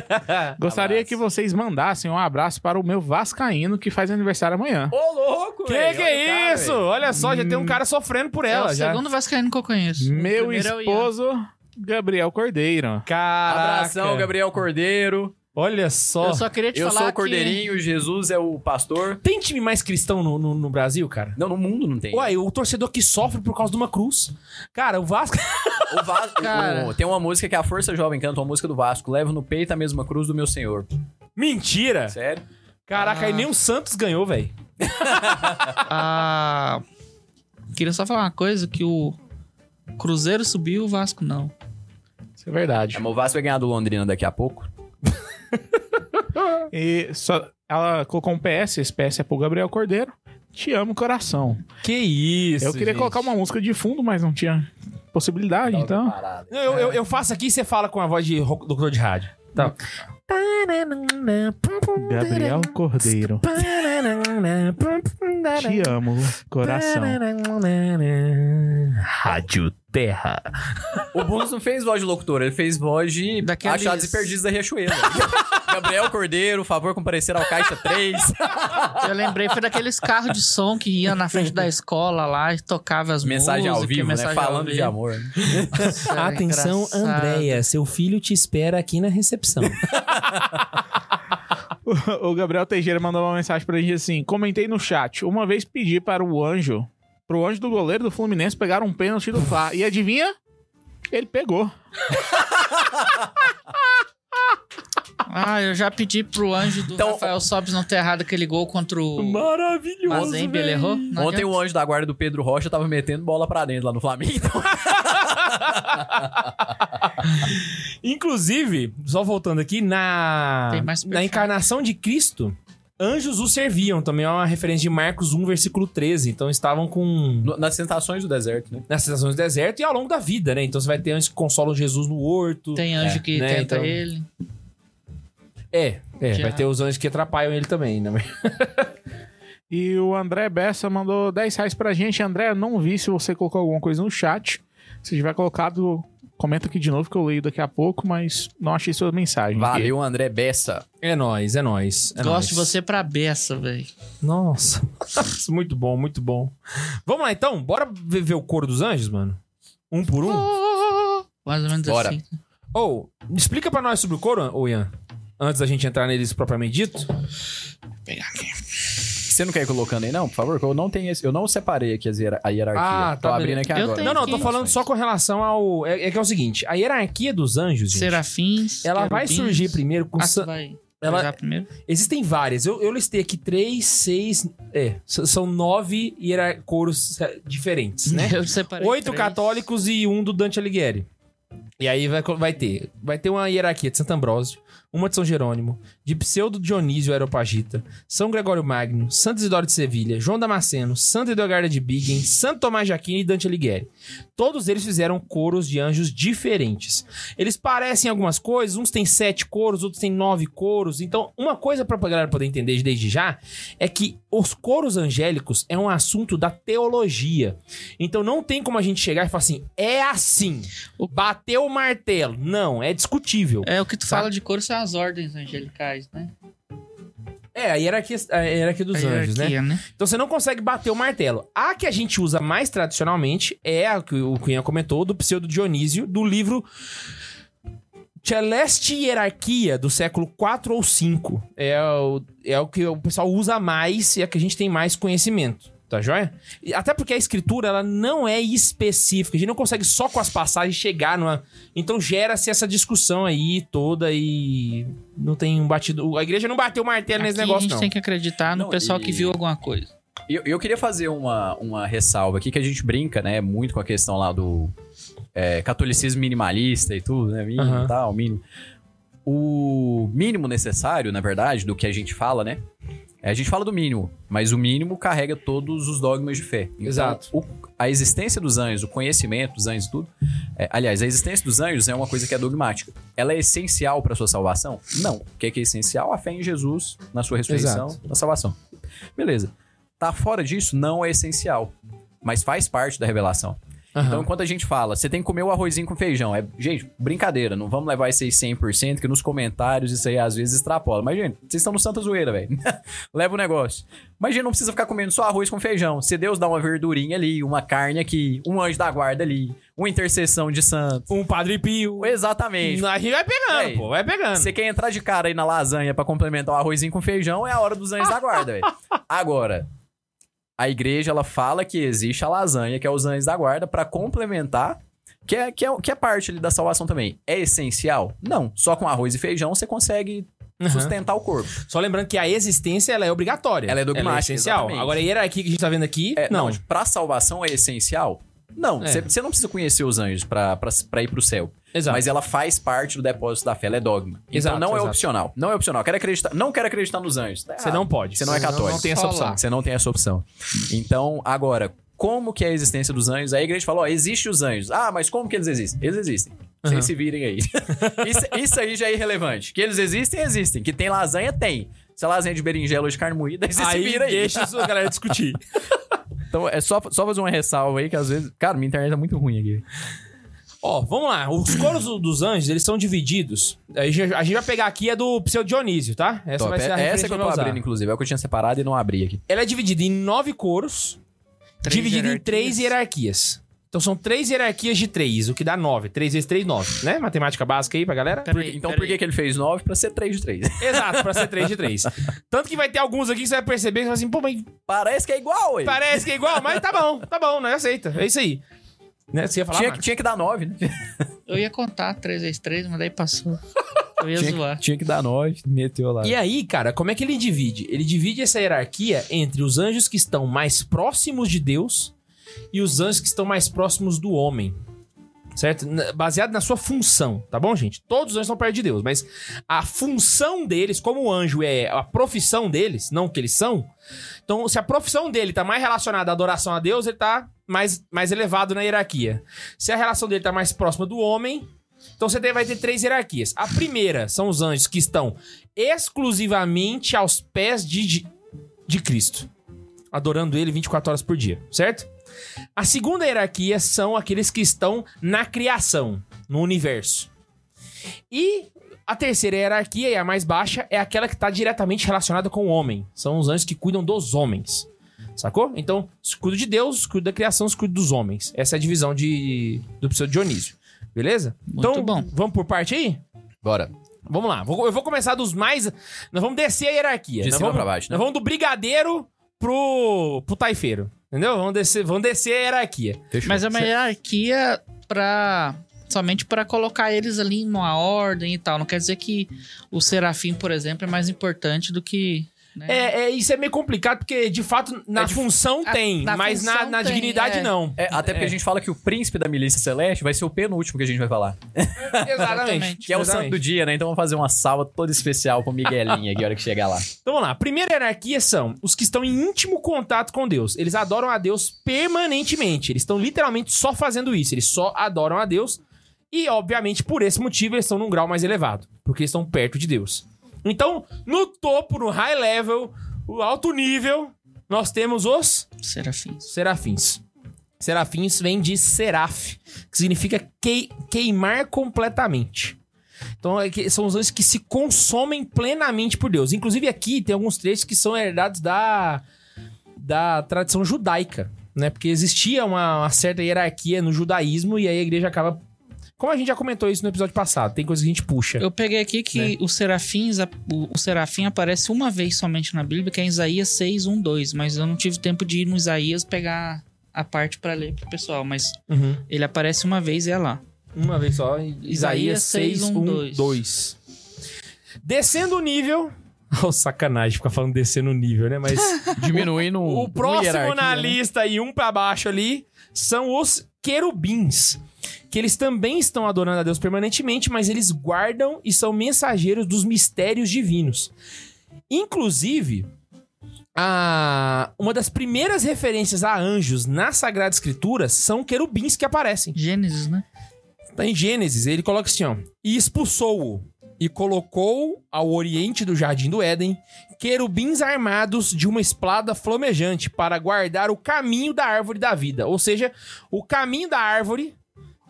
[SPEAKER 4] Gostaria
[SPEAKER 2] Abraço.
[SPEAKER 4] que vocês mandassem um abraço para o meu Vascaíno que faz aniversário amanhã.
[SPEAKER 2] Ô, louco,
[SPEAKER 1] que
[SPEAKER 2] velho,
[SPEAKER 1] que
[SPEAKER 2] olha o cara,
[SPEAKER 1] é isso?
[SPEAKER 2] velho.
[SPEAKER 1] Olha só, já tem um cara sofrendo por
[SPEAKER 3] é
[SPEAKER 1] ela.
[SPEAKER 3] o
[SPEAKER 1] já.
[SPEAKER 3] segundo vascaíno que eu conheço. O
[SPEAKER 4] Meu
[SPEAKER 3] primeiro é o Ian.
[SPEAKER 4] esposo, Gabriel Cordeiro.
[SPEAKER 1] Caraca.
[SPEAKER 2] Abração, Gabriel Cordeiro.
[SPEAKER 1] Olha só.
[SPEAKER 3] Eu só queria te
[SPEAKER 2] Eu
[SPEAKER 3] falar
[SPEAKER 2] sou o
[SPEAKER 3] que-
[SPEAKER 2] Cordeirinho, Jesus é o pastor.
[SPEAKER 1] Tem time mais cristão no, no, no Brasil, cara?
[SPEAKER 2] Não, no mundo não tem.
[SPEAKER 1] Uai, o torcedor que sofre por causa de uma cruz. Cara, o Vasco.
[SPEAKER 2] O Vasco,
[SPEAKER 3] Cara.
[SPEAKER 2] o- tem uma música que é a Força Jovem canta, uma música do Vasco. Levo no peito a mesma cruz do meu senhor.
[SPEAKER 1] Mentira!
[SPEAKER 2] Sério?
[SPEAKER 1] Caraca, aí nem o Santos ganhou, velho.
[SPEAKER 3] Ah, queria só falar uma coisa: que o Cruzeiro subiu, o Vasco não.
[SPEAKER 4] Isso é verdade.
[SPEAKER 2] É, mas o Vasco vai ganhar do Londrina daqui a pouco.
[SPEAKER 4] E só, ela colocou um PS, esse PS é pro Gabriel Cordeiro. Te amo, coração.
[SPEAKER 1] Que isso.
[SPEAKER 4] eu queria
[SPEAKER 1] gente.
[SPEAKER 4] colocar uma música de fundo, mas não tinha
[SPEAKER 1] Tá
[SPEAKER 4] possibilidade, então.
[SPEAKER 2] Parada.
[SPEAKER 1] Não, Eu, eu, eu faço aqui e você fala com a voz de ro- doutor de rádio. Tá.
[SPEAKER 4] Gabriel Cordeiro. Te amo, coração.
[SPEAKER 1] Rádio Terra.
[SPEAKER 2] O Bônus não fez voz de locutor, ele fez voz de
[SPEAKER 3] Daqueles-
[SPEAKER 2] Achados e Perdidos da Riachuelo. Gabriel Cordeiro, favor comparecer ao Caixa 3.
[SPEAKER 3] Eu lembrei, foi daqueles carros de som que ia na frente da escola lá e tocava as
[SPEAKER 2] Mensagem
[SPEAKER 3] músicas.
[SPEAKER 2] ao vivo, né?
[SPEAKER 3] mensagem ao
[SPEAKER 2] Falando de
[SPEAKER 3] vivo.
[SPEAKER 2] amor.
[SPEAKER 3] Nossa, era
[SPEAKER 1] Atenção,
[SPEAKER 3] engraçado.
[SPEAKER 1] Andréia, seu filho te espera aqui na recepção.
[SPEAKER 4] O Gabriel Teixeira mandou uma mensagem pra gente assim: comentei no chat. Uma vez pedi para o anjo, pro anjo do goleiro do Fluminense pegar um pênalti do Fla. E adivinha? Ele pegou.
[SPEAKER 3] Ah, eu já pedi pro anjo do
[SPEAKER 2] Então-
[SPEAKER 3] Rafael Sobes não ter errado aquele gol contra o
[SPEAKER 1] Maravilhoso.
[SPEAKER 3] Mazembe, ele
[SPEAKER 1] velho.
[SPEAKER 3] errou? Não
[SPEAKER 2] Ontem
[SPEAKER 3] adianta.
[SPEAKER 2] o anjo da guarda do Pedro Rocha tava metendo bola pra dentro lá no Flamengo. Então,
[SPEAKER 1] Inclusive, só voltando aqui, na,
[SPEAKER 3] Tem mais
[SPEAKER 1] na encarnação de Cristo, anjos o serviam. Também é uma referência de Marcos 1, versículo 13. Então estavam com.
[SPEAKER 2] no- nas tentações do deserto, né?
[SPEAKER 1] Nas sensações do deserto e ao longo da vida, né? Então você vai ter anjos que consolam Jesus no horto.
[SPEAKER 3] Tem anjo que
[SPEAKER 1] né,
[SPEAKER 3] tenta
[SPEAKER 1] então-
[SPEAKER 3] ele.
[SPEAKER 1] É, é
[SPEAKER 3] Já.
[SPEAKER 1] vai ter os anjos que atrapalham ele também, né?
[SPEAKER 4] E o André Bessa mandou 10 reais pra gente. André, eu não vi se você colocou alguma coisa no chat. Se tiver colocado, comenta aqui de novo que eu leio daqui a pouco, mas não achei sua mensagem.
[SPEAKER 2] Valeu, André Bessa.
[SPEAKER 1] É nóis, é nóis. é
[SPEAKER 3] Gosto de
[SPEAKER 1] nóis.
[SPEAKER 3] você pra beça, velho.
[SPEAKER 1] Nossa, muito bom, muito bom. Vamos lá então, bora ver, ver o coro dos anjos, mano? Um por um?
[SPEAKER 3] Mais ou menos
[SPEAKER 2] Bora.
[SPEAKER 3] assim.
[SPEAKER 1] Ou, explica pra nós sobre o coro, ô Ian. Antes da gente entrar neles propriamente dito.
[SPEAKER 2] Você não quer ir colocando aí, não, por favor? Que eu não tenho esse. Eu não separei aqui as hierar- a hierarquia.
[SPEAKER 1] Ah,
[SPEAKER 2] tô
[SPEAKER 1] tá,
[SPEAKER 2] abrindo
[SPEAKER 1] beleza.
[SPEAKER 2] aqui
[SPEAKER 3] Eu
[SPEAKER 2] agora.
[SPEAKER 3] tenho
[SPEAKER 1] Não, não, eu tô
[SPEAKER 3] que-
[SPEAKER 1] falando só com relação ao. É, é que é o seguinte: a hierarquia dos anjos, gente,
[SPEAKER 3] Serafins.
[SPEAKER 1] ela vai
[SPEAKER 3] querubins.
[SPEAKER 1] surgir primeiro com.
[SPEAKER 3] Ah,
[SPEAKER 1] san-
[SPEAKER 3] você vai
[SPEAKER 1] ela-
[SPEAKER 3] usar primeiro?
[SPEAKER 1] Existem várias. Eu, eu listei aqui três, seis. É, s- são nove hierar... coros eh, diferentes, né?
[SPEAKER 3] Eu separei
[SPEAKER 1] Oito
[SPEAKER 3] três.
[SPEAKER 1] católicos e um do Dante Alighieri. E aí vai, co- vai ter. Vai ter uma hierarquia de Santo Ambrósio, uma de São Jerônimo, de Pseudo Dionísio Aeropagita, São Gregório Magno, Santo Isidoro de Sevilha, João Damasceno, Santo Edogarda de Bingen, Santo Tomás de Aquino e Dante Alighieri. Todos eles fizeram coros de anjos diferentes. Eles parecem algumas coisas, uns têm sete coros, outros têm nove coros. Então, uma coisa pra galera poder entender desde já é que os coros angélicos é um assunto da teologia. Então, não tem como a gente chegar e falar assim, é assim, bateu o martelo. Não, é discutível.
[SPEAKER 3] É o que tu
[SPEAKER 1] Sabe?
[SPEAKER 3] fala de cor são as ordens angelicais, né?
[SPEAKER 1] É, a hierarquia, a hierarquia dos
[SPEAKER 3] A
[SPEAKER 1] anjos, né?
[SPEAKER 3] hierarquia, né?
[SPEAKER 1] Então você não consegue bater o martelo. A que a gente usa mais tradicionalmente é a que o Cunha comentou, do Pseudo Dionísio, do livro Celeste Hierarquia, do século 4 ou 5. É o, é o que o pessoal usa mais e é a que a gente tem mais conhecimento. Tá joia? E Até porque a escritura ela não é específica. A gente não consegue só com as passagens chegar numa. Então gera-se essa discussão aí toda e. Não tem um batido. A igreja não bateu o martelo nesse
[SPEAKER 3] Aqui a
[SPEAKER 1] negócio,
[SPEAKER 3] gente
[SPEAKER 1] não.
[SPEAKER 3] tem que acreditar no
[SPEAKER 2] Não,
[SPEAKER 3] pessoal que
[SPEAKER 2] e-
[SPEAKER 3] viu alguma coisa.
[SPEAKER 2] Eu, eu queria fazer uma, uma ressalva aqui, que a gente brinca, né, muito com a questão lá do é, catolicismo minimalista e tudo, né, mínimo
[SPEAKER 1] Aham.
[SPEAKER 2] e tal, mínimo. O mínimo necessário, na verdade, do que a gente fala, né, a gente fala do mínimo, mas o mínimo carrega todos os dogmas de fé. Então,
[SPEAKER 1] Exato.
[SPEAKER 2] o- a existência dos anjos, o conhecimento dos anjos, e tudo. é, aliás, a existência dos anjos é uma coisa que é dogmática. Ela é essencial para sua salvação? Não. O que é, que é essencial? A fé em Jesus, na sua ressurreição,
[SPEAKER 1] Exato.
[SPEAKER 2] na salvação. Beleza. Tá fora disso? Não é essencial. Mas faz parte da revelação.
[SPEAKER 1] Aham.
[SPEAKER 2] Então, enquanto a gente fala, você tem que comer o arrozinho com feijão. É, gente, brincadeira, não vamos levar isso aí 100%, que nos comentários isso aí às vezes extrapola. Mas, gente, vocês estão no Santa Zoeira, velho. Leva o negócio. Mas, gente, não precisa ficar comendo só arroz com feijão. Se Deus dá uma verdurinha ali, uma carne aqui, um anjo da guarda ali, uma intercessão de santo.
[SPEAKER 1] Um Padre Pio.
[SPEAKER 2] Exatamente.
[SPEAKER 1] A gente vai pegando,
[SPEAKER 2] Véi,
[SPEAKER 1] pô, vai pegando.
[SPEAKER 2] É Você quer entrar de cara aí na lasanha pra complementar o arrozinho com feijão, é a hora dos anjos da guarda, velho. Agora, a igreja, ela fala que existe a lasanha, que é os anjos da guarda, pra complementar, que é, que, é, que é parte ali da salvação também. É essencial? Não. Só com arroz e feijão você consegue
[SPEAKER 1] Aham.
[SPEAKER 2] sustentar o corpo.
[SPEAKER 1] Só lembrando que a existência ela é obrigatória.
[SPEAKER 2] Ela é dogmática,
[SPEAKER 1] essencial.
[SPEAKER 2] exatamente.
[SPEAKER 1] Agora a hierarquia que a gente tá vendo aqui,
[SPEAKER 2] É,
[SPEAKER 1] não.
[SPEAKER 2] não. pra salvação é essencial? Não.
[SPEAKER 1] É.
[SPEAKER 2] Você você não precisa conhecer os anjos pra, pra, pra ir pro céu.
[SPEAKER 1] Exato.
[SPEAKER 2] Mas é ela faz parte do depósito da fé, ela é dogma. Então
[SPEAKER 1] Exato,
[SPEAKER 2] não é
[SPEAKER 1] exato.
[SPEAKER 2] opcional. Não é opcional. Quero acreditar, não quero acreditar nos anjos. Tá
[SPEAKER 1] Você
[SPEAKER 2] errado.
[SPEAKER 1] não pode.
[SPEAKER 2] Você não é
[SPEAKER 1] Você não-
[SPEAKER 2] católico.
[SPEAKER 1] não tem essa
[SPEAKER 3] Só
[SPEAKER 1] opção.
[SPEAKER 3] lá.
[SPEAKER 2] Você não tem essa opção. Então, agora, como que é a existência dos anjos? A igreja falou, ó, existe os anjos. Ah, mas como que eles existem? Eles existem. Vocês
[SPEAKER 1] Aham.
[SPEAKER 2] se virem aí. isso, isso aí já é irrelevante. Que eles existem, existem. Que tem lasanha, tem. Se é lasanha de berinjela ou de carne moída, aí você
[SPEAKER 1] Aí
[SPEAKER 2] se vira aí.
[SPEAKER 1] deixa isso a galera discutir.
[SPEAKER 2] Então, é só, só fazer uma ressalva aí, que às vezes... Cara, minha internet é muito ruim aqui.
[SPEAKER 1] Ó, vamos lá. Os coros do- dos anjos, eles são divididos. A gente, a gente vai pegar aqui a do Pseudo Dionísio, tá? Essa
[SPEAKER 2] Top.
[SPEAKER 1] vai ser a
[SPEAKER 2] É-
[SPEAKER 1] referência
[SPEAKER 2] essa que eu tô
[SPEAKER 1] vai usar.
[SPEAKER 2] abrindo, inclusive. É o que eu tinha separado e não abri aqui.
[SPEAKER 1] Ela é dividida em nove coros,
[SPEAKER 3] Três
[SPEAKER 1] dividida em
[SPEAKER 3] hierarquias.
[SPEAKER 1] três hierarquias. Então são três hierarquias de três, o que dá nove. Três vezes três, nove. Né? Matemática básica aí pra galera.
[SPEAKER 2] Por-
[SPEAKER 3] Peraí,
[SPEAKER 2] então, por
[SPEAKER 3] peraí.
[SPEAKER 2] que, que ele fez 9 pra ser 3 de 3?
[SPEAKER 1] Exato, pra ser 3 de 3. Tanto que vai ter alguns aqui que você vai perceber que você vai assim, pô, mas
[SPEAKER 2] Parece que é igual, ele.
[SPEAKER 1] parece que é igual, mas tá bom, tá bom, nós aceita. É isso aí. Né? Você ia falar,
[SPEAKER 2] Tinha, que-
[SPEAKER 1] Marcos?
[SPEAKER 2] tinha que dar 9, né?
[SPEAKER 3] Eu ia contar 3 vezes 3, mas daí passou. Eu ia
[SPEAKER 2] Tinha,
[SPEAKER 3] zoar.
[SPEAKER 2] que- tinha que dar 9, meteu lá.
[SPEAKER 1] E aí, cara, como é que ele divide? Ele divide essa hierarquia entre os anjos que estão mais próximos de Deus e os anjos que estão mais próximos do homem. Certo? Na- Baseado na sua função, tá bom, gente? Todos os anjos estão perto de Deus, mas a função deles, como o anjo é a profissão deles, não o que eles são, então se a profissão dele tá mais relacionada à adoração a Deus, ele tá mais, mais elevado na hierarquia. Se a relação dele tá mais próxima do homem, então você tem- vai ter três hierarquias. A primeira são os anjos que estão exclusivamente aos pés de, de, de Cristo, adorando ele 24 horas por dia, certo? A segunda hierarquia são aqueles que estão na criação, no universo. E a terceira hierarquia, e a mais baixa, é aquela que está diretamente relacionada com o homem. São os anjos que cuidam dos homens. Sacou? Então, se cuida de Deus, se cuida da criação, se cuida dos homens. Essa é a divisão de, do pseudo Dionísio. Beleza?
[SPEAKER 3] Muito
[SPEAKER 1] então,
[SPEAKER 3] bom.
[SPEAKER 1] vamos por parte aí?
[SPEAKER 2] Bora.
[SPEAKER 1] Vamos lá, vou- eu vou começar dos mais. Nós vamos descer a hierarquia.
[SPEAKER 2] De
[SPEAKER 1] nós
[SPEAKER 2] cima
[SPEAKER 1] vamos,
[SPEAKER 2] pra baixo, né?
[SPEAKER 1] Nós vamos do brigadeiro pro, pro taifeiro. Entendeu? Vamos descer, vamos descer a hierarquia.
[SPEAKER 2] Fechou.
[SPEAKER 3] Mas é uma hierarquia pra. Somente pra colocar eles ali em uma ordem e tal. Não quer dizer que o serafim, por exemplo, é mais importante do que né?
[SPEAKER 1] É, é, isso é meio complicado, porque de fato na
[SPEAKER 3] É dif-
[SPEAKER 1] função
[SPEAKER 3] a-
[SPEAKER 1] tem,
[SPEAKER 3] na
[SPEAKER 1] mas na-
[SPEAKER 3] função
[SPEAKER 1] na,
[SPEAKER 3] tem,
[SPEAKER 1] dignidade
[SPEAKER 3] é.
[SPEAKER 1] não.
[SPEAKER 2] É, até porque a gente fala que o príncipe da milícia celeste vai ser o penúltimo que a gente vai falar.
[SPEAKER 1] Exatamente.
[SPEAKER 2] Que é o santo do
[SPEAKER 1] Exatamente.
[SPEAKER 2] dia, né? Então vamos fazer uma salva toda especial pro Miguelinho aqui, a hora que chegar lá.
[SPEAKER 1] Então vamos lá. A primeira hierarquia são os que estão em íntimo contato com Deus. Eles adoram a Deus permanentemente. Eles estão literalmente só fazendo isso. Eles só adoram a Deus. E, obviamente, por esse motivo, eles estão num grau mais elevado. Porque eles estão perto de Deus. Então, no topo, no high level, o alto nível, nós temos os
[SPEAKER 3] Serafins.
[SPEAKER 1] serafins. Serafins vem de seraf, que significa quei- queimar completamente. Então, é que são os anjos que se consomem plenamente por Deus. Inclusive, aqui tem alguns trechos que são herdados da, da tradição judaica, né? Porque existia uma, uma certa hierarquia no judaísmo e aí a igreja acaba. Como a gente já comentou isso no episódio passado, tem coisa que a gente puxa.
[SPEAKER 3] Eu peguei aqui
[SPEAKER 1] Né.
[SPEAKER 3] que os serafins, a- o, o serafim aparece uma vez somente na Bíblia, que é em Isaías 6, 1, 2. Mas eu não tive tempo de ir no Isaías pegar a parte pra ler pro pessoal. Mas
[SPEAKER 1] Uhum.
[SPEAKER 3] ele aparece uma vez e é lá.
[SPEAKER 1] Uma vez só. Isaías um, 6, 1, 2. Descendo o nível. Oh, sacanagem ficar falando descendo o nível, né? Mas
[SPEAKER 6] Diminuindo
[SPEAKER 1] o né? próximo na lista e um pra baixo ali são os querubins. Que eles também estão adorando a Deus permanentemente, mas eles guardam e são mensageiros dos mistérios divinos. Inclusive, a- uma das primeiras referências a anjos na Sagrada Escritura são querubins que aparecem.
[SPEAKER 3] Gênesis, né?
[SPEAKER 1] Tá em Gênesis, ele coloca assim, ó. E expulsou-o, e colocou ao oriente do jardim do Éden querubins armados de uma espada flamejante para guardar o caminho da árvore da vida. Ou seja, o caminho da árvore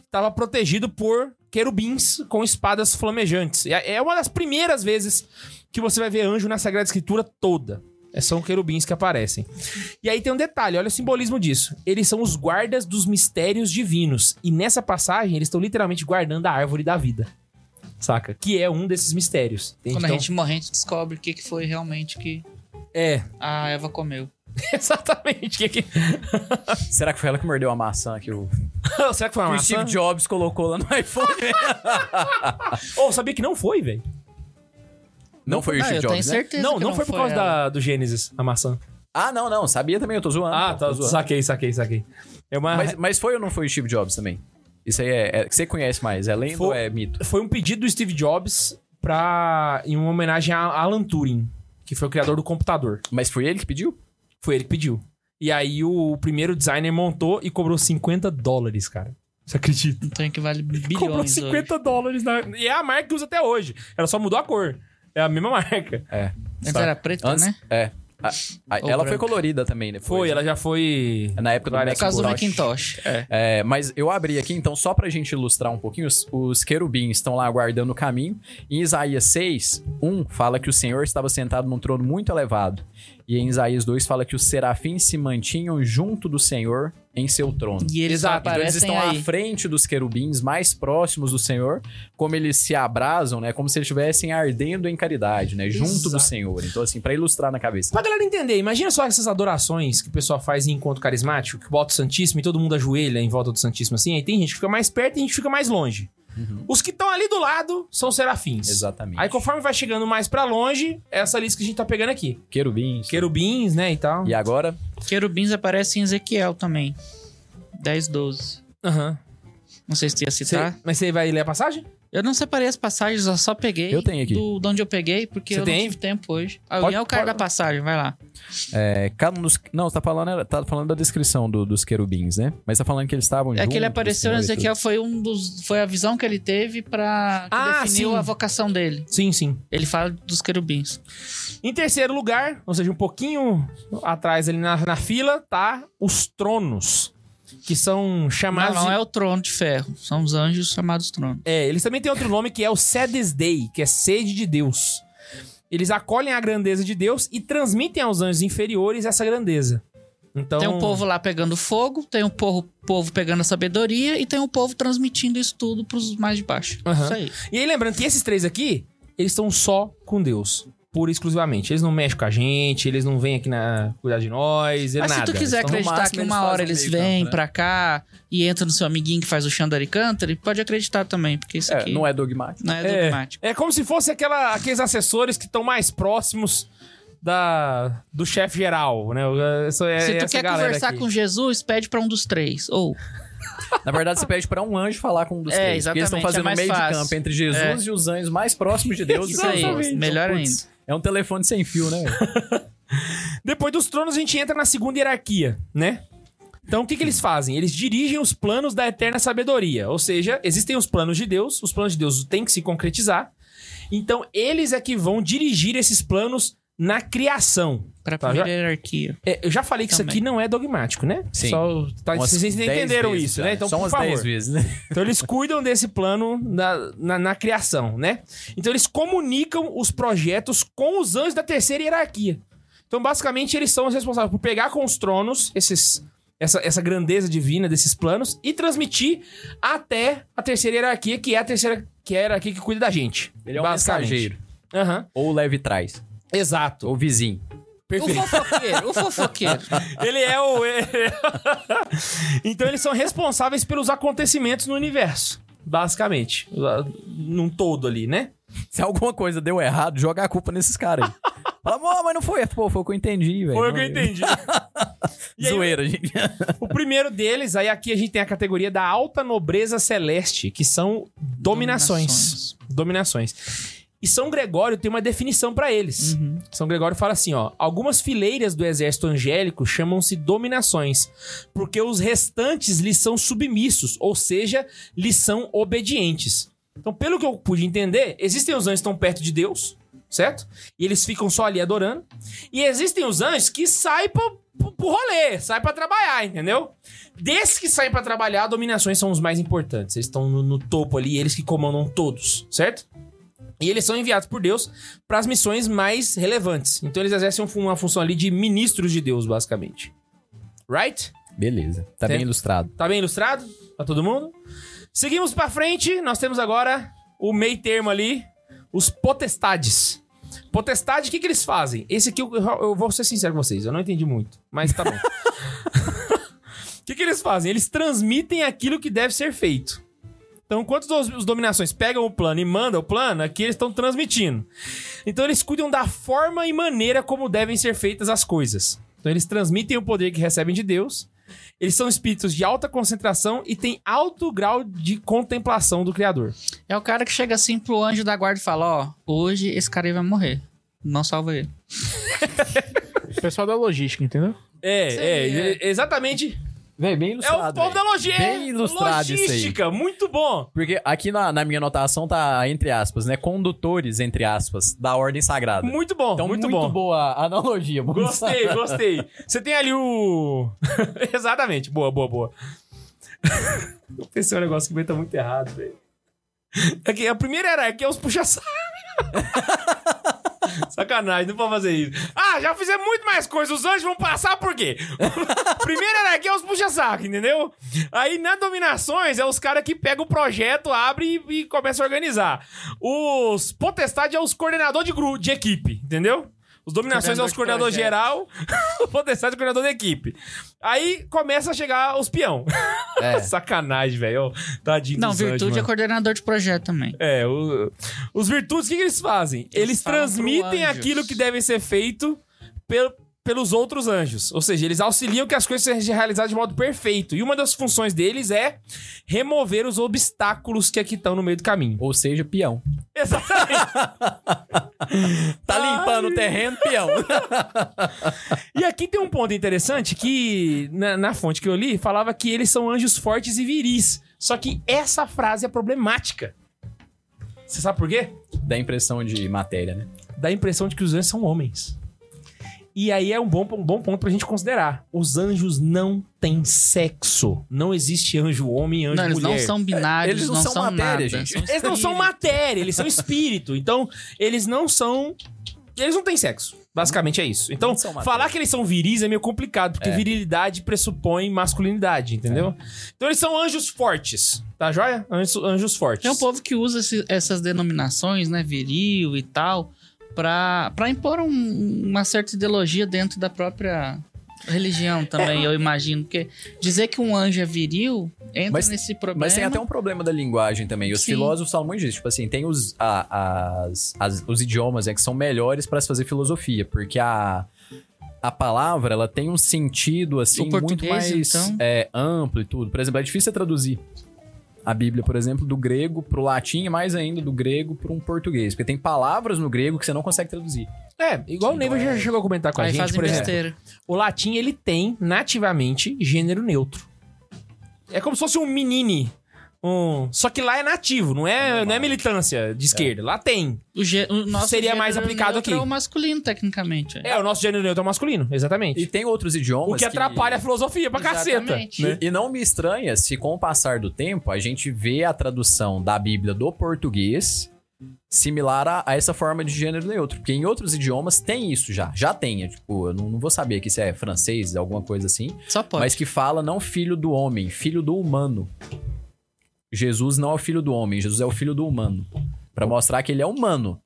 [SPEAKER 1] estava protegido por querubins com espadas flamejantes. E É é uma das primeiras vezes que você vai ver anjo na Sagrada Escritura toda. É, São querubins que aparecem. E aí tem um detalhe, olha o simbolismo disso. Eles são os guardas dos mistérios divinos. E nessa passagem, eles estão literalmente guardando a árvore da vida. Saca? Que é um desses mistérios. entende?
[SPEAKER 3] Quando a
[SPEAKER 1] Então,
[SPEAKER 3] gente morre, a gente descobre o que, que foi realmente que
[SPEAKER 1] É,
[SPEAKER 3] a Eva comeu.
[SPEAKER 1] exatamente. Que, que...
[SPEAKER 2] Será que foi ela que mordeu a maçã que o,
[SPEAKER 1] Será que foi
[SPEAKER 2] que
[SPEAKER 1] uma
[SPEAKER 2] o Steve
[SPEAKER 1] maçã?
[SPEAKER 2] Jobs colocou lá no iPhone?
[SPEAKER 1] Ou Oh, sabia que não foi, velho?
[SPEAKER 2] não foi o
[SPEAKER 3] Ah,
[SPEAKER 2] Steve
[SPEAKER 3] eu
[SPEAKER 2] Jobs,
[SPEAKER 3] tenho
[SPEAKER 2] né?
[SPEAKER 3] certeza
[SPEAKER 1] Não,
[SPEAKER 3] que
[SPEAKER 1] não foi por causa
[SPEAKER 3] ela.
[SPEAKER 1] da, do Gênesis, a maçã.
[SPEAKER 2] Ah, não, não. Sabia também, eu tô zoando.
[SPEAKER 1] Ah,
[SPEAKER 2] pô,
[SPEAKER 1] tá.
[SPEAKER 2] tô zoando.
[SPEAKER 1] Saquei, saquei, saquei. É uma...
[SPEAKER 2] Mas, mas foi ou não foi o Steve Jobs também? Isso aí é, é- que você conhece mais, é lenda
[SPEAKER 1] Foi-
[SPEAKER 2] ou é mito?
[SPEAKER 1] Foi um pedido do Steve Jobs pra... em uma homenagem a Alan Turing, que foi o criador do computador.
[SPEAKER 2] Mas foi ele que pediu?
[SPEAKER 1] Foi ele que pediu. E aí o primeiro designer montou e cobrou 50 dólares, cara. Você acredita?
[SPEAKER 3] Então é que vale
[SPEAKER 1] Cobrou
[SPEAKER 3] bilhões hoje.
[SPEAKER 1] 50 dólares. Na... E é a marca que usa até hoje. Ela só mudou a cor. É a mesma marca.
[SPEAKER 3] Antes era preta,
[SPEAKER 2] Antes-
[SPEAKER 3] né?
[SPEAKER 2] É. A- a-
[SPEAKER 3] Ou
[SPEAKER 2] ela
[SPEAKER 3] branco.
[SPEAKER 2] foi colorida também, né?
[SPEAKER 1] Foi, ela já foi.
[SPEAKER 2] Na época do
[SPEAKER 1] Várias
[SPEAKER 3] Por causa do Macintosh.
[SPEAKER 2] É, mas eu abri aqui, então, só pra gente ilustrar um pouquinho, os, os querubins estão lá guardando o caminho. Em Isaías 6, 1 fala que o Senhor estava sentado num trono muito elevado. E em Isaías 2 fala que os serafins se mantinham junto do Senhor em seu trono.
[SPEAKER 3] E eles
[SPEAKER 1] Exato,
[SPEAKER 2] Então, eles
[SPEAKER 3] aparecem
[SPEAKER 2] estão
[SPEAKER 3] aí.
[SPEAKER 2] à frente dos querubins, mais próximos do Senhor, como eles se abrasam, né? Como se eles estivessem ardendo em caridade, né? Junto do
[SPEAKER 1] Exato.
[SPEAKER 2] Senhor. Então, assim, pra ilustrar na cabeça.
[SPEAKER 1] Pra galera entender, imagina só essas adorações que o pessoal faz em encontro carismático, que bota o Santíssimo e todo mundo ajoelha em volta do Santíssimo assim. Aí tem gente que fica mais perto e a gente que fica mais longe. Os que estão ali do lado são serafins.
[SPEAKER 2] Exatamente.
[SPEAKER 1] Aí conforme vai chegando mais pra longe, é essa lista que a gente tá pegando aqui.
[SPEAKER 2] Querubins.
[SPEAKER 1] Querubins, né, e tal.
[SPEAKER 2] E agora?
[SPEAKER 3] Querubins aparecem em Ezequiel também. 10, 12.
[SPEAKER 1] Aham.
[SPEAKER 3] Não sei se tu ia
[SPEAKER 1] Cê-
[SPEAKER 3] citar.
[SPEAKER 1] Mas você vai ler a passagem?
[SPEAKER 3] Eu não separei as passagens, eu só peguei.
[SPEAKER 2] Eu tenho aqui.
[SPEAKER 3] Do, de onde eu peguei, porque
[SPEAKER 1] Você
[SPEAKER 3] eu
[SPEAKER 1] tem?
[SPEAKER 3] não tive tempo hoje. Ah,
[SPEAKER 1] Pode-
[SPEAKER 3] é o cara
[SPEAKER 1] pode-
[SPEAKER 3] da passagem, vai lá.
[SPEAKER 2] É,
[SPEAKER 5] um
[SPEAKER 2] Canos... Não, você tá falando,
[SPEAKER 5] é,
[SPEAKER 2] tá falando da descrição do- dos querubins, né? Mas tá falando que eles estavam
[SPEAKER 3] É que ele
[SPEAKER 2] juntos,
[SPEAKER 5] assim,
[SPEAKER 3] apareceu
[SPEAKER 2] Senhor
[SPEAKER 3] em
[SPEAKER 2] e tudo.
[SPEAKER 3] Ezequiel, foi um dos. Foi a visão que ele teve pra. Que
[SPEAKER 1] Ah,
[SPEAKER 3] definiu
[SPEAKER 1] sim.
[SPEAKER 3] a vocação dele.
[SPEAKER 1] Sim, sim.
[SPEAKER 3] Ele fala dos querubins.
[SPEAKER 1] Em terceiro lugar, ou seja, um pouquinho atrás ali na, na fila, tá os tronos, que são
[SPEAKER 3] Mas
[SPEAKER 1] chamados.
[SPEAKER 3] não,
[SPEAKER 1] de-
[SPEAKER 3] é o trono de ferro. São os anjos chamados trono.
[SPEAKER 1] É, eles também têm outro nome que é o Sedes Dei, que é sede de Deus. Eles acolhem a grandeza de Deus e transmitem aos anjos inferiores essa grandeza. Então,
[SPEAKER 3] Tem um povo lá pegando fogo, tem um povo, povo pegando a sabedoria e tem um povo transmitindo isso tudo pros mais de baixo.
[SPEAKER 1] Aham.
[SPEAKER 3] Isso aí.
[SPEAKER 1] E aí, lembrando que esses três aqui, eles estão só com Deus. Pura e exclusivamente. Eles não mexem com a gente, eles não vêm aqui na cuidar de nós,
[SPEAKER 3] Mas
[SPEAKER 1] nada.
[SPEAKER 3] se tu quiser
[SPEAKER 2] Então, no
[SPEAKER 3] acreditar
[SPEAKER 2] máximo,
[SPEAKER 3] que
[SPEAKER 2] eles
[SPEAKER 3] uma
[SPEAKER 2] fazem
[SPEAKER 3] hora
[SPEAKER 2] um
[SPEAKER 3] eles
[SPEAKER 2] meio
[SPEAKER 3] vêm
[SPEAKER 2] campo, né?
[SPEAKER 3] pra cá e entra no seu amiguinho que faz o Xandari Cantor, pode acreditar também, porque isso
[SPEAKER 2] É,
[SPEAKER 3] aqui
[SPEAKER 2] não é dogmático.
[SPEAKER 3] não é
[SPEAKER 1] É.
[SPEAKER 3] dogmático.
[SPEAKER 1] É como se fosse aquela- aqueles assessores que estão mais próximos da, do chefe geral, né? Essa, é,
[SPEAKER 3] Se tu
[SPEAKER 1] essa
[SPEAKER 3] quer
[SPEAKER 1] galera
[SPEAKER 3] conversar
[SPEAKER 1] aqui.
[SPEAKER 3] com Jesus, pede pra um dos três. Ou,
[SPEAKER 5] Na verdade, você pede pra um anjo falar com um dos
[SPEAKER 3] É,
[SPEAKER 5] três. Porque eles estão
[SPEAKER 3] exatamente, é
[SPEAKER 5] fazendo
[SPEAKER 3] mais
[SPEAKER 5] meio de
[SPEAKER 3] fácil.
[SPEAKER 5] campo entre Jesus
[SPEAKER 3] É.
[SPEAKER 5] e os anjos mais próximos de Deus.
[SPEAKER 3] isso aí,
[SPEAKER 5] Exatamente.
[SPEAKER 3] melhor
[SPEAKER 5] Então,
[SPEAKER 3] ainda.
[SPEAKER 5] putz, É um telefone sem fio, né? velho?
[SPEAKER 1] Depois dos tronos, a gente entra na segunda hierarquia, né? Então, o que, que eles fazem? Eles dirigem os planos da eterna sabedoria. Ou seja, existem os planos de Deus, os planos de Deus têm que se concretizar. Então, eles é que vão dirigir esses planos na criação.
[SPEAKER 3] Pra
[SPEAKER 1] Tá,
[SPEAKER 3] primeira hierarquia.
[SPEAKER 1] É, eu já falei que isso
[SPEAKER 3] Também.
[SPEAKER 1] aqui não é dogmático, né?
[SPEAKER 5] Sim.
[SPEAKER 1] Só, tá,
[SPEAKER 5] Umas
[SPEAKER 1] vocês
[SPEAKER 5] 10
[SPEAKER 1] entenderam
[SPEAKER 5] vezes,
[SPEAKER 1] isso,
[SPEAKER 5] cara.
[SPEAKER 1] né? Então,
[SPEAKER 5] Só
[SPEAKER 1] por
[SPEAKER 5] umas
[SPEAKER 1] favor.
[SPEAKER 5] 10 vezes, né?
[SPEAKER 1] Então eles cuidam desse plano na, na, na criação, né? Então eles comunicam os projetos com os anjos da terceira hierarquia. Então, basicamente, eles são os responsáveis por pegar com os tronos esses, essa, essa grandeza divina desses planos e transmitir até a terceira hierarquia, que é a terceira que é a hierarquia que cuida da gente.
[SPEAKER 5] Ele é um
[SPEAKER 1] basicamente.
[SPEAKER 5] mensageiro.
[SPEAKER 1] Aham.
[SPEAKER 5] Ou leve trás.
[SPEAKER 1] Exato.
[SPEAKER 5] Ou vizinho.
[SPEAKER 3] O
[SPEAKER 1] Perfeito.
[SPEAKER 3] fofoqueiro, o fofoqueiro.
[SPEAKER 1] Ele é o. então eles são responsáveis pelos acontecimentos no universo. Basicamente. Num todo ali, né?
[SPEAKER 5] Se alguma coisa deu errado, joga a culpa nesses caras aí. Fala, "Mô, mas não foi. Pô, foi o que eu entendi, velho.
[SPEAKER 1] Foi o que eu entendi. E aí,
[SPEAKER 5] Zoeira, gente.
[SPEAKER 1] o primeiro deles, aí aqui a gente tem a categoria da alta nobreza celeste, que são dominações. Dominações. E São Gregório tem uma definição pra eles.
[SPEAKER 3] Uhum.
[SPEAKER 1] São Gregório fala assim, ó: "Algumas fileiras do exército angélico chamam-se dominações, porque os restantes lhes são submissos, ou seja, lhes são obedientes." Então, pelo que eu pude entender, existem os anjos que estão perto de Deus, certo? E eles ficam só ali adorando. E existem os anjos que saem pro, pro, pro rolê, saem pra trabalhar, entendeu? Desses que saem pra trabalhar, dominações são os mais importantes. Eles estão no, no topo ali, eles que comandam todos, certo? E eles são enviados por Deus para as missões mais relevantes. Então eles exercem um fun- uma função ali de ministros de Deus, basicamente. Right?
[SPEAKER 5] Beleza. Tá bem
[SPEAKER 1] Certo.
[SPEAKER 5] ilustrado.
[SPEAKER 1] Tá bem ilustrado? Pra todo mundo? Seguimos pra frente, nós temos agora o meio termo ali, os potestades. Potestade, o que, que eles fazem? Esse aqui, eu, eu vou ser sincero com vocês, eu não entendi muito, mas tá bom. O que, que eles fazem? Eles transmitem aquilo que deve ser feito. Então, enquanto os, os dominações pegam o plano e mandam o plano, aqui eles estão transmitindo. Então, eles cuidam da forma e maneira como devem ser feitas as coisas. Então, eles transmitem o poder que recebem de Deus eles são espíritos de alta concentração e têm alto grau de contemplação do Criador.
[SPEAKER 3] É o cara que chega assim pro anjo da guarda e fala: Ó, hoje esse cara aí vai morrer. Não salva ele.
[SPEAKER 4] O pessoal da logística, entendeu?
[SPEAKER 1] É,
[SPEAKER 3] Sim,
[SPEAKER 1] é,
[SPEAKER 3] é.
[SPEAKER 1] e- exatamente.
[SPEAKER 5] Velho, bem
[SPEAKER 1] É o
[SPEAKER 5] ilustrado.
[SPEAKER 1] povo da logística.
[SPEAKER 5] Bem ilustrado isso aí.
[SPEAKER 1] Logística, muito bom.
[SPEAKER 5] Porque aqui na, na minha anotação tá entre aspas, né? Condutores, entre aspas, da ordem sagrada.
[SPEAKER 1] Muito bom,
[SPEAKER 5] então,
[SPEAKER 1] muito,
[SPEAKER 5] muito,
[SPEAKER 1] bom.
[SPEAKER 5] boa a analogia. vamos lá.
[SPEAKER 1] Gostei, gostei. Você tem ali o. exatamente, boa, boa, boa. Eu pensei um negócio que vai tá muito errado, velho. Aqui, a primeira hierarquia é os puxa-saco. Sacanagem, não pode fazer isso. Ah, já fizemos muito mais coisas. Os anjos vão passar por quê? Primeira hierarquia é os puxa-saco, entendeu? Aí na dominações é os caras que pegam o projeto, abre e, e começa a organizar. Os potestade é os coordenadores de grupo, de equipe, entendeu? Os dominações é os
[SPEAKER 3] Coordenador
[SPEAKER 1] coordenador
[SPEAKER 3] de
[SPEAKER 1] geral, o potestade é o coordenador da equipe. Aí começa a chegar os peão. Sacanagem, velho. Ó, Tadinho
[SPEAKER 3] Não,
[SPEAKER 1] dos
[SPEAKER 3] virtude
[SPEAKER 1] anjos,
[SPEAKER 3] é
[SPEAKER 1] mano.
[SPEAKER 3] coordenador de projeto também.
[SPEAKER 1] É, o- os virtudes, o que, que eles fazem? Eles,
[SPEAKER 3] falam pro
[SPEAKER 1] transmitem
[SPEAKER 3] anjos.
[SPEAKER 1] aquilo que deve ser feito pel- pelos outros anjos. Ou seja, eles auxiliam que as coisas sejam realizadas de modo perfeito. E uma das funções deles é remover os obstáculos que aqui estão no meio do caminho.
[SPEAKER 5] Ou seja, peão.
[SPEAKER 1] Exatamente.
[SPEAKER 5] Tá limpando o terreno, peão.
[SPEAKER 1] e aqui tem um ponto interessante que, na, na fonte que eu li, falava que eles são anjos fortes e viris. Só que essa frase é problemática. Você sabe por quê?
[SPEAKER 5] Dá impressão de matéria, né?
[SPEAKER 1] dá a impressão de que os anjos são homens. E aí é um bom, um bom ponto pra gente considerar. Os anjos não têm sexo. Não existe anjo homem e anjo
[SPEAKER 3] não, eles
[SPEAKER 1] mulher.
[SPEAKER 3] não são binários,
[SPEAKER 5] Eles
[SPEAKER 3] Ah, não,
[SPEAKER 5] não são matéria,
[SPEAKER 3] nada.
[SPEAKER 5] gente.
[SPEAKER 1] Eles não são matéria, eles são espírito. Então, eles não são. Eles não têm sexo. Basicamente é isso. Então,
[SPEAKER 5] Não são matéria.
[SPEAKER 1] falar que eles são viris é meio complicado, porque virilidade pressupõe masculinidade, entendeu? Então, eles são anjos fortes. Tá joia? Anjos, anjos fortes.
[SPEAKER 3] Tem um povo que usa esse- essas denominações, né, viril e tal, pra, pra impor um- uma certa ideologia dentro da própria religião também, eu imagino. Porque dizer que um anjo é viril entra
[SPEAKER 2] Mas-
[SPEAKER 3] nesse problema.
[SPEAKER 2] Mas tem até um problema da linguagem também. Os
[SPEAKER 3] Sim.
[SPEAKER 2] filósofos falam muito disso. Tipo assim, tem os, a- as- as- os idiomas né, que são melhores para se fazer filosofia, porque a, a palavra ela tem um sentido assim
[SPEAKER 3] O
[SPEAKER 2] muito
[SPEAKER 3] português,
[SPEAKER 2] mais
[SPEAKER 3] então?
[SPEAKER 2] é, amplo e tudo. Por exemplo, é difícil você traduzir a Bíblia, por exemplo, do grego pro latim e mais ainda do grego para um português, porque tem palavras no grego que você não consegue traduzir.
[SPEAKER 1] É, igual o Neiva já chegou a comentar com a
[SPEAKER 3] então Aí
[SPEAKER 1] gente,
[SPEAKER 3] fazem
[SPEAKER 1] por exemplo.
[SPEAKER 3] besteira.
[SPEAKER 1] O latim, ele tem, nativamente, gênero neutro. É como se fosse um menine. Um... Só que lá é nativo, não é, não é militância de esquerda. Lá tem.
[SPEAKER 3] O gê- o nosso
[SPEAKER 1] Seria
[SPEAKER 3] gênero
[SPEAKER 1] mais aplicado
[SPEAKER 3] neutro
[SPEAKER 1] aqui.
[SPEAKER 3] É o masculino, tecnicamente.
[SPEAKER 1] É, o nosso gênero neutro é o masculino, exatamente.
[SPEAKER 2] E tem outros idiomas
[SPEAKER 1] o que atrapalha a filosofia pra
[SPEAKER 3] Exatamente.
[SPEAKER 1] caceta. né?
[SPEAKER 2] E não me estranha se, com o passar do tempo, a gente vê a tradução da Bíblia do português similar a, a essa forma de gênero neutro. Porque em outros idiomas tem isso já. Já tem. é, tipo, eu não, não vou saber aqui se é francês, alguma coisa assim.
[SPEAKER 3] Só pode.
[SPEAKER 2] Mas que fala não filho do homem, filho do humano. Jesus não é o filho do homem, Jesus é o filho do humano. Pra mostrar que ele é humano.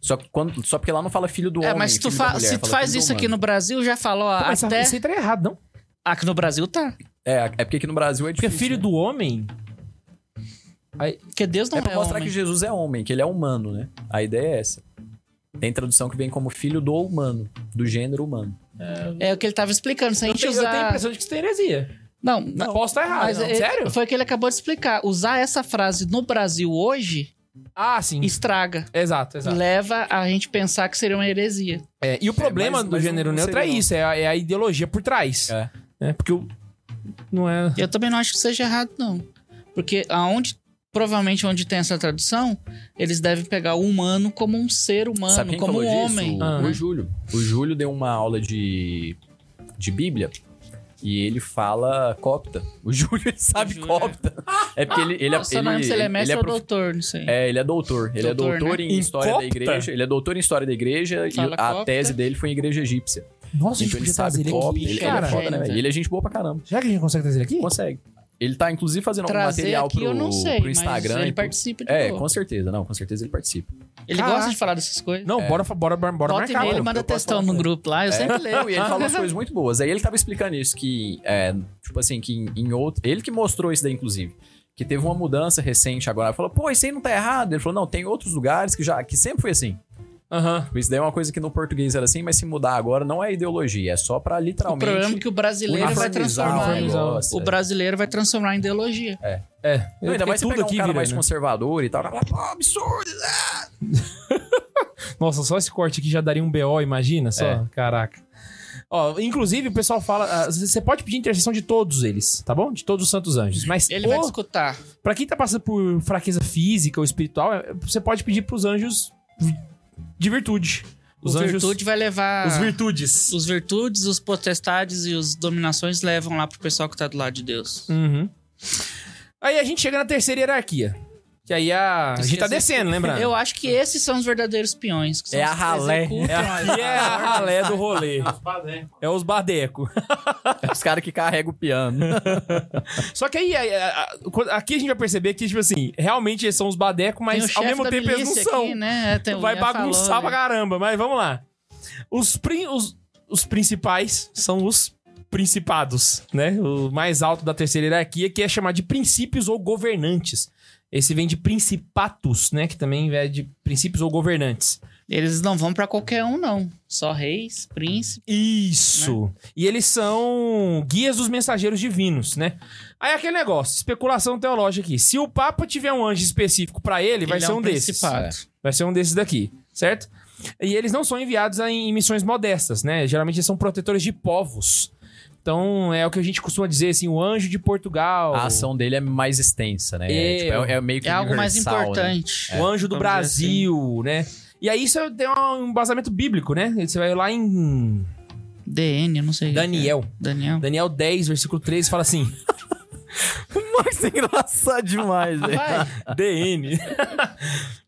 [SPEAKER 2] Só, que quando, só porque lá não fala filho do
[SPEAKER 3] é,
[SPEAKER 2] homem.
[SPEAKER 3] mas se tu,
[SPEAKER 2] filho
[SPEAKER 3] fa-
[SPEAKER 2] da mulher,
[SPEAKER 3] se tu
[SPEAKER 2] fala
[SPEAKER 3] faz
[SPEAKER 2] filho do
[SPEAKER 3] isso aqui
[SPEAKER 2] humano.
[SPEAKER 3] no Brasil, já falou
[SPEAKER 1] Pô, mas
[SPEAKER 3] até...
[SPEAKER 1] isso aí tá errado, não.
[SPEAKER 3] Aqui no Brasil tá.
[SPEAKER 2] É, é porque aqui no Brasil é
[SPEAKER 1] Porque
[SPEAKER 2] difícil.
[SPEAKER 1] filho
[SPEAKER 2] né?
[SPEAKER 1] do homem...
[SPEAKER 3] Porque Deus não
[SPEAKER 2] É
[SPEAKER 3] é,
[SPEAKER 2] pra mostrar
[SPEAKER 3] homem.
[SPEAKER 2] que Jesus é homem, que ele é humano, né? A ideia é essa. Tem tradução que vem como filho do humano, do gênero humano.
[SPEAKER 3] É o que ele tava explicando. Se a
[SPEAKER 1] Eu
[SPEAKER 3] gente
[SPEAKER 1] tenho, eu tenho a
[SPEAKER 3] usar...
[SPEAKER 1] impressão de que isso tem heresia.
[SPEAKER 3] Não,
[SPEAKER 1] Não.
[SPEAKER 3] não.
[SPEAKER 1] Posso estar errado.
[SPEAKER 3] Mas
[SPEAKER 1] não.
[SPEAKER 3] é-
[SPEAKER 1] Sério?
[SPEAKER 3] foi o que ele acabou de explicar. Usar essa frase no Brasil hoje
[SPEAKER 1] Ah,
[SPEAKER 2] Hum.
[SPEAKER 1] sim.
[SPEAKER 3] estraga.
[SPEAKER 1] Exato, exato.
[SPEAKER 3] Leva a gente pensar que seria uma heresia.
[SPEAKER 1] É, e o problema
[SPEAKER 2] mas-
[SPEAKER 1] do
[SPEAKER 2] mas
[SPEAKER 1] gênero
[SPEAKER 2] não
[SPEAKER 1] neutro é
[SPEAKER 2] seria, não.
[SPEAKER 1] isso, é a, é a ideologia por trás.
[SPEAKER 2] É.
[SPEAKER 1] Né? Porque o. Não é.
[SPEAKER 3] Eu também não acho que seja errado, não. Porque aonde... Provavelmente onde tem essa tradução, eles devem pegar o humano como um ser humano,
[SPEAKER 2] Sabe quem
[SPEAKER 3] como um
[SPEAKER 2] falou
[SPEAKER 3] homem.
[SPEAKER 2] disso? O-
[SPEAKER 1] Ah.
[SPEAKER 2] O Júlio. O Júlio deu uma aula de, de Bíblia e ele fala copta. O Júlio ele sabe
[SPEAKER 3] Júlio, é.
[SPEAKER 2] copta. É porque ele, ele,
[SPEAKER 3] Eu só não
[SPEAKER 2] ele,
[SPEAKER 3] lembro se ele é mestre
[SPEAKER 2] ele
[SPEAKER 3] ou
[SPEAKER 2] prof-
[SPEAKER 3] doutor, não sei.
[SPEAKER 2] É, ele é doutor. Ele
[SPEAKER 3] Doutor,
[SPEAKER 2] é doutor
[SPEAKER 3] né?
[SPEAKER 2] em
[SPEAKER 1] Em
[SPEAKER 2] história
[SPEAKER 1] copta?
[SPEAKER 2] da igreja. Ele é doutor em história da igreja e
[SPEAKER 3] Fala
[SPEAKER 2] a
[SPEAKER 3] copta.
[SPEAKER 2] tese dele foi em igreja egípsia.
[SPEAKER 1] Nossa,
[SPEAKER 2] Então ele sabe
[SPEAKER 1] ele
[SPEAKER 2] copta.
[SPEAKER 1] aqui,
[SPEAKER 2] Ele, ele
[SPEAKER 1] cara.
[SPEAKER 2] é foda, né?
[SPEAKER 3] Gente.
[SPEAKER 2] velho? E ele é gente boa pra caramba.
[SPEAKER 1] Será que a gente consegue trazer ele aqui?
[SPEAKER 2] Consegue. Ele tá, inclusive, fazendo algum
[SPEAKER 3] Trazer
[SPEAKER 2] material
[SPEAKER 3] aqui
[SPEAKER 2] pro,
[SPEAKER 3] eu não sei,
[SPEAKER 2] pro Instagram.
[SPEAKER 3] mas
[SPEAKER 2] e
[SPEAKER 3] ele
[SPEAKER 2] pro-
[SPEAKER 3] participa de
[SPEAKER 2] É, Ah.
[SPEAKER 3] boa.
[SPEAKER 2] com certeza, não, com certeza ele participa.
[SPEAKER 3] Ele
[SPEAKER 1] Caraca.
[SPEAKER 3] gosta de falar dessas coisas.
[SPEAKER 1] Não, bora, bora, bora, bora
[SPEAKER 3] Bota
[SPEAKER 1] marcar.
[SPEAKER 3] e-mail,
[SPEAKER 1] mano.
[SPEAKER 3] ele manda
[SPEAKER 2] eu posso
[SPEAKER 3] textão
[SPEAKER 2] falar
[SPEAKER 3] no
[SPEAKER 2] com ele. É.
[SPEAKER 3] grupo lá, eu sempre leio.
[SPEAKER 2] Não, e ele fala umas coisas muito boas. Aí ele tava explicando isso, que, é, tipo assim, que em, em outro. Ele que mostrou isso daí, inclusive. Que teve uma mudança recente agora. Ele falou, pô, isso aí não tá errado. Ele falou, não, tem outros lugares que já. que sempre foi assim.
[SPEAKER 1] Aham.
[SPEAKER 2] Isso daí é uma coisa que no português era assim, mas se mudar agora não é ideologia, é só pra
[SPEAKER 3] O
[SPEAKER 2] literalmente.
[SPEAKER 3] problema é que o brasileiro vai
[SPEAKER 2] uniformizar o
[SPEAKER 3] transformar. em-
[SPEAKER 1] uniformizar.
[SPEAKER 2] negócio,
[SPEAKER 3] O
[SPEAKER 2] é.
[SPEAKER 3] brasileiro vai transformar em ideologia.
[SPEAKER 1] É.
[SPEAKER 2] Não, ainda
[SPEAKER 1] porque
[SPEAKER 2] mais se pegar um cara
[SPEAKER 1] vira,
[SPEAKER 2] mais
[SPEAKER 1] né?
[SPEAKER 2] conservador e tal. cara, Pô, absurdo!
[SPEAKER 1] Nossa, só esse corte aqui já daria um BO, imagina só. Caraca. Ó, inclusive, o pessoal fala. ah, Você pode pedir intercessão de todos eles, tá bom? De todos os santos anjos. Mas
[SPEAKER 3] Ele
[SPEAKER 1] o-
[SPEAKER 3] vai te escutar.
[SPEAKER 1] pra quem tá passando por fraqueza física ou espiritual, é- você pode pedir pros anjos de virtude.
[SPEAKER 3] Os
[SPEAKER 1] Os anjos.
[SPEAKER 3] virtude vai levar.
[SPEAKER 1] Os virtudes.
[SPEAKER 3] Os virtudes, os potestades e os dominações levam lá pro pessoal que tá do lado de Deus.
[SPEAKER 1] Uhum. Aí a gente chega na terceira hierarquia. Que aí a. A gente tá descendo, lembrando.
[SPEAKER 3] Eu acho que esses são os verdadeiros peões. que são
[SPEAKER 2] É
[SPEAKER 3] os
[SPEAKER 2] a
[SPEAKER 3] que
[SPEAKER 2] ralé.
[SPEAKER 1] É
[SPEAKER 3] executam as-
[SPEAKER 1] aqui é a ralé do rolê. É os badeco.
[SPEAKER 2] Os caras que carregam o piano.
[SPEAKER 1] Só que aí, a- a- a- quando- aqui a gente vai perceber que, tipo assim, realmente eles são os badeco,
[SPEAKER 3] Tem o
[SPEAKER 1] mas ao
[SPEAKER 3] um chefe
[SPEAKER 1] mesmo
[SPEAKER 3] da
[SPEAKER 1] tempo eles não
[SPEAKER 3] milícia
[SPEAKER 1] são.
[SPEAKER 3] aqui, né? É, tem-
[SPEAKER 1] Vai
[SPEAKER 3] já falou,
[SPEAKER 1] bagunçar
[SPEAKER 3] né?
[SPEAKER 1] pra caramba, mas vamos lá. Os, prin- os- os principais são os principados, né? O mais alto da terceira hierarquia, que é chamado de princípios ou governantes. Esse vem de principatus, né? Que também é de princípios ou governantes.
[SPEAKER 3] Eles não vão pra qualquer um, não. Só reis, príncipes.
[SPEAKER 1] Isso. Né? E eles são guias dos mensageiros divinos, né? Aí aquele negócio, especulação teológica aqui. Se o Papa tiver um anjo específico pra ele, vai
[SPEAKER 3] Ele
[SPEAKER 1] ser
[SPEAKER 3] é
[SPEAKER 1] um,
[SPEAKER 3] um
[SPEAKER 1] desses.
[SPEAKER 3] principado.
[SPEAKER 4] Ah,
[SPEAKER 1] Vai ser um desses daqui, certo? E eles não são enviados a- em missões modestas, né? Geralmente eles são protetores de povos. Então é o que a gente costuma dizer, assim, o anjo de Portugal.
[SPEAKER 3] Ah,
[SPEAKER 2] A ação dele é mais extensa, né? É,
[SPEAKER 1] É.
[SPEAKER 2] tipo, é- é meio que
[SPEAKER 3] É algo mais
[SPEAKER 2] universal, né?
[SPEAKER 3] importante.
[SPEAKER 1] O anjo do
[SPEAKER 3] é, vamos assim.
[SPEAKER 1] Brasil, né? E aí isso tem um embasamento bíblico, né? Você vai lá em
[SPEAKER 3] DN, eu não sei. o que
[SPEAKER 1] Daniel.
[SPEAKER 3] é. Daniel.
[SPEAKER 1] Daniel 10, versículo 13, fala assim...
[SPEAKER 2] Mas é engraçado demais, velho.
[SPEAKER 1] DN.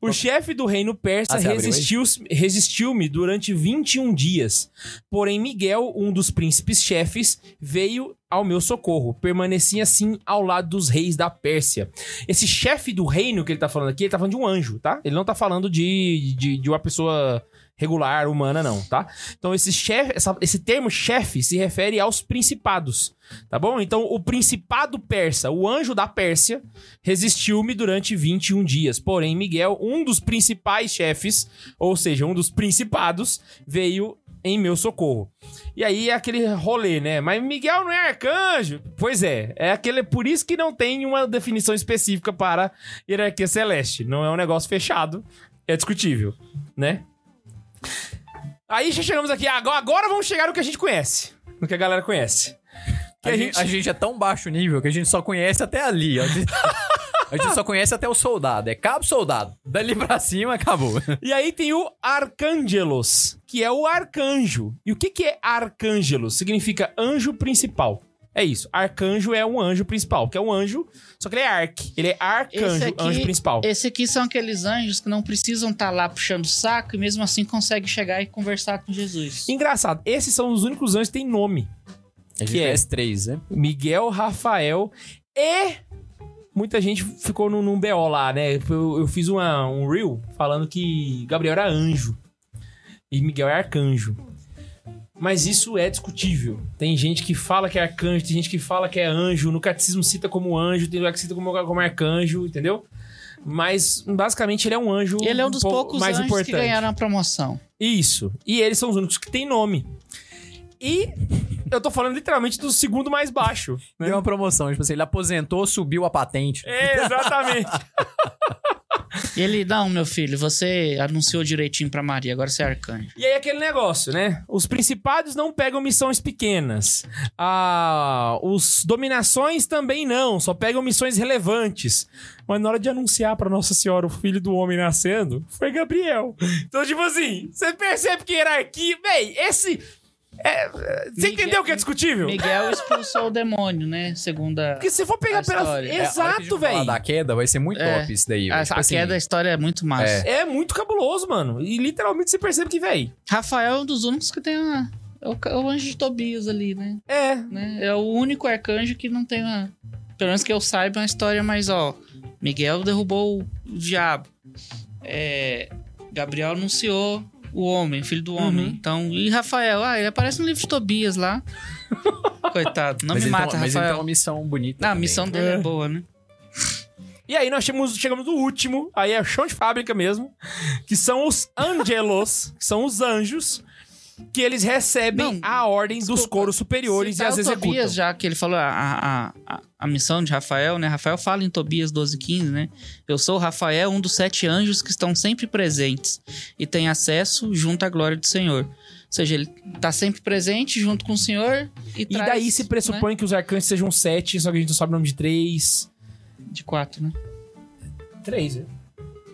[SPEAKER 1] o chefe do reino persa
[SPEAKER 2] Ah, você abriu aí?
[SPEAKER 1] resistiu- resistiu-me durante 21 dias. Porém, Miguel, um dos príncipes chefes, veio ao meu socorro. Permaneci assim ao lado dos reis da Pérsia. Esse chefe do reino que ele tá falando aqui, ele tá falando de um anjo, tá? Ele não tá falando de, de, de uma pessoa regular, humana, não, tá? Então, esse, chefe, essa- esse termo chefe se refere aos principados, tá bom? Então, o principado persa, o anjo da Pérsia, resistiu-me durante 21 dias. Porém, Miguel, um dos principais chefes, ou seja, um dos principados, veio em meu socorro. E aí é aquele rolê, né? Mas Miguel não é arcanjo? Pois é, é aquele por isso que não tem uma definição específica para hierarquia celeste. Não é um negócio fechado, é discutível, né? Aí já chegamos aqui, agora, agora vamos chegar no que a gente conhece, no que a galera conhece. Que
[SPEAKER 5] A, gente... a gente é tão baixo nível que a gente só conhece até ali. ó. A gente só conhece até o soldado. É cabo soldado. Dali pra cima, acabou.
[SPEAKER 1] E aí tem o Arcângelos, que é o arcanjo. E o que, que é Arcângelos? Significa anjo principal. É isso. Arcanjo é um anjo principal, que é um anjo, só que ele é arc. Ele é arcanjo,
[SPEAKER 3] Esse aqui- é-
[SPEAKER 1] anjo principal.
[SPEAKER 3] Esse aqui são aqueles anjos que não precisam estar lá puxando o saco e mesmo assim conseguem chegar e conversar com Jesus.
[SPEAKER 1] Engraçado, esses são os únicos anjos que tem nome.
[SPEAKER 5] A gente
[SPEAKER 1] Que é?
[SPEAKER 5] conhece três, né?
[SPEAKER 1] Miguel, Rafael e muita gente ficou num, num BO lá, né? Eu, eu fiz uma- um reel falando que Gabriel era anjo e Miguel é arcanjo. Mas isso é discutível. Tem gente que fala que é arcanjo, tem gente que fala que é anjo, no catecismo cita como anjo, tem lugar que cita como, como arcanjo, entendeu? Mas basicamente ele é um anjo.
[SPEAKER 3] Ele é um dos
[SPEAKER 1] pouco
[SPEAKER 3] poucos anjos que ganharam a promoção.
[SPEAKER 1] isso. E eles são os únicos que têm nome. E eu tô falando literalmente do segundo mais baixo. né?
[SPEAKER 5] Deu uma promoção. Tipo assim, ele aposentou, subiu a patente.
[SPEAKER 1] É, exatamente.
[SPEAKER 3] Ele, não, meu filho, você anunciou direitinho pra Maria, agora você é arcanjo.
[SPEAKER 1] e aí aquele negócio, né? Os principados não pegam missões pequenas. Ah, os dominações também não, só pegam missões relevantes. Mas na hora de anunciar pra Nossa Senhora o filho do homem nascendo, foi Gabriel. Então, tipo assim, você percebe que hierarquia... Véi, esse... é, é, você
[SPEAKER 3] Miguel-
[SPEAKER 1] entendeu o que é discutível?
[SPEAKER 3] Miguel expulsou o demônio, né? Segundo a.
[SPEAKER 1] Porque se for pegar
[SPEAKER 3] A
[SPEAKER 1] pela...
[SPEAKER 3] história. É, a
[SPEAKER 5] É,
[SPEAKER 3] hora
[SPEAKER 5] a hora que a gente
[SPEAKER 1] Exato,
[SPEAKER 5] falar
[SPEAKER 1] véi.
[SPEAKER 5] da queda vai ser muito
[SPEAKER 3] É.
[SPEAKER 5] top isso daí.
[SPEAKER 3] A,
[SPEAKER 5] velho. Tipo
[SPEAKER 3] a
[SPEAKER 5] assim,
[SPEAKER 3] queda da história é muito massa.
[SPEAKER 5] É.
[SPEAKER 1] É muito cabuloso, mano. E literalmente você percebe que, véi.
[SPEAKER 3] Rafael é um dos únicos que tem a. É o, ca- é o anjo de Tobias ali, né?
[SPEAKER 1] É.
[SPEAKER 3] né? É o único arcanjo que não tem uma. Pelo menos que eu saiba uma história mais, ó. Miguel derrubou o diabo. É, Gabriel anunciou o homem, filho do homem.
[SPEAKER 1] Uhum.
[SPEAKER 3] Então, e Rafael? Ah, ele aparece no livro de Tobias lá. Coitado, não
[SPEAKER 5] mas
[SPEAKER 3] me
[SPEAKER 5] então-
[SPEAKER 3] mata,
[SPEAKER 5] Mas então é
[SPEAKER 3] Rafael.
[SPEAKER 5] uma missão bonita.
[SPEAKER 3] Não, a
[SPEAKER 5] também.
[SPEAKER 3] missão dele é.
[SPEAKER 1] É.
[SPEAKER 3] boa, né?
[SPEAKER 1] E aí nós chegamos, chegamos no último, aí é chão de fábrica mesmo, que são os angelos, que são os anjos, que eles recebem
[SPEAKER 3] Não,
[SPEAKER 1] a ordem dos
[SPEAKER 3] desculpa,
[SPEAKER 1] coros superiores e
[SPEAKER 3] Citar
[SPEAKER 1] as
[SPEAKER 3] o
[SPEAKER 1] executam.
[SPEAKER 3] Tobias, já que ele falou a, a, a, a missão de Rafael, né? Rafael fala em Tobias 12,15, né? Eu sou o Rafael, um dos sete anjos que estão sempre presentes e tem acesso junto à glória do Senhor. Ou seja, ele está sempre presente junto com o Senhor e,
[SPEAKER 1] E
[SPEAKER 3] traz,
[SPEAKER 1] daí se
[SPEAKER 3] né?
[SPEAKER 1] pressupõe que os arcanjos sejam sete, só que a gente não sabe o nome de três.
[SPEAKER 3] De quatro, né?
[SPEAKER 1] Três, né?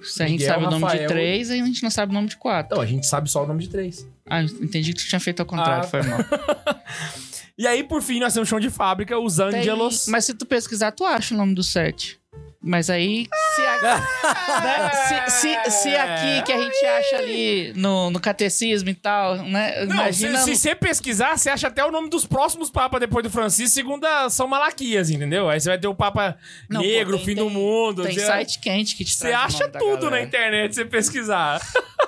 [SPEAKER 3] Se a gente
[SPEAKER 1] Miguel,
[SPEAKER 3] sabe o nome de
[SPEAKER 1] Rafael-
[SPEAKER 3] três, aí a gente não sabe o nome de quatro.
[SPEAKER 1] Não, Então, a gente sabe só o nome de três.
[SPEAKER 3] Ah, eu entendi que tu tinha feito ao contrário,
[SPEAKER 1] Ah.
[SPEAKER 3] foi mal.
[SPEAKER 1] E aí, por fim, nós temos chão de fábrica, os
[SPEAKER 3] Tem-
[SPEAKER 1] angelos.
[SPEAKER 3] Mas se tu pesquisar, tu acha o nome do sete. Mas aí. Se, a-
[SPEAKER 1] Ah!
[SPEAKER 3] né, se, se- se aqui que a gente acha ali no, no catecismo e tal, né?
[SPEAKER 1] Não,
[SPEAKER 3] imagina.
[SPEAKER 1] se, se você pesquisar, você acha até o nome dos próximos papas depois do Francisco, segundo a São Malaquias, entendeu? Aí você vai ter o Papa
[SPEAKER 3] Não, pô,
[SPEAKER 1] Negro,
[SPEAKER 3] tem-
[SPEAKER 1] Fim do
[SPEAKER 3] tem-
[SPEAKER 1] Mundo.
[SPEAKER 3] tem
[SPEAKER 1] você-
[SPEAKER 3] site quente que te
[SPEAKER 1] Você
[SPEAKER 3] traz o
[SPEAKER 1] acha
[SPEAKER 3] nome da
[SPEAKER 1] tudo né? na
[SPEAKER 3] galera.
[SPEAKER 1] internet se você pesquisar.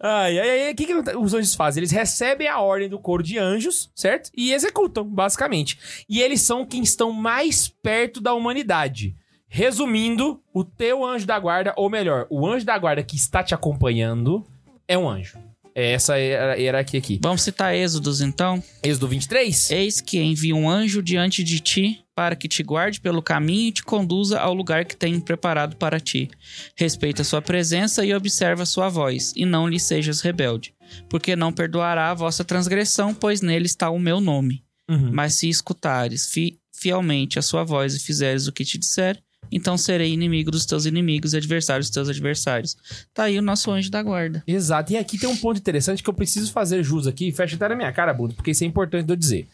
[SPEAKER 1] Ai, ai, ai, o que, que os anjos fazem? Eles recebem a ordem do coro de anjos, certo? E executam, basicamente. E eles são quem estão mais perto da humanidade. Resumindo, o teu anjo da guarda, ou melhor, o anjo da guarda que está te acompanhando é um anjo. É essa hier- hierarquia aqui.
[SPEAKER 3] Vamos citar Êxodos então.
[SPEAKER 1] Êxodo 23?
[SPEAKER 3] Eis que envia um anjo diante de ti para que te guarde pelo caminho e te conduza ao lugar que tenho preparado para ti. Respeita sua presença e observa sua voz, e não lhe sejas rebelde, porque não perdoará a vossa transgressão, pois nele está o meu nome.
[SPEAKER 1] Uhum.
[SPEAKER 3] Mas se escutares fi- fielmente a sua voz e fizeres o que te disser, então serei inimigo dos teus inimigos e adversário dos teus adversários. Tá aí o nosso anjo da guarda.
[SPEAKER 1] Exato. E aqui tem um ponto interessante que eu preciso fazer jus aqui. Fecha até na minha cara, Bruno, porque isso é importante de eu dizer.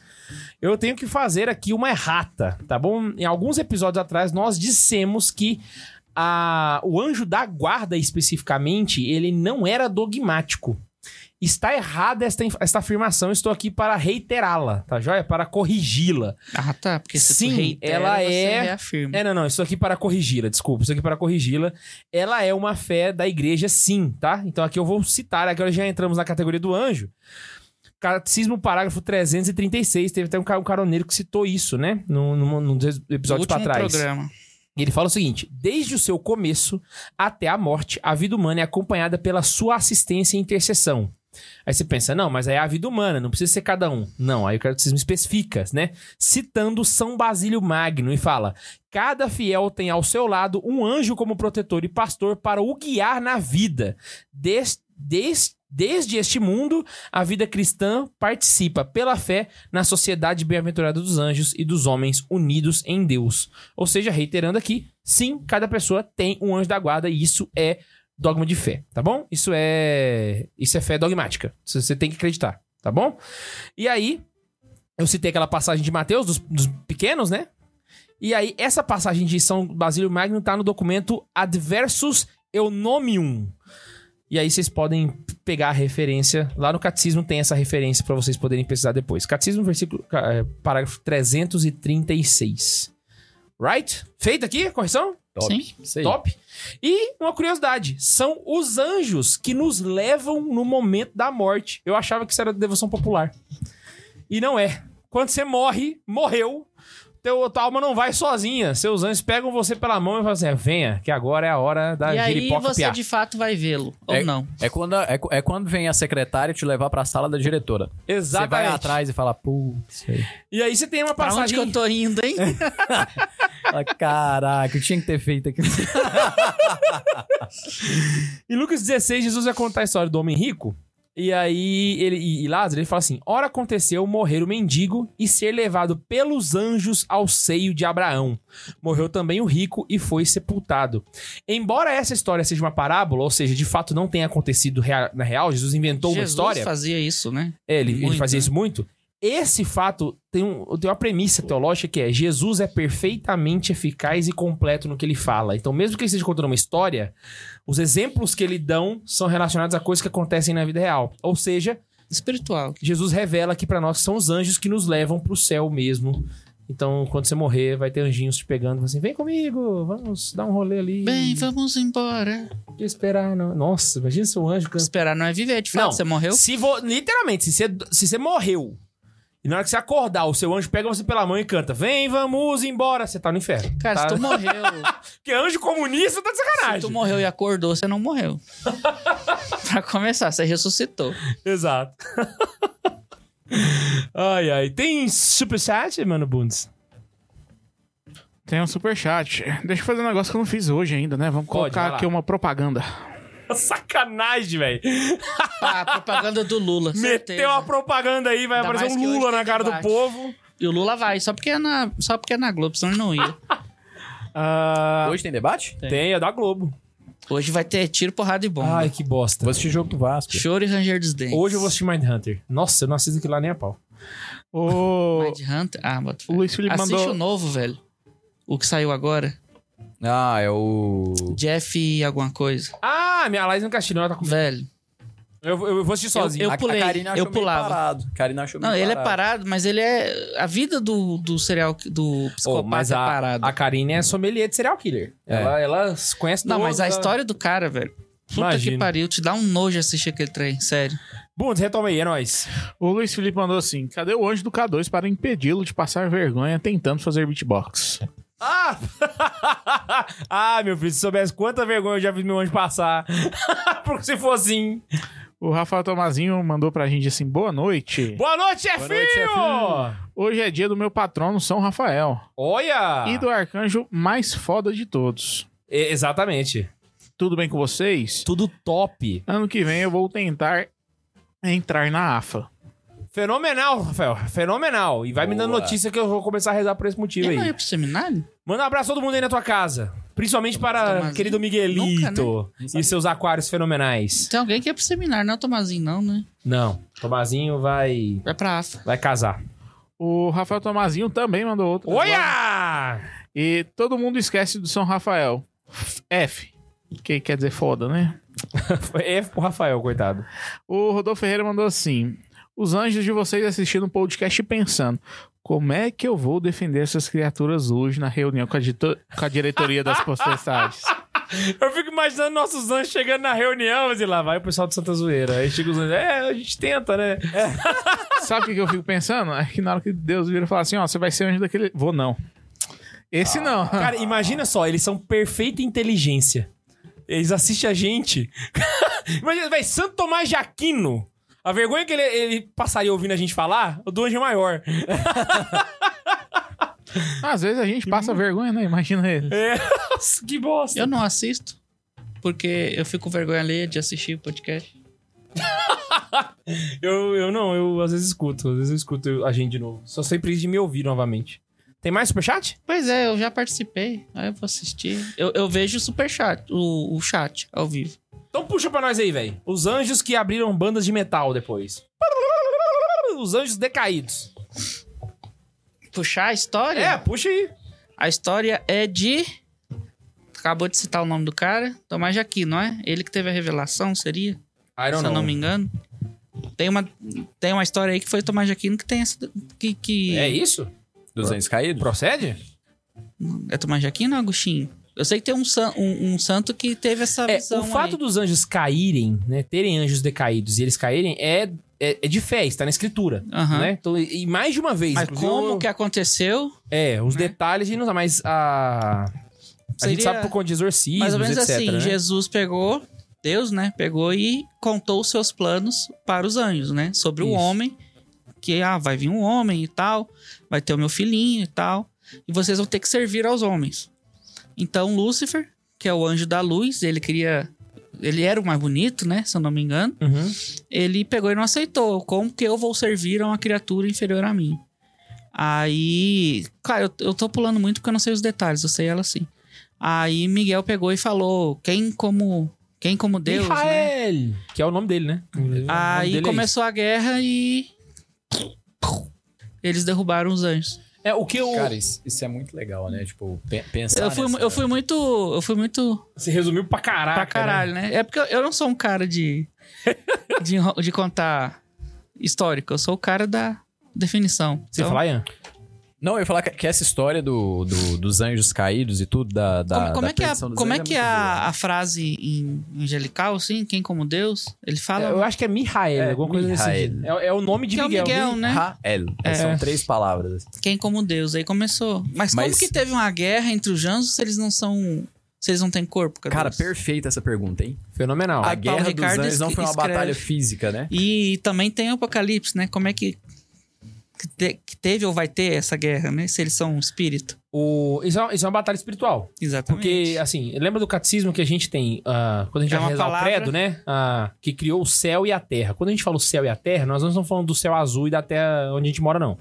[SPEAKER 1] Eu tenho que fazer aqui uma errata, tá bom? Em alguns episódios atrás, nós dissemos que a, o anjo da guarda, especificamente, ele não era dogmático. Está errada esta, inf- esta afirmação, estou aqui para reiterá-la, tá joia? Para corrigi-la.
[SPEAKER 3] Ah, tá. Porque se
[SPEAKER 1] Sim,
[SPEAKER 3] tu reitera,
[SPEAKER 1] ela
[SPEAKER 3] você
[SPEAKER 1] é-
[SPEAKER 3] reafirma.
[SPEAKER 1] É, não, não, isso aqui para corrigi-la, desculpa, isso aqui para corrigi-la. Ela é uma fé da igreja, sim, tá? Então aqui eu vou citar, agora já entramos na categoria do anjo. Catecismo, parágrafo 336, teve até um ca- um caroneiro que citou isso, né? Num, num, num dos
[SPEAKER 3] No
[SPEAKER 1] episódios
[SPEAKER 3] último
[SPEAKER 1] para trás.
[SPEAKER 3] programa.
[SPEAKER 1] E ele fala o seguinte: desde o seu começo até a morte, a vida humana é acompanhada pela sua assistência e intercessão. Aí você pensa, não, mas aí é a vida humana, não precisa ser cada um. Não, aí o catecismo especifica, né? Citando São Basílio Magno e fala: cada fiel tem ao seu lado um anjo como protetor e pastor para o guiar na vida. Des, des- desde este mundo, a vida cristã participa pela fé na sociedade bem-aventurada dos anjos e dos homens unidos em Deus. Ou seja, reiterando aqui, sim, cada pessoa tem um anjo da guarda e isso é dogma de fé, tá bom? Isso é isso é fé dogmática. Isso Você tem que acreditar, tá bom? E aí eu citei aquela passagem de Mateus dos, dos pequenos, né? E aí essa passagem de São Basílio Magno tá no documento Adversus Eunomium. E aí vocês podem pegar a referência lá no catecismo tem essa referência para vocês poderem pesquisar depois. Catecismo versículo ca- eh, parágrafo 336. Right? Feita aqui a correção?
[SPEAKER 3] Sim.
[SPEAKER 5] Isso aí.
[SPEAKER 1] Top. E uma curiosidade: são os anjos que nos levam no momento da morte. Eu achava que isso era devoção popular. E não é. Quando você morre, morreu. Teu, tua alma não vai sozinha. Seus anjos pegam você pela mão e falam assim: venha, que agora é a hora da
[SPEAKER 3] E aí
[SPEAKER 1] giripoca
[SPEAKER 3] você
[SPEAKER 1] piar.
[SPEAKER 3] de fato vai vê-lo. Ou
[SPEAKER 5] É-
[SPEAKER 3] não.
[SPEAKER 5] É quando, a- é, cu- é quando vem a secretária te levar pra sala da diretora. Você vai
[SPEAKER 1] Exatamente.
[SPEAKER 5] atrás e fala, putz, velho.
[SPEAKER 1] E aí você tem uma
[SPEAKER 3] Pra onde que
[SPEAKER 1] passagem.
[SPEAKER 3] eu tô indo, hein?
[SPEAKER 1] É,
[SPEAKER 5] Ah, Caraca, eu tinha que ter feito aquilo.
[SPEAKER 1] Em Lucas 16, Jesus vai contar a história do homem rico. E aí, ele, e, e Lázaro, ele fala assim: Ora aconteceu morrer o mendigo e ser levado pelos anjos ao seio de Abraão. Morreu também o rico e foi sepultado. Embora essa história seja uma parábola, ou seja, de fato não tenha acontecido rea- na real, Jesus inventou uma
[SPEAKER 3] Jesus
[SPEAKER 1] história.
[SPEAKER 3] fazia isso, né?
[SPEAKER 1] É, ele, ele
[SPEAKER 3] Muito,
[SPEAKER 1] fazia
[SPEAKER 3] né?
[SPEAKER 1] isso muito. Esse fato tem, um- tem uma premissa teológica que é: Jesus é perfeitamente eficaz e completo no que ele fala. Então, mesmo que ele esteja contando uma história, os exemplos que ele dão são relacionados a coisas que acontecem na vida real. Ou seja,
[SPEAKER 3] Espiritual.
[SPEAKER 1] Jesus revela aqui pra nós que são os anjos que nos levam pro céu mesmo. Então, quando você morrer, vai ter anjinhos te pegando, falando assim: vem comigo, vamos dar um rolê ali.
[SPEAKER 3] Bem, vamos embora.
[SPEAKER 1] te esperar. não." Nossa, imagina se um anjo cantando.
[SPEAKER 3] Esperar não é viver, de fato.
[SPEAKER 1] Não.
[SPEAKER 3] Você morreu?
[SPEAKER 1] Se vo... Literalmente, se você, se você morreu e na hora que você acordar, o seu anjo pega você pela mão e canta: Vem, vamos embora. Você tá no inferno.
[SPEAKER 3] Cara,
[SPEAKER 1] tá...
[SPEAKER 3] se tu morreu,
[SPEAKER 1] Porque anjo comunista tá de
[SPEAKER 3] se
[SPEAKER 1] sacanagem.
[SPEAKER 3] tu morreu e acordou, você não morreu. pra começar, você ressuscitou.
[SPEAKER 1] Exato. ai, ai. Tem superchat, mano, Bundes?
[SPEAKER 4] Tem um superchat. Deixa eu fazer um negócio que eu não fiz hoje ainda, né? Vamos
[SPEAKER 1] Pode, vai
[SPEAKER 4] colocar
[SPEAKER 1] lá.
[SPEAKER 4] aqui uma propaganda.
[SPEAKER 1] Sacanagem, velho.
[SPEAKER 3] Ah, propaganda do Lula. certeza.
[SPEAKER 1] Meteu uma propaganda aí, vai
[SPEAKER 3] Ainda
[SPEAKER 1] aparecer
[SPEAKER 3] mais
[SPEAKER 1] um
[SPEAKER 3] que hoje
[SPEAKER 1] Lula
[SPEAKER 3] tem
[SPEAKER 1] na cara do
[SPEAKER 3] debate.
[SPEAKER 1] povo.
[SPEAKER 3] E o Lula vai, só porque é na, só porque é na Globo, senão ele não ia.
[SPEAKER 1] Ah,
[SPEAKER 5] Hoje tem debate?
[SPEAKER 1] tem, é da Globo.
[SPEAKER 3] Hoje vai ter tiro, porrada e bomba.
[SPEAKER 1] Ai, que bosta.
[SPEAKER 5] Vou assistir jogo do Vasco.
[SPEAKER 3] Choro e ranger dos dentes.
[SPEAKER 1] Hoje eu vou assistir Mindhunter. Nossa, eu não assisto aquilo lá nem a pau.
[SPEAKER 4] O,
[SPEAKER 3] Mind Hunter. Ah, bota
[SPEAKER 4] o
[SPEAKER 3] fé.
[SPEAKER 4] Luiz Felipe
[SPEAKER 3] Assiste
[SPEAKER 4] mandou.
[SPEAKER 3] o novo, velho. O que saiu agora.
[SPEAKER 5] Ah, é o...
[SPEAKER 3] Jeff e alguma coisa.
[SPEAKER 1] Ah, minha Laís no Castilho, ela tá com.
[SPEAKER 3] Velho.
[SPEAKER 1] Eu, eu vou assistir sozinho.
[SPEAKER 3] Eu
[SPEAKER 5] A-
[SPEAKER 3] pulei,
[SPEAKER 5] A Karina achou
[SPEAKER 3] eu
[SPEAKER 5] meio
[SPEAKER 3] pulava.
[SPEAKER 5] parado. A Karina achou
[SPEAKER 3] Não,
[SPEAKER 5] meio
[SPEAKER 3] ele é
[SPEAKER 5] parado.
[SPEAKER 3] parado, mas ele é. A vida do, do serial do
[SPEAKER 1] Pô,
[SPEAKER 3] psicopata
[SPEAKER 1] mas
[SPEAKER 3] é
[SPEAKER 1] a,
[SPEAKER 3] parada.
[SPEAKER 1] a Karine é sommelier de serial killer. Ela, ela conhece
[SPEAKER 3] Não,
[SPEAKER 1] todos,
[SPEAKER 3] mas a
[SPEAKER 1] ela-
[SPEAKER 3] história do cara, velho. Puta
[SPEAKER 1] Imagino.
[SPEAKER 3] que pariu, te dá um nojo assistir aquele trem, sério.
[SPEAKER 1] Bom, retoma aí, é nóis.
[SPEAKER 4] O Luiz Felipe mandou assim: cadê o anjo do K2 para impedi-lo de passar vergonha tentando fazer beatbox?
[SPEAKER 1] Ah! ah, meu filho, se soubesse quanta vergonha eu já fiz meu anjo passar. Porque se fosse assim.
[SPEAKER 4] O Rafael Tomazinho mandou pra gente assim: boa noite.
[SPEAKER 1] Boa noite, chefinho!
[SPEAKER 5] noite,
[SPEAKER 4] Hoje é dia do meu patrono São Rafael
[SPEAKER 1] Olha!
[SPEAKER 4] e do arcanjo mais foda de todos.
[SPEAKER 1] E- exatamente.
[SPEAKER 4] Tudo bem com vocês?
[SPEAKER 1] Tudo top.
[SPEAKER 4] Ano que vem eu vou tentar entrar na AFA.
[SPEAKER 1] Fenomenal, Rafael. Fenomenal. E vai me dando
[SPEAKER 5] Boa.
[SPEAKER 1] notícia que eu vou começar a rezar por esse motivo
[SPEAKER 3] Ele não
[SPEAKER 1] aí.
[SPEAKER 3] ia pro seminário?
[SPEAKER 1] Manda um abraço a todo mundo aí na tua casa. Principalmente para
[SPEAKER 3] Tomazinho?
[SPEAKER 1] querido Miguelito e seus aquários fenomenais.
[SPEAKER 3] Tem alguém que ia pro seminário, não é o Tomazinho, não, né?
[SPEAKER 1] Não, Tomazinho vai
[SPEAKER 3] Vai pra AFA.
[SPEAKER 1] Vai casar.
[SPEAKER 4] O Rafael Tomazinho também mandou outro.
[SPEAKER 1] Olha!
[SPEAKER 4] E todo mundo esquece do São Rafael. F. Que quer dizer foda, né?
[SPEAKER 1] F pro Rafael, coitado.
[SPEAKER 4] O Rodolfo Ferreira mandou assim: Os anjos de vocês assistindo o podcast e pensando. Como é que eu vou defender essas criaturas hoje na reunião com a, dito- com a diretoria das postessades?
[SPEAKER 1] Eu fico imaginando nossos anjos chegando na reunião e lá vai o pessoal de Santa Zoeira. Aí chega os anjos, é, a gente tenta, né?
[SPEAKER 4] Sabe o que que eu fico pensando? É que na hora que Deus vira e fala assim: Ó, você vai ser anjo daquele. Vou não. Esse não.
[SPEAKER 1] Cara, imagina só, eles são perfeita inteligência. Eles assistem a gente. imagina, velho, Santo Tomás de Aquino. A vergonha que ele, ele passaria ouvindo a gente falar, o do anjo é maior.
[SPEAKER 4] Às vezes a gente passa vergonha, né? Imagina ele.
[SPEAKER 1] É, nossa, que bosta.
[SPEAKER 3] Eu não assisto, porque eu fico com vergonha alheia de assistir o podcast.
[SPEAKER 1] Eu, eu não, eu às vezes escuto, às vezes eu escuto a gente de novo. Só sempre de me ouvir novamente. Tem mais superchat?
[SPEAKER 3] Pois é, eu já participei, aí eu vou assistir. Eu, eu vejo o superchat, o, o chat ao vivo.
[SPEAKER 1] Então puxa pra nós aí, velho. Os anjos que abriram bandas de metal depois. Os anjos decaídos.
[SPEAKER 3] Puxar a história?
[SPEAKER 1] É, puxa aí.
[SPEAKER 3] A história é de. Acabou de citar o nome do cara, Tomás de Aquino, não é? Ele que teve a revelação, seria?
[SPEAKER 1] I don't
[SPEAKER 3] se eu não
[SPEAKER 1] know.
[SPEAKER 3] me engano. Tem uma, tem uma história aí que foi Tomás de Aquino que tem essa. Que, que...
[SPEAKER 1] É isso?
[SPEAKER 5] Dos anjos caídos?
[SPEAKER 1] Procede?
[SPEAKER 3] É Tomás de Aquino ou Agostinho? Eu sei que tem um, san- um, um santo que teve essa
[SPEAKER 1] É,
[SPEAKER 3] visão
[SPEAKER 1] o fato
[SPEAKER 3] aí.
[SPEAKER 1] dos anjos caírem, né? Terem anjos decaídos e eles caírem é, é, é de fé, está na escritura.
[SPEAKER 3] Aham.
[SPEAKER 1] Né? Então, e e mais de uma vez.
[SPEAKER 3] Mas
[SPEAKER 1] inclusive,
[SPEAKER 3] como
[SPEAKER 1] eu-
[SPEAKER 3] que aconteceu?
[SPEAKER 1] É, os
[SPEAKER 3] né?
[SPEAKER 1] detalhes a gente não sabe, mas a. A gente
[SPEAKER 3] Seria
[SPEAKER 1] sabe por conta de exorcismos,
[SPEAKER 3] mais ou menos
[SPEAKER 1] etc,
[SPEAKER 3] assim,
[SPEAKER 1] né?
[SPEAKER 3] Jesus pegou, Deus, né? Pegou e contou os seus planos para os anjos, né? Sobre o
[SPEAKER 1] Isso.
[SPEAKER 3] homem. Que, ah, vai vir um homem e tal, vai ter o meu filhinho e tal. E vocês vão ter que servir aos homens. Então, Lúcifer, que é o anjo da luz, ele queria. Ele era o mais bonito, né? Se eu não me engano.
[SPEAKER 1] Uhum.
[SPEAKER 3] ele pegou e não aceitou. Como que eu vou servir a uma criatura inferior a mim? Aí, cara, eu, eu tô pulando muito porque eu não sei os detalhes, eu sei ela sim. Aí Miguel pegou e falou: quem como, quem como Deus, né?
[SPEAKER 1] Michael, que é o nome dele, né? O nome
[SPEAKER 3] Ah, Aí
[SPEAKER 1] dele é
[SPEAKER 3] começou a guerra e eles derrubaram os anjos.
[SPEAKER 1] isso. É, o que eu.
[SPEAKER 5] Cara, isso, isso é muito legal, né? Tipo, pe- pensar
[SPEAKER 3] Eu fui,
[SPEAKER 5] nessa-
[SPEAKER 3] eu fui muito, eu fui muito
[SPEAKER 1] Você resumiu pra caraca.
[SPEAKER 3] pra caralho, né? É porque eu- eu não sou um cara de de, enro- de contar histórico, eu sou o cara da definição.
[SPEAKER 1] Você
[SPEAKER 3] Então,
[SPEAKER 1] fala, Ian?
[SPEAKER 5] Não, eu ia falar que, que essa história do, do- dos anjos caídos e tudo, da. da
[SPEAKER 3] como, como
[SPEAKER 5] da
[SPEAKER 3] é que, a,
[SPEAKER 5] perdição dos
[SPEAKER 3] como é
[SPEAKER 5] anjos
[SPEAKER 3] que
[SPEAKER 5] muito boa.
[SPEAKER 3] a, a frase em angelical, assim, quem como Deus, ele fala.
[SPEAKER 1] Eu acho que é Michael,
[SPEAKER 5] É,
[SPEAKER 1] alguma coisa
[SPEAKER 5] Michael.
[SPEAKER 1] assim. É, é o nome de
[SPEAKER 3] que é o
[SPEAKER 1] Miguel.
[SPEAKER 3] Miguel, né?
[SPEAKER 5] Rael.
[SPEAKER 3] É.
[SPEAKER 5] São três palavras. assim.
[SPEAKER 3] Quem como Deus. Aí começou. Mas,
[SPEAKER 5] Mas-
[SPEAKER 3] como que teve uma guerra entre os anjos se eles não são. Se eles não têm corpo? cadê
[SPEAKER 5] Cara,
[SPEAKER 3] eles?
[SPEAKER 5] perfeita essa pergunta, hein?
[SPEAKER 1] Fenomenal.
[SPEAKER 5] a
[SPEAKER 3] Paulo
[SPEAKER 5] guerra
[SPEAKER 3] Então, Ricardo
[SPEAKER 5] dos anjos não foi uma
[SPEAKER 3] escreve.
[SPEAKER 5] batalha física, né?
[SPEAKER 3] E também tem o Apocalipse, né? Como é que. Que, te- que teve ou vai ter essa guerra, né? Se eles são um espírito.
[SPEAKER 1] O... Isso, é uma, isso é uma batalha espiritual.
[SPEAKER 3] Exatamente.
[SPEAKER 1] Porque, assim, lembra do catecismo que a gente tem, ah, quando a gente
[SPEAKER 3] É
[SPEAKER 1] vai
[SPEAKER 3] uma
[SPEAKER 1] rezar
[SPEAKER 3] palavra.
[SPEAKER 1] o credo, né? Ah, que criou o céu e a terra. Quando a gente fala o céu e a terra, nós não estamos falando do céu azul e da terra onde a gente mora, não.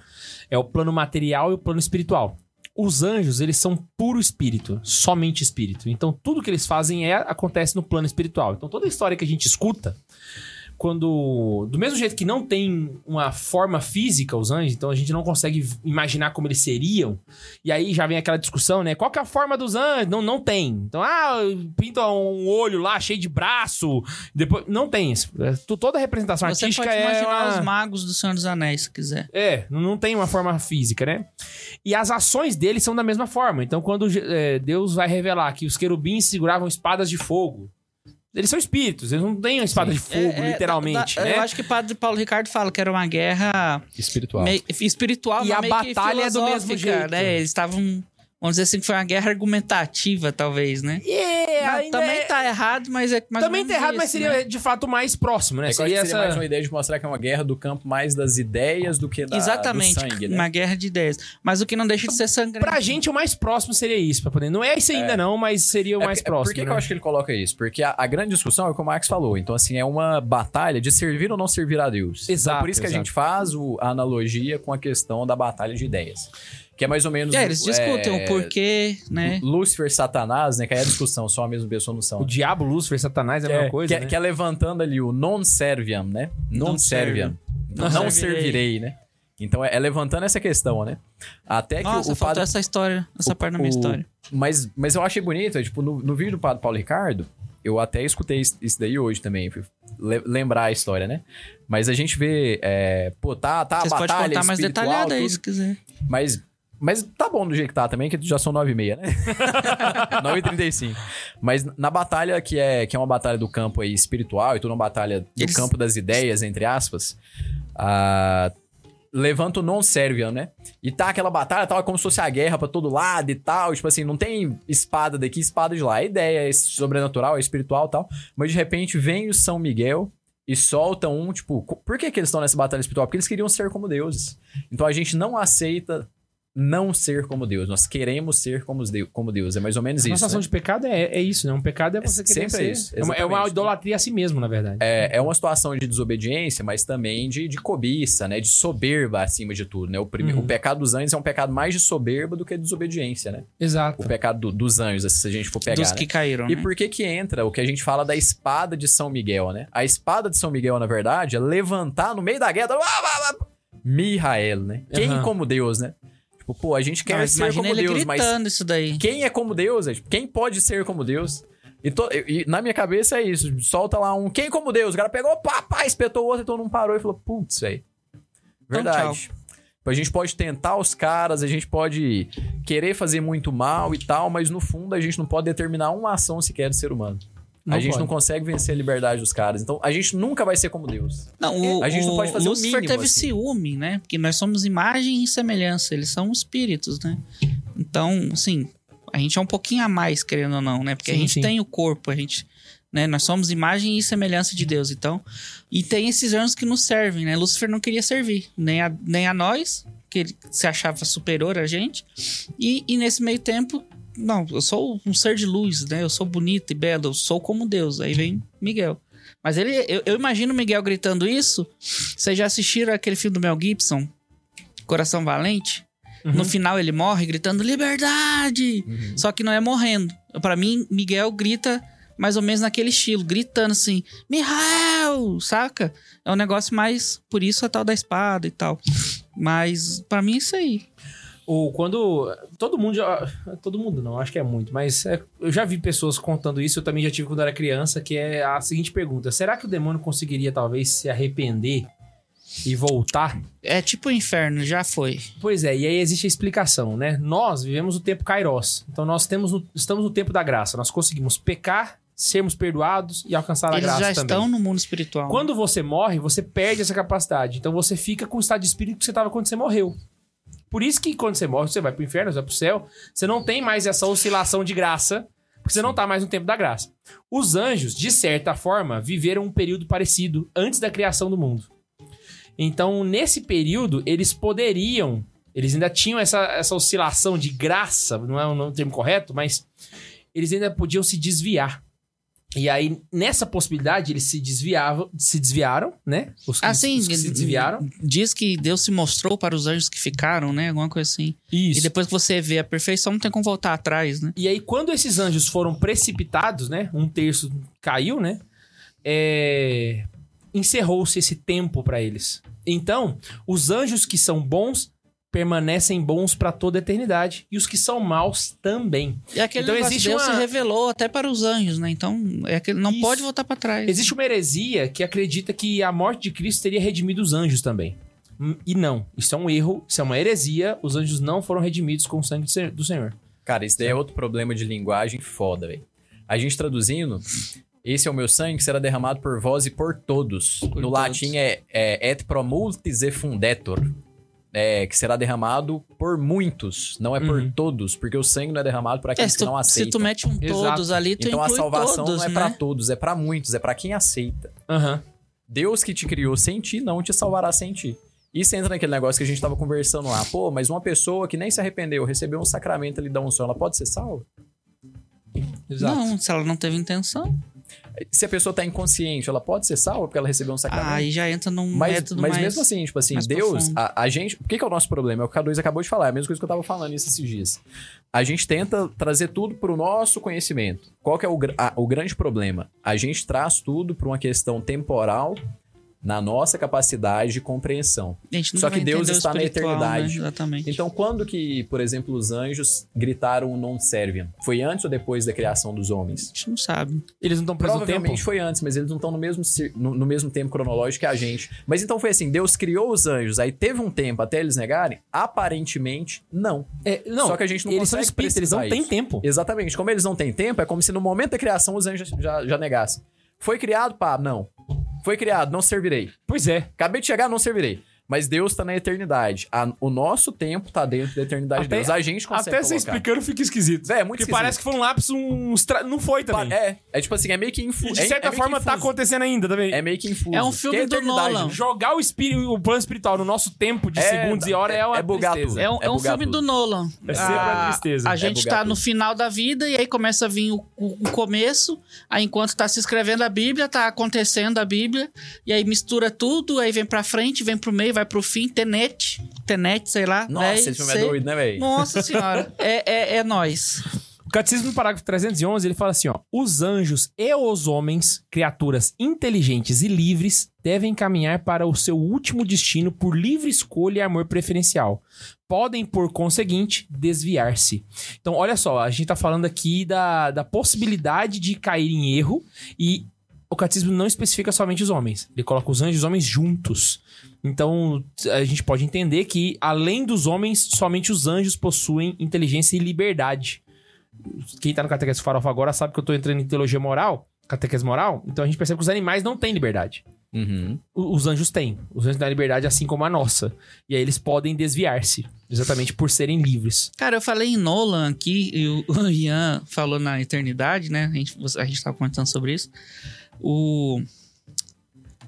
[SPEAKER 1] É o plano material e o plano espiritual. Os anjos, eles são puro espírito, somente espírito. Então, tudo que eles fazem é acontece no plano espiritual. Então, toda a história que a gente escuta, quando. Do mesmo jeito que não tem uma forma física os anjos, então a gente não consegue imaginar como eles seriam, e aí já vem aquela discussão, né? Qual que é a forma dos anjos? Não, não tem. Então, ah, pinta um olho lá cheio de braço. Depois. Não tem isso. É, tu- Toda representação
[SPEAKER 3] Você
[SPEAKER 1] artística
[SPEAKER 3] pode
[SPEAKER 1] é.
[SPEAKER 3] imaginar
[SPEAKER 1] uma-
[SPEAKER 3] os magos do Senhor dos Anéis, se quiser.
[SPEAKER 1] É, não tem uma forma física, né? E as ações deles são da mesma forma. Então, quando é, Deus vai revelar que os querubins seguravam espadas de fogo. Eles são espíritos, eles não têm uma espada de fogo,
[SPEAKER 3] É, é,
[SPEAKER 1] literalmente,
[SPEAKER 3] da- da-
[SPEAKER 1] né?
[SPEAKER 3] Eu acho que o padre Paulo Ricardo fala que era uma guerra
[SPEAKER 5] Espiritual.
[SPEAKER 3] Meio- espiritual,
[SPEAKER 1] E
[SPEAKER 3] mas
[SPEAKER 1] a
[SPEAKER 3] meio que
[SPEAKER 1] batalha é do mesmo
[SPEAKER 3] filosófica,
[SPEAKER 1] jeito.
[SPEAKER 3] né? Eles estavam, vamos dizer assim, que foi uma guerra argumentativa, talvez, né?
[SPEAKER 1] Yeah,
[SPEAKER 3] Mas
[SPEAKER 1] ainda
[SPEAKER 3] também
[SPEAKER 1] é-
[SPEAKER 3] tá errado, mas é mais ou
[SPEAKER 1] também
[SPEAKER 3] menos
[SPEAKER 1] tá errado,
[SPEAKER 3] isso,
[SPEAKER 1] mas seria
[SPEAKER 3] né?
[SPEAKER 1] de fato mais próximo, né?
[SPEAKER 5] É, que eu acho que seria mais uma ideia de mostrar que é uma guerra do campo mais das ideias do que da,
[SPEAKER 3] Exatamente,
[SPEAKER 5] do sangue, né?
[SPEAKER 3] uma guerra de ideias. Mas o que não deixa de ser sangrante.
[SPEAKER 1] Pra gente, o mais próximo seria isso, pra poder. Não é isso ainda, não, mas seria o
[SPEAKER 5] É
[SPEAKER 1] mais
[SPEAKER 5] porque-
[SPEAKER 1] próximo.
[SPEAKER 5] Por que, que
[SPEAKER 1] né?
[SPEAKER 5] eu acho que ele coloca isso? Porque a, a grande discussão é o que o Max falou. Então, assim, é uma batalha de servir ou não servir a Deus.
[SPEAKER 1] Exato,
[SPEAKER 5] Então, por isso que
[SPEAKER 1] exato.
[SPEAKER 5] a gente faz o- a analogia com a questão da batalha de ideias. Que é mais ou menos.
[SPEAKER 3] É, eles discutem
[SPEAKER 5] é,
[SPEAKER 3] o porquê, né?
[SPEAKER 5] Lúcifer, Satanás, né? Que aí é a discussão, só a mesma pessoa não são. né?
[SPEAKER 1] O diabo, Lúcifer, Satanás é a mesma
[SPEAKER 5] É,
[SPEAKER 1] coisa.
[SPEAKER 5] que, é-
[SPEAKER 1] né?
[SPEAKER 5] que é levantando ali o non serviam, né? Non serviam. Não,
[SPEAKER 3] Não servirei.
[SPEAKER 5] servirei, né? Então é, é levantando essa questão, né?
[SPEAKER 2] é
[SPEAKER 5] Até que
[SPEAKER 3] Nossa,
[SPEAKER 5] o
[SPEAKER 3] faltou
[SPEAKER 5] padre.
[SPEAKER 3] essa história, essa
[SPEAKER 5] o-
[SPEAKER 3] parte na minha
[SPEAKER 5] o-
[SPEAKER 3] história.
[SPEAKER 5] Mas, mas eu achei bonito, é, tipo, no, no vídeo do padre Paulo Ricardo,
[SPEAKER 2] eu até escutei isso isso daí hoje também, fui le- lembrar a história, né? Mas a gente vê, é, pô, tá, tá
[SPEAKER 3] Vocês
[SPEAKER 2] a
[SPEAKER 3] podem
[SPEAKER 2] batalha
[SPEAKER 3] contar mais
[SPEAKER 2] espiritual,
[SPEAKER 3] detalhado aí,
[SPEAKER 2] tudo,
[SPEAKER 3] se quiser.
[SPEAKER 2] mas, mas tá bom do jeito que tá também, que já são 9 e meia, né? 9 e 35. Mas na batalha que é, que é uma batalha do campo aí espiritual e tudo uma batalha do
[SPEAKER 3] Eles-
[SPEAKER 2] campo das ideias, entre aspas, ah, levanta o non-servian, né? E tá aquela batalha, tal, é como se fosse a guerra pra todo lado e tal. Tipo assim, não tem espada daqui, espada de lá. É ideia, é sobrenatural, é espiritual e tal. Mas de repente vem o São Miguel e solta um, tipo, co- por que, que eles estão nessa batalha espiritual? Porque eles queriam ser como deuses. Então a gente não aceita não ser como Deus. Nós queremos ser como, os deu- como Deus. É mais ou
[SPEAKER 5] assim,
[SPEAKER 2] menos
[SPEAKER 1] A
[SPEAKER 2] isso.
[SPEAKER 1] sensação
[SPEAKER 2] né?
[SPEAKER 1] de pecado é, é isso, né? Um pecado é você
[SPEAKER 2] É
[SPEAKER 1] querer
[SPEAKER 2] sempre
[SPEAKER 1] ser...
[SPEAKER 2] isso,
[SPEAKER 1] é, uma, é uma
[SPEAKER 2] exatamente.
[SPEAKER 1] idolatria a si mesmo, na verdade.
[SPEAKER 2] É, é uma situação de desobediência, mas também de, de cobiça, né? De soberba acima de tudo, né? O, prime-
[SPEAKER 1] Uhum.
[SPEAKER 2] o pecado dos anjos é um pecado mais de soberba do que de desobediência, né?
[SPEAKER 1] Exato.
[SPEAKER 2] O pecado do- dos anjos, se a gente for pegar.
[SPEAKER 3] dos
[SPEAKER 2] né?
[SPEAKER 3] que caíram,
[SPEAKER 2] E
[SPEAKER 3] né?
[SPEAKER 2] por que que entra o que a gente fala da espada de São Miguel, né? A espada de São Miguel, na verdade, é levantar no meio da guerra. Uá, uá, uá, ah, Mihael, né? Quem
[SPEAKER 1] Aham.
[SPEAKER 2] como Deus, né? Tipo, pô, a gente quer
[SPEAKER 3] Não, mas
[SPEAKER 2] ser
[SPEAKER 3] imagina
[SPEAKER 2] como
[SPEAKER 3] ele
[SPEAKER 2] Deus, mas
[SPEAKER 3] gritando isso daí.
[SPEAKER 2] quem é como Deus? é, tipo, quem pode ser como Deus? E, to- e- e na minha cabeça é isso. Solta lá um quem como Deus. O cara pegou, pá, pá, espetou o outro, então não parou e falou, putz, velho.
[SPEAKER 1] Então,
[SPEAKER 2] Verdade. Tipo, a gente pode tentar os caras, a gente pode querer fazer muito mal e tal, mas no fundo a gente não pode determinar uma ação sequer do ser humano. a
[SPEAKER 1] Não
[SPEAKER 2] gente
[SPEAKER 1] pode.
[SPEAKER 2] não consegue vencer a liberdade dos caras. Então a gente nunca vai ser como Deus.
[SPEAKER 3] Não, o,
[SPEAKER 2] É, A gente não
[SPEAKER 3] o
[SPEAKER 2] pode fazer o
[SPEAKER 3] Lúcifer
[SPEAKER 2] mínimo,
[SPEAKER 3] teve
[SPEAKER 2] assim.
[SPEAKER 3] ciúme, né? Porque nós somos imagem e semelhança, eles são espíritos, né? Então, assim, a gente é um pouquinho a mais, querendo ou não, né? Porque a
[SPEAKER 1] Sim,
[SPEAKER 3] gente
[SPEAKER 1] sim.
[SPEAKER 3] tem o corpo, a gente. Né? Nós somos imagem e semelhança de Deus, então. E tem esses anjos que nos servem, né? Lúcifer não queria servir, nem a, nem a nós, que ele se achava superior a gente. E, e nesse meio tempo, não, eu sou um ser de luz, né? Eu sou bonito e belo, eu sou como Deus. Aí vem Miguel. Mas ele, eu, eu imagino o Miguel gritando isso. Vocês já assistiram aquele filme do Mel Gibson, Coração Valente?
[SPEAKER 1] Uhum.
[SPEAKER 3] No final ele morre gritando liberdade. Só que não é morrendo. Pra mim, Miguel grita mais ou menos naquele estilo, gritando assim, Mihael, saca? É um negócio mais, por isso a tal da espada e tal. Mas pra mim é isso aí.
[SPEAKER 1] Ou quando. Todo mundo já. Todo mundo não, acho que é muito, mas é- eu já vi pessoas contando isso, eu também já tive quando era criança, que é a seguinte pergunta: será que o demônio conseguiria talvez se arrepender e voltar?
[SPEAKER 3] É tipo o inferno, já foi.
[SPEAKER 1] Pois é, e aí existe a explicação, né? Nós vivemos o tempo Kairos. Então nós temos no- estamos no tempo da graça. Nós conseguimos pecar, sermos perdoados e alcançar a
[SPEAKER 3] Eles
[SPEAKER 1] graça
[SPEAKER 3] já
[SPEAKER 1] também.
[SPEAKER 3] estão no mundo espiritual.
[SPEAKER 1] Quando você morre, você perde essa capacidade. Então você fica com o estado de espírito que você estava quando você morreu. Por isso que quando você morre, você vai pro inferno, você vai pro céu. Você não tem mais essa oscilação de graça, porque você não tá mais no tempo da graça. Os anjos, de certa forma, viveram um período parecido antes da criação do mundo. Então, nesse período, eles poderiam. Eles ainda tinham essa, essa oscilação de graça, não é o não é o termo correto, mas eles ainda podiam se desviar. E aí, nessa possibilidade, eles se desviavam, se desviaram, né? Os que,
[SPEAKER 3] Assim,
[SPEAKER 1] os que se desviaram.
[SPEAKER 3] diz que Deus se mostrou para os anjos que ficaram, né? Alguma coisa assim.
[SPEAKER 1] Isso.
[SPEAKER 3] E depois que você vê a perfeição, não tem como voltar atrás, né?
[SPEAKER 1] E aí, quando esses anjos foram precipitados, né? Um terço caiu, né? é, Encerrou-se esse tempo pra eles. Então, os anjos que são bons permanecem bons pra toda a eternidade. E os que são maus também.
[SPEAKER 3] É aquele
[SPEAKER 1] Então
[SPEAKER 3] negócio,
[SPEAKER 1] existe
[SPEAKER 3] Deus
[SPEAKER 1] uma-
[SPEAKER 3] se revelou até para os anjos, né? Então, é aquele, não
[SPEAKER 1] Isso.
[SPEAKER 3] pode voltar para trás.
[SPEAKER 1] Existe uma heresia que acredita que a morte de Cristo teria redimido os anjos também. Hum, E não, isso é um erro, isso é uma heresia. Os anjos não foram redimidos com o sangue do Sen- do Senhor.
[SPEAKER 2] Cara, isso daí é outro problema de linguagem foda, velho. A gente traduzindo, esse é o meu sangue que será derramado por vós e por todos. no
[SPEAKER 3] todos.
[SPEAKER 2] latim é, é et pro multis e fundetor. É, que será derramado por muitos, não é por
[SPEAKER 1] Uhum.
[SPEAKER 2] todos, porque o sangue não é derramado por
[SPEAKER 3] É,
[SPEAKER 2] aqueles
[SPEAKER 3] se,
[SPEAKER 2] que não
[SPEAKER 3] tu, se tu
[SPEAKER 2] aceitam.
[SPEAKER 3] mete um
[SPEAKER 1] Exato.
[SPEAKER 3] todos ali, tu
[SPEAKER 2] Então a
[SPEAKER 3] inclui
[SPEAKER 2] salvação
[SPEAKER 3] todos,
[SPEAKER 2] não é
[SPEAKER 3] né?
[SPEAKER 2] pra todos, é pra muitos, é pra quem aceita.
[SPEAKER 1] Aham.
[SPEAKER 2] Deus que te criou sem ti não te salvará sem ti. Isso entra naquele negócio que a gente tava conversando lá. Pô, mas uma pessoa que nem se arrependeu, recebeu um sacramento ali da unção, ela pode ser salva?
[SPEAKER 1] Exato.
[SPEAKER 3] Não, se ela não teve intenção,
[SPEAKER 2] Se a pessoa tá inconsciente, ela pode ser salva porque ela recebeu um sacramento?
[SPEAKER 3] aí já entra num
[SPEAKER 2] mas,
[SPEAKER 3] método
[SPEAKER 2] mas
[SPEAKER 3] é mais...
[SPEAKER 2] mesmo assim, tipo assim,
[SPEAKER 3] mais
[SPEAKER 2] Deus,
[SPEAKER 3] profundo.
[SPEAKER 2] a, a gente. O que, que é o nosso problema? É o que a K2 acabou de falar, é a mesma coisa que eu tava falando isso esses dias. A gente tenta trazer tudo pro nosso conhecimento. Qual que é o, gr- a- o grande problema? A gente traz tudo pra uma questão temporal
[SPEAKER 5] na nossa capacidade de compreensão.
[SPEAKER 3] A gente
[SPEAKER 5] Só
[SPEAKER 3] vai
[SPEAKER 5] que Deus
[SPEAKER 3] entender o
[SPEAKER 5] está na
[SPEAKER 3] espiritual,
[SPEAKER 5] eternidade.
[SPEAKER 3] Né? Exatamente.
[SPEAKER 5] Então, quando que, por exemplo, os anjos gritaram o non serviam? Foi antes ou depois da criação dos homens?
[SPEAKER 3] a gente não sabe.
[SPEAKER 1] Eles não estão presos no tempo?
[SPEAKER 5] Provavelmente foi antes, mas eles não estão no mesmo, cir- no, no mesmo tempo cronológico que a gente. Mas então foi assim: Deus criou os anjos, aí teve um tempo até eles negarem? Aparentemente, não.
[SPEAKER 1] É, não,
[SPEAKER 5] Só que a gente não
[SPEAKER 1] eles são
[SPEAKER 5] consegue
[SPEAKER 1] espíritos, eles não
[SPEAKER 5] precisar
[SPEAKER 1] têm
[SPEAKER 5] isso.
[SPEAKER 1] tempo.
[SPEAKER 5] Exatamente. Como eles não têm tempo, é como se no momento da criação os anjos já, já negassem. Foi criado, pá, não. Foi criado, não servirei.
[SPEAKER 1] Pois é.
[SPEAKER 5] Acabei de chegar, não servirei. Mas Deus tá na eternidade. A- o nosso tempo tá dentro da eternidade
[SPEAKER 1] Até-
[SPEAKER 5] de Deus. A gente consegue
[SPEAKER 1] Até você
[SPEAKER 5] colocar.
[SPEAKER 1] explicando fica esquisito.
[SPEAKER 5] Véi, é muito
[SPEAKER 1] Porque
[SPEAKER 5] esquisito.
[SPEAKER 1] parece que foi um lápis, uns... tra- Não foi também.
[SPEAKER 5] É, é tipo assim, é meio que infu...
[SPEAKER 1] E
[SPEAKER 5] é-
[SPEAKER 1] de
[SPEAKER 5] é
[SPEAKER 1] certa
[SPEAKER 5] meio que
[SPEAKER 1] forma tá
[SPEAKER 5] infuso.
[SPEAKER 1] acontecendo ainda também.
[SPEAKER 5] É meio que infuso.
[SPEAKER 3] É um filme
[SPEAKER 5] Porque
[SPEAKER 3] do
[SPEAKER 5] eternidade,
[SPEAKER 3] Nolan.
[SPEAKER 5] né?
[SPEAKER 1] Jogar o, espírito, o plano espiritual no nosso tempo de
[SPEAKER 5] É,
[SPEAKER 1] segundos e horas é, uma
[SPEAKER 5] é Ah. bugar
[SPEAKER 1] tristeza.
[SPEAKER 5] tudo.
[SPEAKER 3] É um,
[SPEAKER 5] É
[SPEAKER 3] é um
[SPEAKER 5] bugar
[SPEAKER 3] filme
[SPEAKER 5] tudo.
[SPEAKER 3] do Nolan. Ah,
[SPEAKER 1] É sempre uma tristeza.
[SPEAKER 3] A
[SPEAKER 1] É
[SPEAKER 3] gente
[SPEAKER 5] bugar
[SPEAKER 3] tá no final da vida e aí começa a vir o, o- o começo. Aí enquanto tá se escrevendo a Bíblia, tá acontecendo a Bíblia. E aí mistura tudo, aí vem pra frente, vem pro meio, vai pro fim. Tenet, Tenet, sei lá.
[SPEAKER 5] Nossa,
[SPEAKER 3] né?
[SPEAKER 5] esse filme é
[SPEAKER 3] Sei.
[SPEAKER 5] doido, né, velho?
[SPEAKER 3] Nossa senhora, é, é, é nós.
[SPEAKER 1] O Catecismo, no parágrafo 311, ele fala assim, ó. Os anjos e os homens, criaturas inteligentes e livres, devem caminhar para o seu último destino por livre escolha e amor preferencial. Podem, por conseguinte, desviar-se. Então, olha só, a gente tá falando aqui da, da possibilidade de cair em erro e o catecismo não especifica somente os homens. Ele coloca os anjos e os homens juntos. Então, a gente pode entender que, além dos homens, somente os anjos possuem inteligência e liberdade quem tá no Catequese Farofa agora sabe que eu tô entrando em teologia moral, catequese moral, então a gente percebe que os animais não têm liberdade.
[SPEAKER 5] Uhum.
[SPEAKER 1] O- Os anjos têm. Os anjos têm a liberdade assim como a nossa. E aí eles podem desviar-se, exatamente por serem livres.
[SPEAKER 3] Cara, eu falei em Nolan aqui, e o o Ian falou na eternidade, né? A gente, você- a gente tava comentando sobre isso. O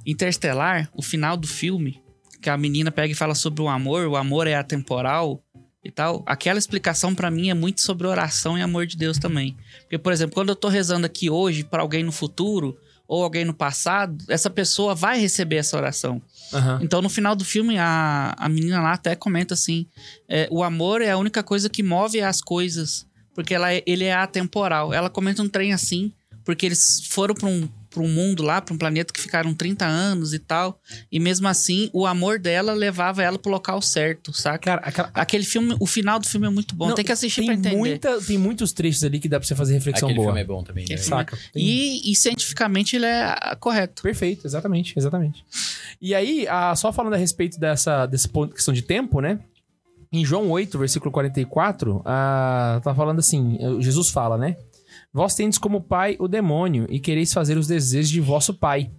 [SPEAKER 3] Interstellar, o final do filme, que a menina pega e fala sobre o amor, o amor é atemporal e tal. Aquela explicação pra mim é muito sobre oração e amor de Deus também. Porque, por exemplo, quando eu tô rezando aqui hoje pra alguém no futuro ou alguém no passado, essa pessoa vai receber essa oração.
[SPEAKER 1] Aham.
[SPEAKER 3] Então, no final do filme, a, a menina lá até comenta assim: é, o amor é a única coisa que move as coisas, porque ela, é- ele é atemporal. Ela comenta um trem assim, porque eles foram para um, pra um mundo lá, para um planeta que ficaram 30 anos e tal, e mesmo assim, o amor dela levava ela pro local certo, saca?
[SPEAKER 1] Cara, aquela.
[SPEAKER 3] Aquele filme, o final do filme é muito bom,
[SPEAKER 1] Não,
[SPEAKER 3] tem que assistir pra
[SPEAKER 1] Tem,
[SPEAKER 3] entender.
[SPEAKER 1] muita, tem muitos trechos ali que dá pra você fazer reflexão
[SPEAKER 5] Aquele
[SPEAKER 1] boa.
[SPEAKER 5] filme é bom também, né?
[SPEAKER 3] Aquele filme
[SPEAKER 1] Saca? Tem-
[SPEAKER 3] E, e cientificamente ele é ah, correto.
[SPEAKER 1] Perfeito, exatamente, exatamente. E aí, a- só falando a respeito dessa, dessa ponto- questão de tempo, né? Em João 8, versículo 44, a, tá falando assim, Jesus fala, né? Vós tendes como pai o demônio e quereis fazer os desejos de vosso pai.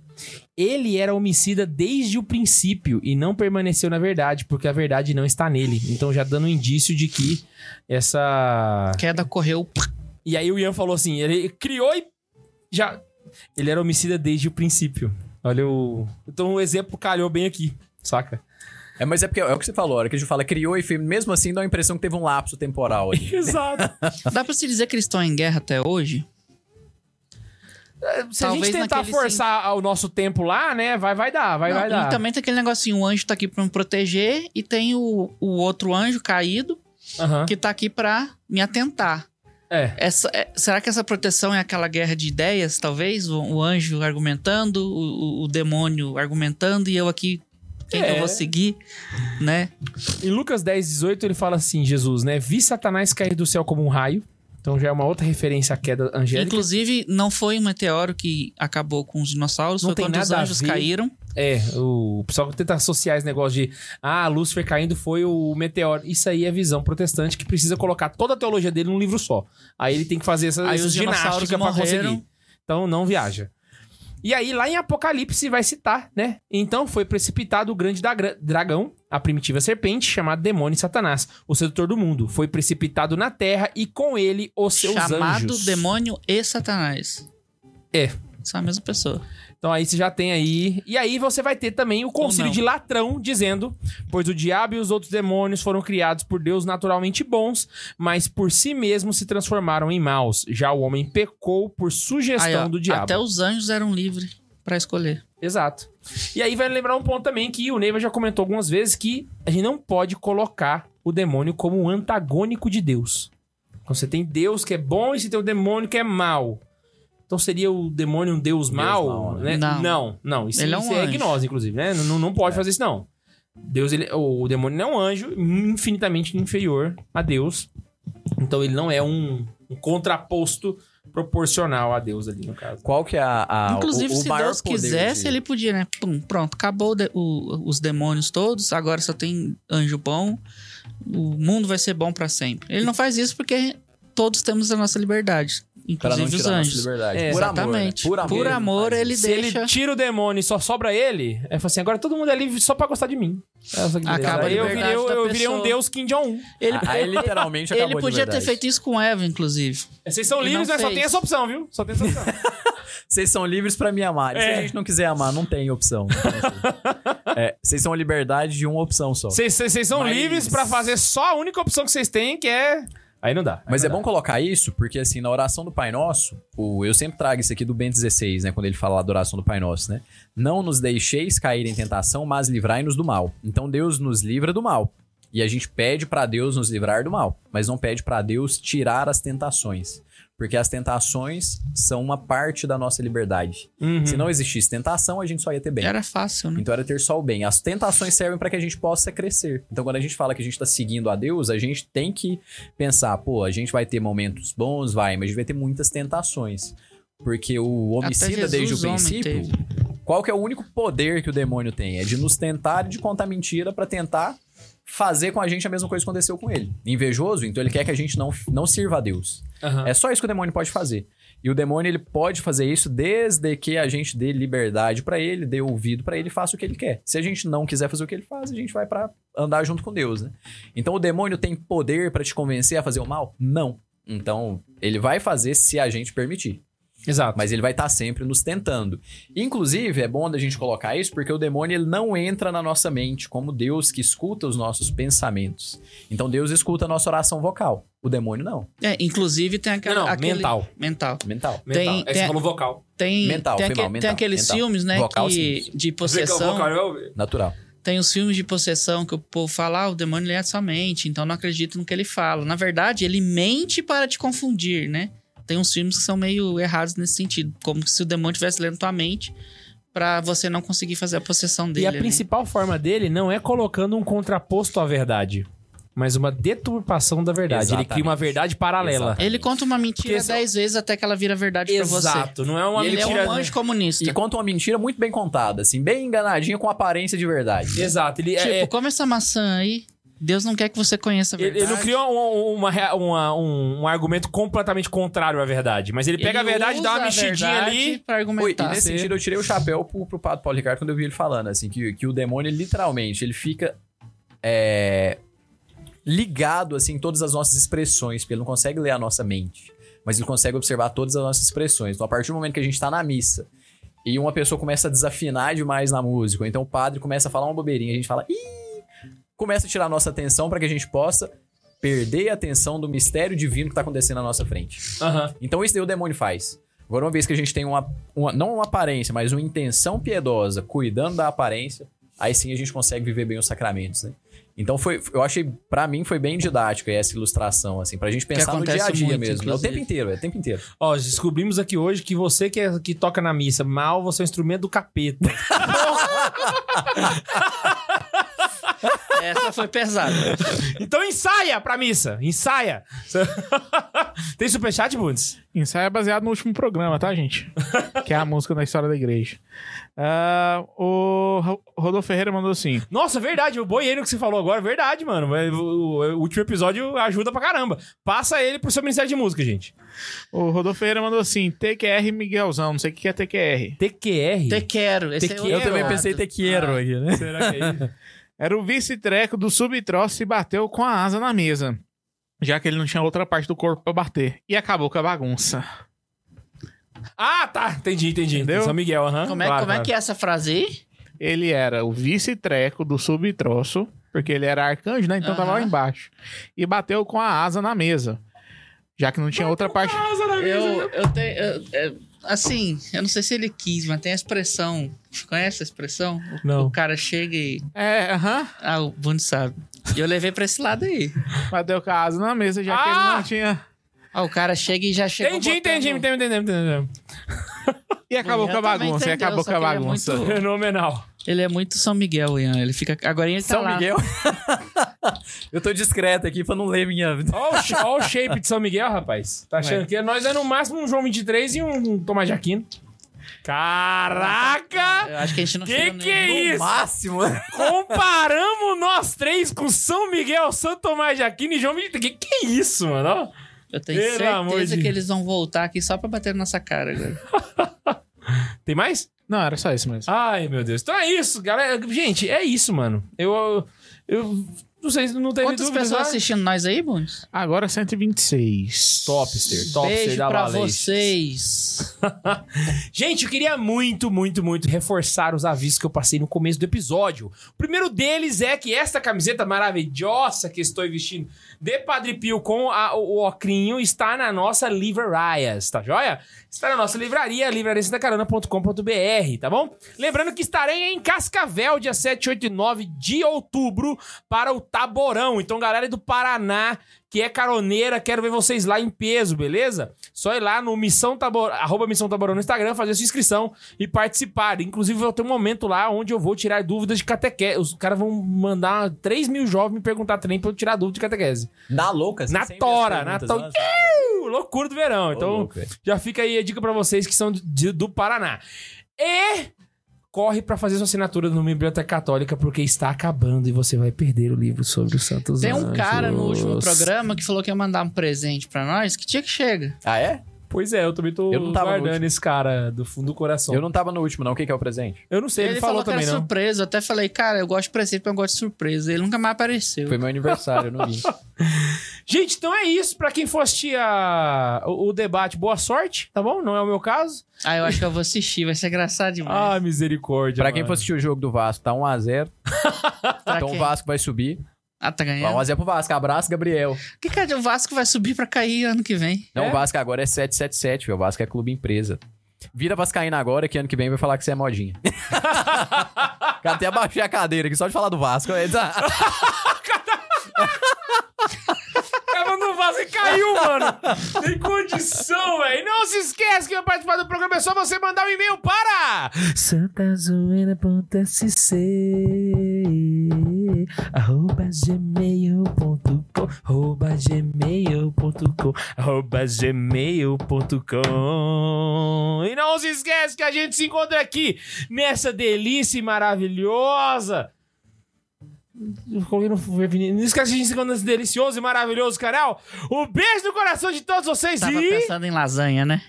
[SPEAKER 1] Ele era homicida desde o princípio e não permaneceu na verdade, porque a verdade não está nele. Então já dando um indício de que essa
[SPEAKER 3] Queda correu
[SPEAKER 1] e aí o Ian falou assim, ele criou e já... Ele era homicida desde o princípio. Olha o... Então o exemplo calhou bem aqui, saca?
[SPEAKER 5] É, mas é porque é o que você falou, a hora que a gente fala criou e filme, mesmo assim dá a impressão que teve um lapso temporal ali.
[SPEAKER 1] Exato.
[SPEAKER 3] Dá pra se dizer que eles estão em guerra até hoje?
[SPEAKER 1] Se a
[SPEAKER 3] Talvez
[SPEAKER 1] gente tentar
[SPEAKER 3] naquele
[SPEAKER 1] forçar o nosso tempo lá, né? Vai, vai dar, vai,
[SPEAKER 3] Não,
[SPEAKER 1] vai dar.
[SPEAKER 3] E também tem aquele negocinho, o anjo tá aqui pra me proteger e tem o, o outro anjo caído
[SPEAKER 1] Aham.
[SPEAKER 3] que tá aqui pra me atentar.
[SPEAKER 1] É.
[SPEAKER 3] Essa, é- será que essa proteção é aquela guerra de ideias, talvez? O, o anjo argumentando, o, o- o demônio argumentando e eu aqui, quem que eu
[SPEAKER 1] É.
[SPEAKER 3] vou seguir, né?
[SPEAKER 1] Em Lucas 10, 18, ele fala assim, Jesus, né? Vi Satanás cair do céu como um raio. Então já é uma outra referência à queda angélica.
[SPEAKER 3] Inclusive, não foi um meteoro que acabou com os dinossauros,
[SPEAKER 1] Não
[SPEAKER 3] foi
[SPEAKER 1] tem
[SPEAKER 3] quando os
[SPEAKER 1] nada a
[SPEAKER 3] anjos
[SPEAKER 1] ver.
[SPEAKER 3] caíram.
[SPEAKER 1] É, o pessoal tenta associar esse negócio de ah, Lúcifer caindo foi o meteoro. Isso aí é visão protestante que precisa colocar toda a teologia dele num livro só. Aí ele tem que fazer essa
[SPEAKER 3] Aí
[SPEAKER 1] essas
[SPEAKER 3] os dinossauros
[SPEAKER 1] ginástica pra
[SPEAKER 3] morreram.
[SPEAKER 1] conseguir. Então não viaja. E aí lá em Apocalipse vai citar, né? Então foi precipitado o grande dagra- dragão, a primitiva serpente chamada demônio e Satanás, o sedutor do mundo. Foi precipitado na terra e com ele os seus
[SPEAKER 3] chamado
[SPEAKER 1] anjos.
[SPEAKER 3] demônio e satanás.
[SPEAKER 1] É.
[SPEAKER 3] São a mesma pessoa.
[SPEAKER 1] Então aí você já tem aí. E aí você vai ter também o concílio
[SPEAKER 3] não.
[SPEAKER 1] de Latrão dizendo: Pois o diabo e os outros demônios foram criados por Deus naturalmente bons, mas por si mesmos se transformaram em maus. Já o homem pecou por
[SPEAKER 3] Aí,
[SPEAKER 1] sugestão
[SPEAKER 3] ó,
[SPEAKER 1] do diabo.
[SPEAKER 3] Até os anjos eram livres pra escolher.
[SPEAKER 1] Exato. E aí vai lembrar um ponto também que o Neiva já comentou algumas vezes que a gente não pode colocar o demônio como um antagônico de Deus. Então você tem Deus que é bom e você tem o demônio que é mau. Então seria o demônio um deus, mau,
[SPEAKER 2] mau,
[SPEAKER 1] né?
[SPEAKER 3] Não.
[SPEAKER 1] Não, não. Isso,
[SPEAKER 3] Ele é um
[SPEAKER 1] isso é
[SPEAKER 3] anjo.
[SPEAKER 1] gnose, inclusive, né? Não, não pode fazer isso, não. Deus, ele, o demônio não é um anjo infinitamente inferior a Deus. Então ele não é um, um contraposto proporcional a Deus ali, no caso.
[SPEAKER 2] Qual que é a, a-
[SPEAKER 3] Inclusive,
[SPEAKER 2] o, o
[SPEAKER 3] se
[SPEAKER 2] maior
[SPEAKER 3] Deus
[SPEAKER 2] poder
[SPEAKER 3] quisesse,
[SPEAKER 2] de-
[SPEAKER 3] ele podia, né? Pum, pronto, acabou de- o- os demônios todos, agora só tem anjo bom, o mundo vai ser bom pra sempre. Ele não faz isso porque todos temos a nossa liberdade,
[SPEAKER 2] Pra não
[SPEAKER 3] inclusive os
[SPEAKER 2] tirar nossa
[SPEAKER 3] anjos.
[SPEAKER 2] liberdade.
[SPEAKER 1] É,
[SPEAKER 2] por amor, né?
[SPEAKER 3] Exatamente. Por amor,
[SPEAKER 2] ele faz
[SPEAKER 3] ele
[SPEAKER 1] Se
[SPEAKER 3] deixa.
[SPEAKER 1] ele tira o demônio e só sobra ele, é assim, agora todo mundo é livre só pra gostar de mim. Essa que beleza.
[SPEAKER 3] Acaba a
[SPEAKER 1] Aí eu
[SPEAKER 3] liberdade
[SPEAKER 1] virei, eu,
[SPEAKER 3] da
[SPEAKER 1] eu virei um
[SPEAKER 3] pessoa.
[SPEAKER 1] deus Kim Jong-un.
[SPEAKER 3] Ele,
[SPEAKER 2] Ah, Aí literalmente
[SPEAKER 3] ele
[SPEAKER 2] acabou a
[SPEAKER 3] podia ter
[SPEAKER 2] liberdade.
[SPEAKER 3] feito isso com Eva, inclusive.
[SPEAKER 1] É, Vocês são
[SPEAKER 3] E
[SPEAKER 1] livres,
[SPEAKER 3] não
[SPEAKER 1] mas só
[SPEAKER 3] fez.
[SPEAKER 1] tem essa opção, viu? Só tem essa opção.
[SPEAKER 2] Vocês são livres pra me amar. E se
[SPEAKER 1] É.
[SPEAKER 2] a gente não quiser amar, não tem opção. É, Vocês são a liberdade de uma opção só.
[SPEAKER 1] Vocês- Vocês vocês são
[SPEAKER 2] Mas-
[SPEAKER 1] livres pra fazer só a única opção que vocês têm, que é. Aí não dá.
[SPEAKER 2] Mas é bom colocar isso, porque assim, na oração do Pai Nosso, o, eu sempre trago isso aqui do Ben 16, né? Quando ele fala lá da oração do Pai Nosso, né? Não nos deixeis cair em tentação, mas livrai-nos do mal. Então Deus nos livra do mal. E a gente pede pra Deus nos livrar do mal, mas não pede pra Deus tirar as tentações. Porque as tentações são uma parte da nossa liberdade.
[SPEAKER 1] Uhum.
[SPEAKER 2] Se não existisse tentação, a gente só ia ter bem.
[SPEAKER 3] Era fácil, né?
[SPEAKER 2] Então era ter só o bem. As tentações servem para que a gente possa crescer. Então quando a gente fala que a gente tá seguindo a Deus, a gente tem que pensar, pô, a gente vai ter momentos bons, vai, mas a gente vai ter muitas tentações. Porque o homicida,
[SPEAKER 3] Jesus
[SPEAKER 2] desde o
[SPEAKER 3] homem
[SPEAKER 2] princípio,
[SPEAKER 3] teve.
[SPEAKER 2] qual que é o único poder que o demônio tem? É de nos tentar e de contar mentira para tentar fazer com a gente a mesma coisa que aconteceu com ele. Invejoso, então ele quer que a gente não, não sirva a Deus.
[SPEAKER 1] Aham.
[SPEAKER 2] É só isso que o demônio pode fazer. E o demônio ele pode fazer isso desde que a gente dê liberdade pra ele, dê ouvido pra ele, e faça o que ele quer. Se a gente não quiser fazer o que ele faz, a gente vai pra andar junto com Deus, né? Então o demônio tem poder pra te convencer a fazer o mal? Não. Então ele vai fazer se a gente permitir,
[SPEAKER 1] Exato.
[SPEAKER 2] mas ele vai estar sempre nos tentando. Inclusive é bom da gente colocar isso porque o demônio ele não entra na nossa mente como Deus que escuta os nossos pensamentos. Então Deus escuta a nossa oração vocal. O demônio não,
[SPEAKER 3] É, inclusive tem aquela.
[SPEAKER 1] não, não,
[SPEAKER 3] aquele-
[SPEAKER 1] mental.
[SPEAKER 3] Mental.
[SPEAKER 2] mental.
[SPEAKER 1] Mental.
[SPEAKER 3] Tem-
[SPEAKER 1] Aí você
[SPEAKER 3] tem-
[SPEAKER 1] falou vocal.
[SPEAKER 3] Tem,
[SPEAKER 2] Mental,
[SPEAKER 3] tem,
[SPEAKER 2] foi
[SPEAKER 3] aque-
[SPEAKER 2] mal, mental,
[SPEAKER 3] tem aqueles
[SPEAKER 2] mental.
[SPEAKER 3] filmes, né?
[SPEAKER 2] Vocal,
[SPEAKER 3] que,
[SPEAKER 2] sim.
[SPEAKER 3] de
[SPEAKER 1] Vocal,
[SPEAKER 3] possessão.
[SPEAKER 1] vocal, eu-
[SPEAKER 2] Natural.
[SPEAKER 3] Tem os filmes de possessão que o povo fala, ah, o demônio ele é a sua mente, então não acredito no que ele fala. Na verdade, ele mente para te confundir, né? Tem uns filmes que são meio errados nesse sentido, como se o demônio estivesse lendo tua mente para você não conseguir fazer a possessão
[SPEAKER 1] E
[SPEAKER 3] dele.
[SPEAKER 1] a
[SPEAKER 3] né?
[SPEAKER 1] principal forma dele não é colocando um contraposto à verdade, mas uma deturpação da verdade. Ele cria uma
[SPEAKER 2] Exatamente.
[SPEAKER 1] verdade paralela.
[SPEAKER 2] Exatamente.
[SPEAKER 3] Ele conta uma mentira
[SPEAKER 1] Porque se-
[SPEAKER 3] dez vezes até que ela vira verdade para você.
[SPEAKER 1] Exato. Não é uma
[SPEAKER 3] E ele
[SPEAKER 1] mentira.
[SPEAKER 3] é um anjo comunista.
[SPEAKER 2] E conta uma mentira muito bem contada, assim, bem enganadinha com aparência de verdade.
[SPEAKER 1] Exato. Ele, é-
[SPEAKER 3] Tipo,
[SPEAKER 1] é-
[SPEAKER 3] come essa maçã aí, Deus não quer que você conheça a
[SPEAKER 1] ele-
[SPEAKER 3] verdade.
[SPEAKER 1] ele não cria um, uma rea- uma- um, um argumento completamente contrário à verdade, mas ele pega a verdade, dá uma mexidinha ali.
[SPEAKER 3] Pra
[SPEAKER 2] Oi,
[SPEAKER 3] argumentar.
[SPEAKER 2] e nesse
[SPEAKER 1] Sim.
[SPEAKER 2] sentido eu tirei o chapéu pro, pro Pato Paulo Ricardo quando eu vi ele falando, assim, que, que o demônio ele, literalmente, ele fica é, ligado, assim, em todas as nossas expressões, porque ele não consegue ler a nossa mente, mas ele consegue observar todas as nossas expressões. Então, a partir do momento que a gente tá na missa e uma pessoa começa a desafinar demais na música, ou então o padre começa a falar uma bobeirinha, a gente fala, ih, começa a tirar a nossa atenção para que a gente possa perder a atenção do mistério divino que tá acontecendo na nossa frente.
[SPEAKER 1] Aham.
[SPEAKER 2] Então isso daí o demônio faz. Agora, uma vez que a gente tem uma, uma- não uma aparência, mas uma intenção piedosa, cuidando da aparência, aí sim a gente consegue viver bem os sacramentos, né? Então foi, eu achei, pra mim foi bem didática essa ilustração, assim, pra gente pensar no
[SPEAKER 3] acontece
[SPEAKER 2] dia a dia
[SPEAKER 3] muito,
[SPEAKER 2] mesmo. É o
[SPEAKER 3] inclusive.
[SPEAKER 2] tempo inteiro, é o tempo inteiro.
[SPEAKER 1] Ó, descobrimos aqui hoje que você que, é- que toca na missa mal, você é um instrumento do capeta.
[SPEAKER 3] Essa foi pesada.
[SPEAKER 1] Então ensaia pra missa, ensaia. Tem superchat, Bundes?
[SPEAKER 4] Ensaio é baseado no último programa, tá, gente? que é a música da história da igreja. Ah, o Ro- Rodolfo Ferreira mandou assim:
[SPEAKER 1] Nossa, verdade, o boieiro que você falou agora, verdade, mano. Mas O, o último episódio ajuda pra caramba. Passa ele pro seu Ministério de Música, gente.
[SPEAKER 4] O Rodolfo Ferreira mandou assim: TQR Miguelzão, não sei o que que é TQR.
[SPEAKER 1] TQR?
[SPEAKER 3] Te quero. Esse
[SPEAKER 1] Te
[SPEAKER 3] é
[SPEAKER 1] quero.
[SPEAKER 3] outro
[SPEAKER 1] Eu também
[SPEAKER 3] lado.
[SPEAKER 1] Ah.
[SPEAKER 2] tequero aqui, né?
[SPEAKER 1] Será que é isso?
[SPEAKER 4] Era o vice-treco do subtroço e bateu com a asa na mesa, já que ele não tinha outra parte do corpo pra bater. E acabou com a bagunça.
[SPEAKER 1] ah, tá. Entendi, entendi.
[SPEAKER 4] Entendeu?
[SPEAKER 1] São Miguel, aham.
[SPEAKER 3] Como, é,
[SPEAKER 1] Claro,
[SPEAKER 3] como é
[SPEAKER 1] claro.
[SPEAKER 3] que é essa frase aí?
[SPEAKER 4] Ele era o vice-treco do subtroço, porque ele era arcanjo, né? Então tava lá
[SPEAKER 3] Aham.
[SPEAKER 4] embaixo. E bateu com a asa na mesa, já que não tinha outra parte.
[SPEAKER 3] Eu, eu tenho. eu- é, assim, eu não sei se ele quis, mas tem a expressão. Você conhece a expressão? O,
[SPEAKER 1] Não.
[SPEAKER 3] o cara chega e.
[SPEAKER 4] É, aham.
[SPEAKER 3] Ah, o Bundy sabe. E eu levei pra esse lado aí.
[SPEAKER 4] Bateu com a asa na mesa, já que
[SPEAKER 1] Ah!
[SPEAKER 4] ele não tinha.
[SPEAKER 3] Ah, o cara chega e já chega.
[SPEAKER 1] Entendi, entendi, entendi, entendi, entendi, entendi.
[SPEAKER 4] E acabou
[SPEAKER 3] Ian
[SPEAKER 4] com a
[SPEAKER 3] também
[SPEAKER 4] bagunça, e
[SPEAKER 3] entendeu,
[SPEAKER 4] acabou
[SPEAKER 3] só
[SPEAKER 4] com a
[SPEAKER 3] que ele é
[SPEAKER 4] bagunça.
[SPEAKER 3] muito-
[SPEAKER 1] Fenomenal.
[SPEAKER 3] Ele é muito São Miguel, Ian. Ele fica. Agora ele tá
[SPEAKER 5] São
[SPEAKER 3] lá.
[SPEAKER 5] Miguel. eu tô discreto aqui pra não ler minha vida.
[SPEAKER 1] Olha o, sha- ó o shape de São Miguel, rapaz. Tá achando que nós é no máximo um João 23 e um, um Tomás de Aquino. Caraca!
[SPEAKER 3] Eu acho que a gente não
[SPEAKER 1] Que
[SPEAKER 3] chega
[SPEAKER 1] que é
[SPEAKER 3] nem...
[SPEAKER 1] isso?
[SPEAKER 5] Máximo.
[SPEAKER 1] Comparamos nós três com São Miguel, Santo Tomás de Aquino e João 23. Que que é isso, mano? Ó,
[SPEAKER 3] Eu tenho
[SPEAKER 1] Pelo amor
[SPEAKER 3] certeza
[SPEAKER 1] de-
[SPEAKER 3] que eles vão voltar aqui só pra bater na nossa cara agora.
[SPEAKER 1] Tem mais?
[SPEAKER 4] Não, era só isso mesmo.
[SPEAKER 1] Ai, meu Deus. Então é isso, galera. Gente, é isso, mano. Eu. Eu, eu não sei se não teve
[SPEAKER 3] Quantas
[SPEAKER 1] dúvidas. né?
[SPEAKER 3] pessoas assistindo nós aí, Bundes?
[SPEAKER 4] Agora 126.
[SPEAKER 1] Topster, topster
[SPEAKER 3] Beijo
[SPEAKER 1] da
[SPEAKER 3] pra
[SPEAKER 1] Valês.
[SPEAKER 3] vocês.
[SPEAKER 1] Gente, eu queria muito, muito, muito reforçar os avisos que eu passei no começo do episódio. O primeiro deles é que esta camiseta maravilhosa que estou vestindo de Padre Pio com a- o, o ocrinho está na nossa Livrarias, tá joia? Está na nossa livraria, livrariasantacarana.com.br, tá bom? Lembrando que estarei em Cascavel, dia 7, 8 e 9 de outubro, para o Taborão. Então, galera do Paraná, que é caroneira, quero ver vocês lá em peso, beleza? Só ir lá no Missão Taborão, arroba Missão Taborão no Instagram, fazer a sua inscrição e participar. Inclusive, vai ter um momento lá onde eu vou tirar dúvidas de catequese. Os caras vão mandar 3 mil jovens me perguntar trem pra eu tirar dúvida de catequese.
[SPEAKER 5] Na louca, assim,
[SPEAKER 1] Na
[SPEAKER 5] sem
[SPEAKER 1] tora,
[SPEAKER 5] ver
[SPEAKER 1] na
[SPEAKER 5] as perguntas,
[SPEAKER 1] tora.
[SPEAKER 5] né?
[SPEAKER 1] Uh, loucura do verão. Então,
[SPEAKER 5] Ô, louco, velho.
[SPEAKER 1] já fica aí a dica pra vocês que são de- do Paraná. E corre pra fazer sua assinatura no Biblioteca Católica, porque está acabando e você vai perder o livro sobre os Santos
[SPEAKER 3] Tem um cara no último
[SPEAKER 1] Anjos.
[SPEAKER 3] programa que falou que ia mandar um presente pra nós. Que dia que chega?
[SPEAKER 5] Ah, é?
[SPEAKER 1] Pois é, eu também tô
[SPEAKER 5] Eu não tava no
[SPEAKER 1] guardando esse cara do fundo do coração.
[SPEAKER 5] Eu não tava no último, não. O que, que é o presente?
[SPEAKER 1] Eu não sei, ele, falou,
[SPEAKER 3] que
[SPEAKER 1] também,
[SPEAKER 3] era
[SPEAKER 1] não.
[SPEAKER 3] surpresa. Eu até falei, cara, eu gosto de presente, mas eu gosto de surpresa. Ele nunca mais apareceu.
[SPEAKER 5] Foi meu aniversário, eu não vi.
[SPEAKER 1] Gente, então é isso. Pra quem for assistir a- o, o debate, boa sorte, tá bom? Não é o meu caso.
[SPEAKER 3] Ah, eu acho que eu vou assistir. Vai ser engraçado demais.
[SPEAKER 1] Ah,
[SPEAKER 5] É
[SPEAKER 1] misericórdia.
[SPEAKER 5] pra quem for
[SPEAKER 1] mano.
[SPEAKER 5] assistir o jogo do Vasco,
[SPEAKER 2] um
[SPEAKER 5] tá 1x0.
[SPEAKER 3] Pra
[SPEAKER 5] Então o
[SPEAKER 3] quem?
[SPEAKER 5] Vasco vai subir.
[SPEAKER 3] Ah, tá
[SPEAKER 5] Vai
[SPEAKER 3] ganhando.
[SPEAKER 5] 1x0 pro Vasco. Abraço, Gabriel.
[SPEAKER 3] Que cara, o Vasco vai subir pra cair ano que vem.
[SPEAKER 5] Não,
[SPEAKER 1] É?
[SPEAKER 5] o Vasco agora é 777, velho. O Vasco é clube empresa. Vira Vascaína agora, que ano que vem vai falar que você é modinha. Cara, até abaixei a cadeira aqui só de falar do Vasco. É, tá.
[SPEAKER 1] Tava no vaso e caiu, mano. Tem condição, velho. Não se esquece que vai participar do programa. É só você mandar um e-mail para santazoeira.sc arroba gmail.com arroba gmail.com arroba gmail.com E não se esquece que a gente se encontra aqui nessa delícia e maravilhosa eu coloquei no feminino. Não esquece de se inscrever nesse delicioso e maravilhoso canal. Um beijo no coração de todos vocês
[SPEAKER 3] Tava
[SPEAKER 1] e.
[SPEAKER 3] pensando em lasanha, né?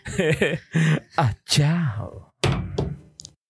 [SPEAKER 1] Ah, tchau!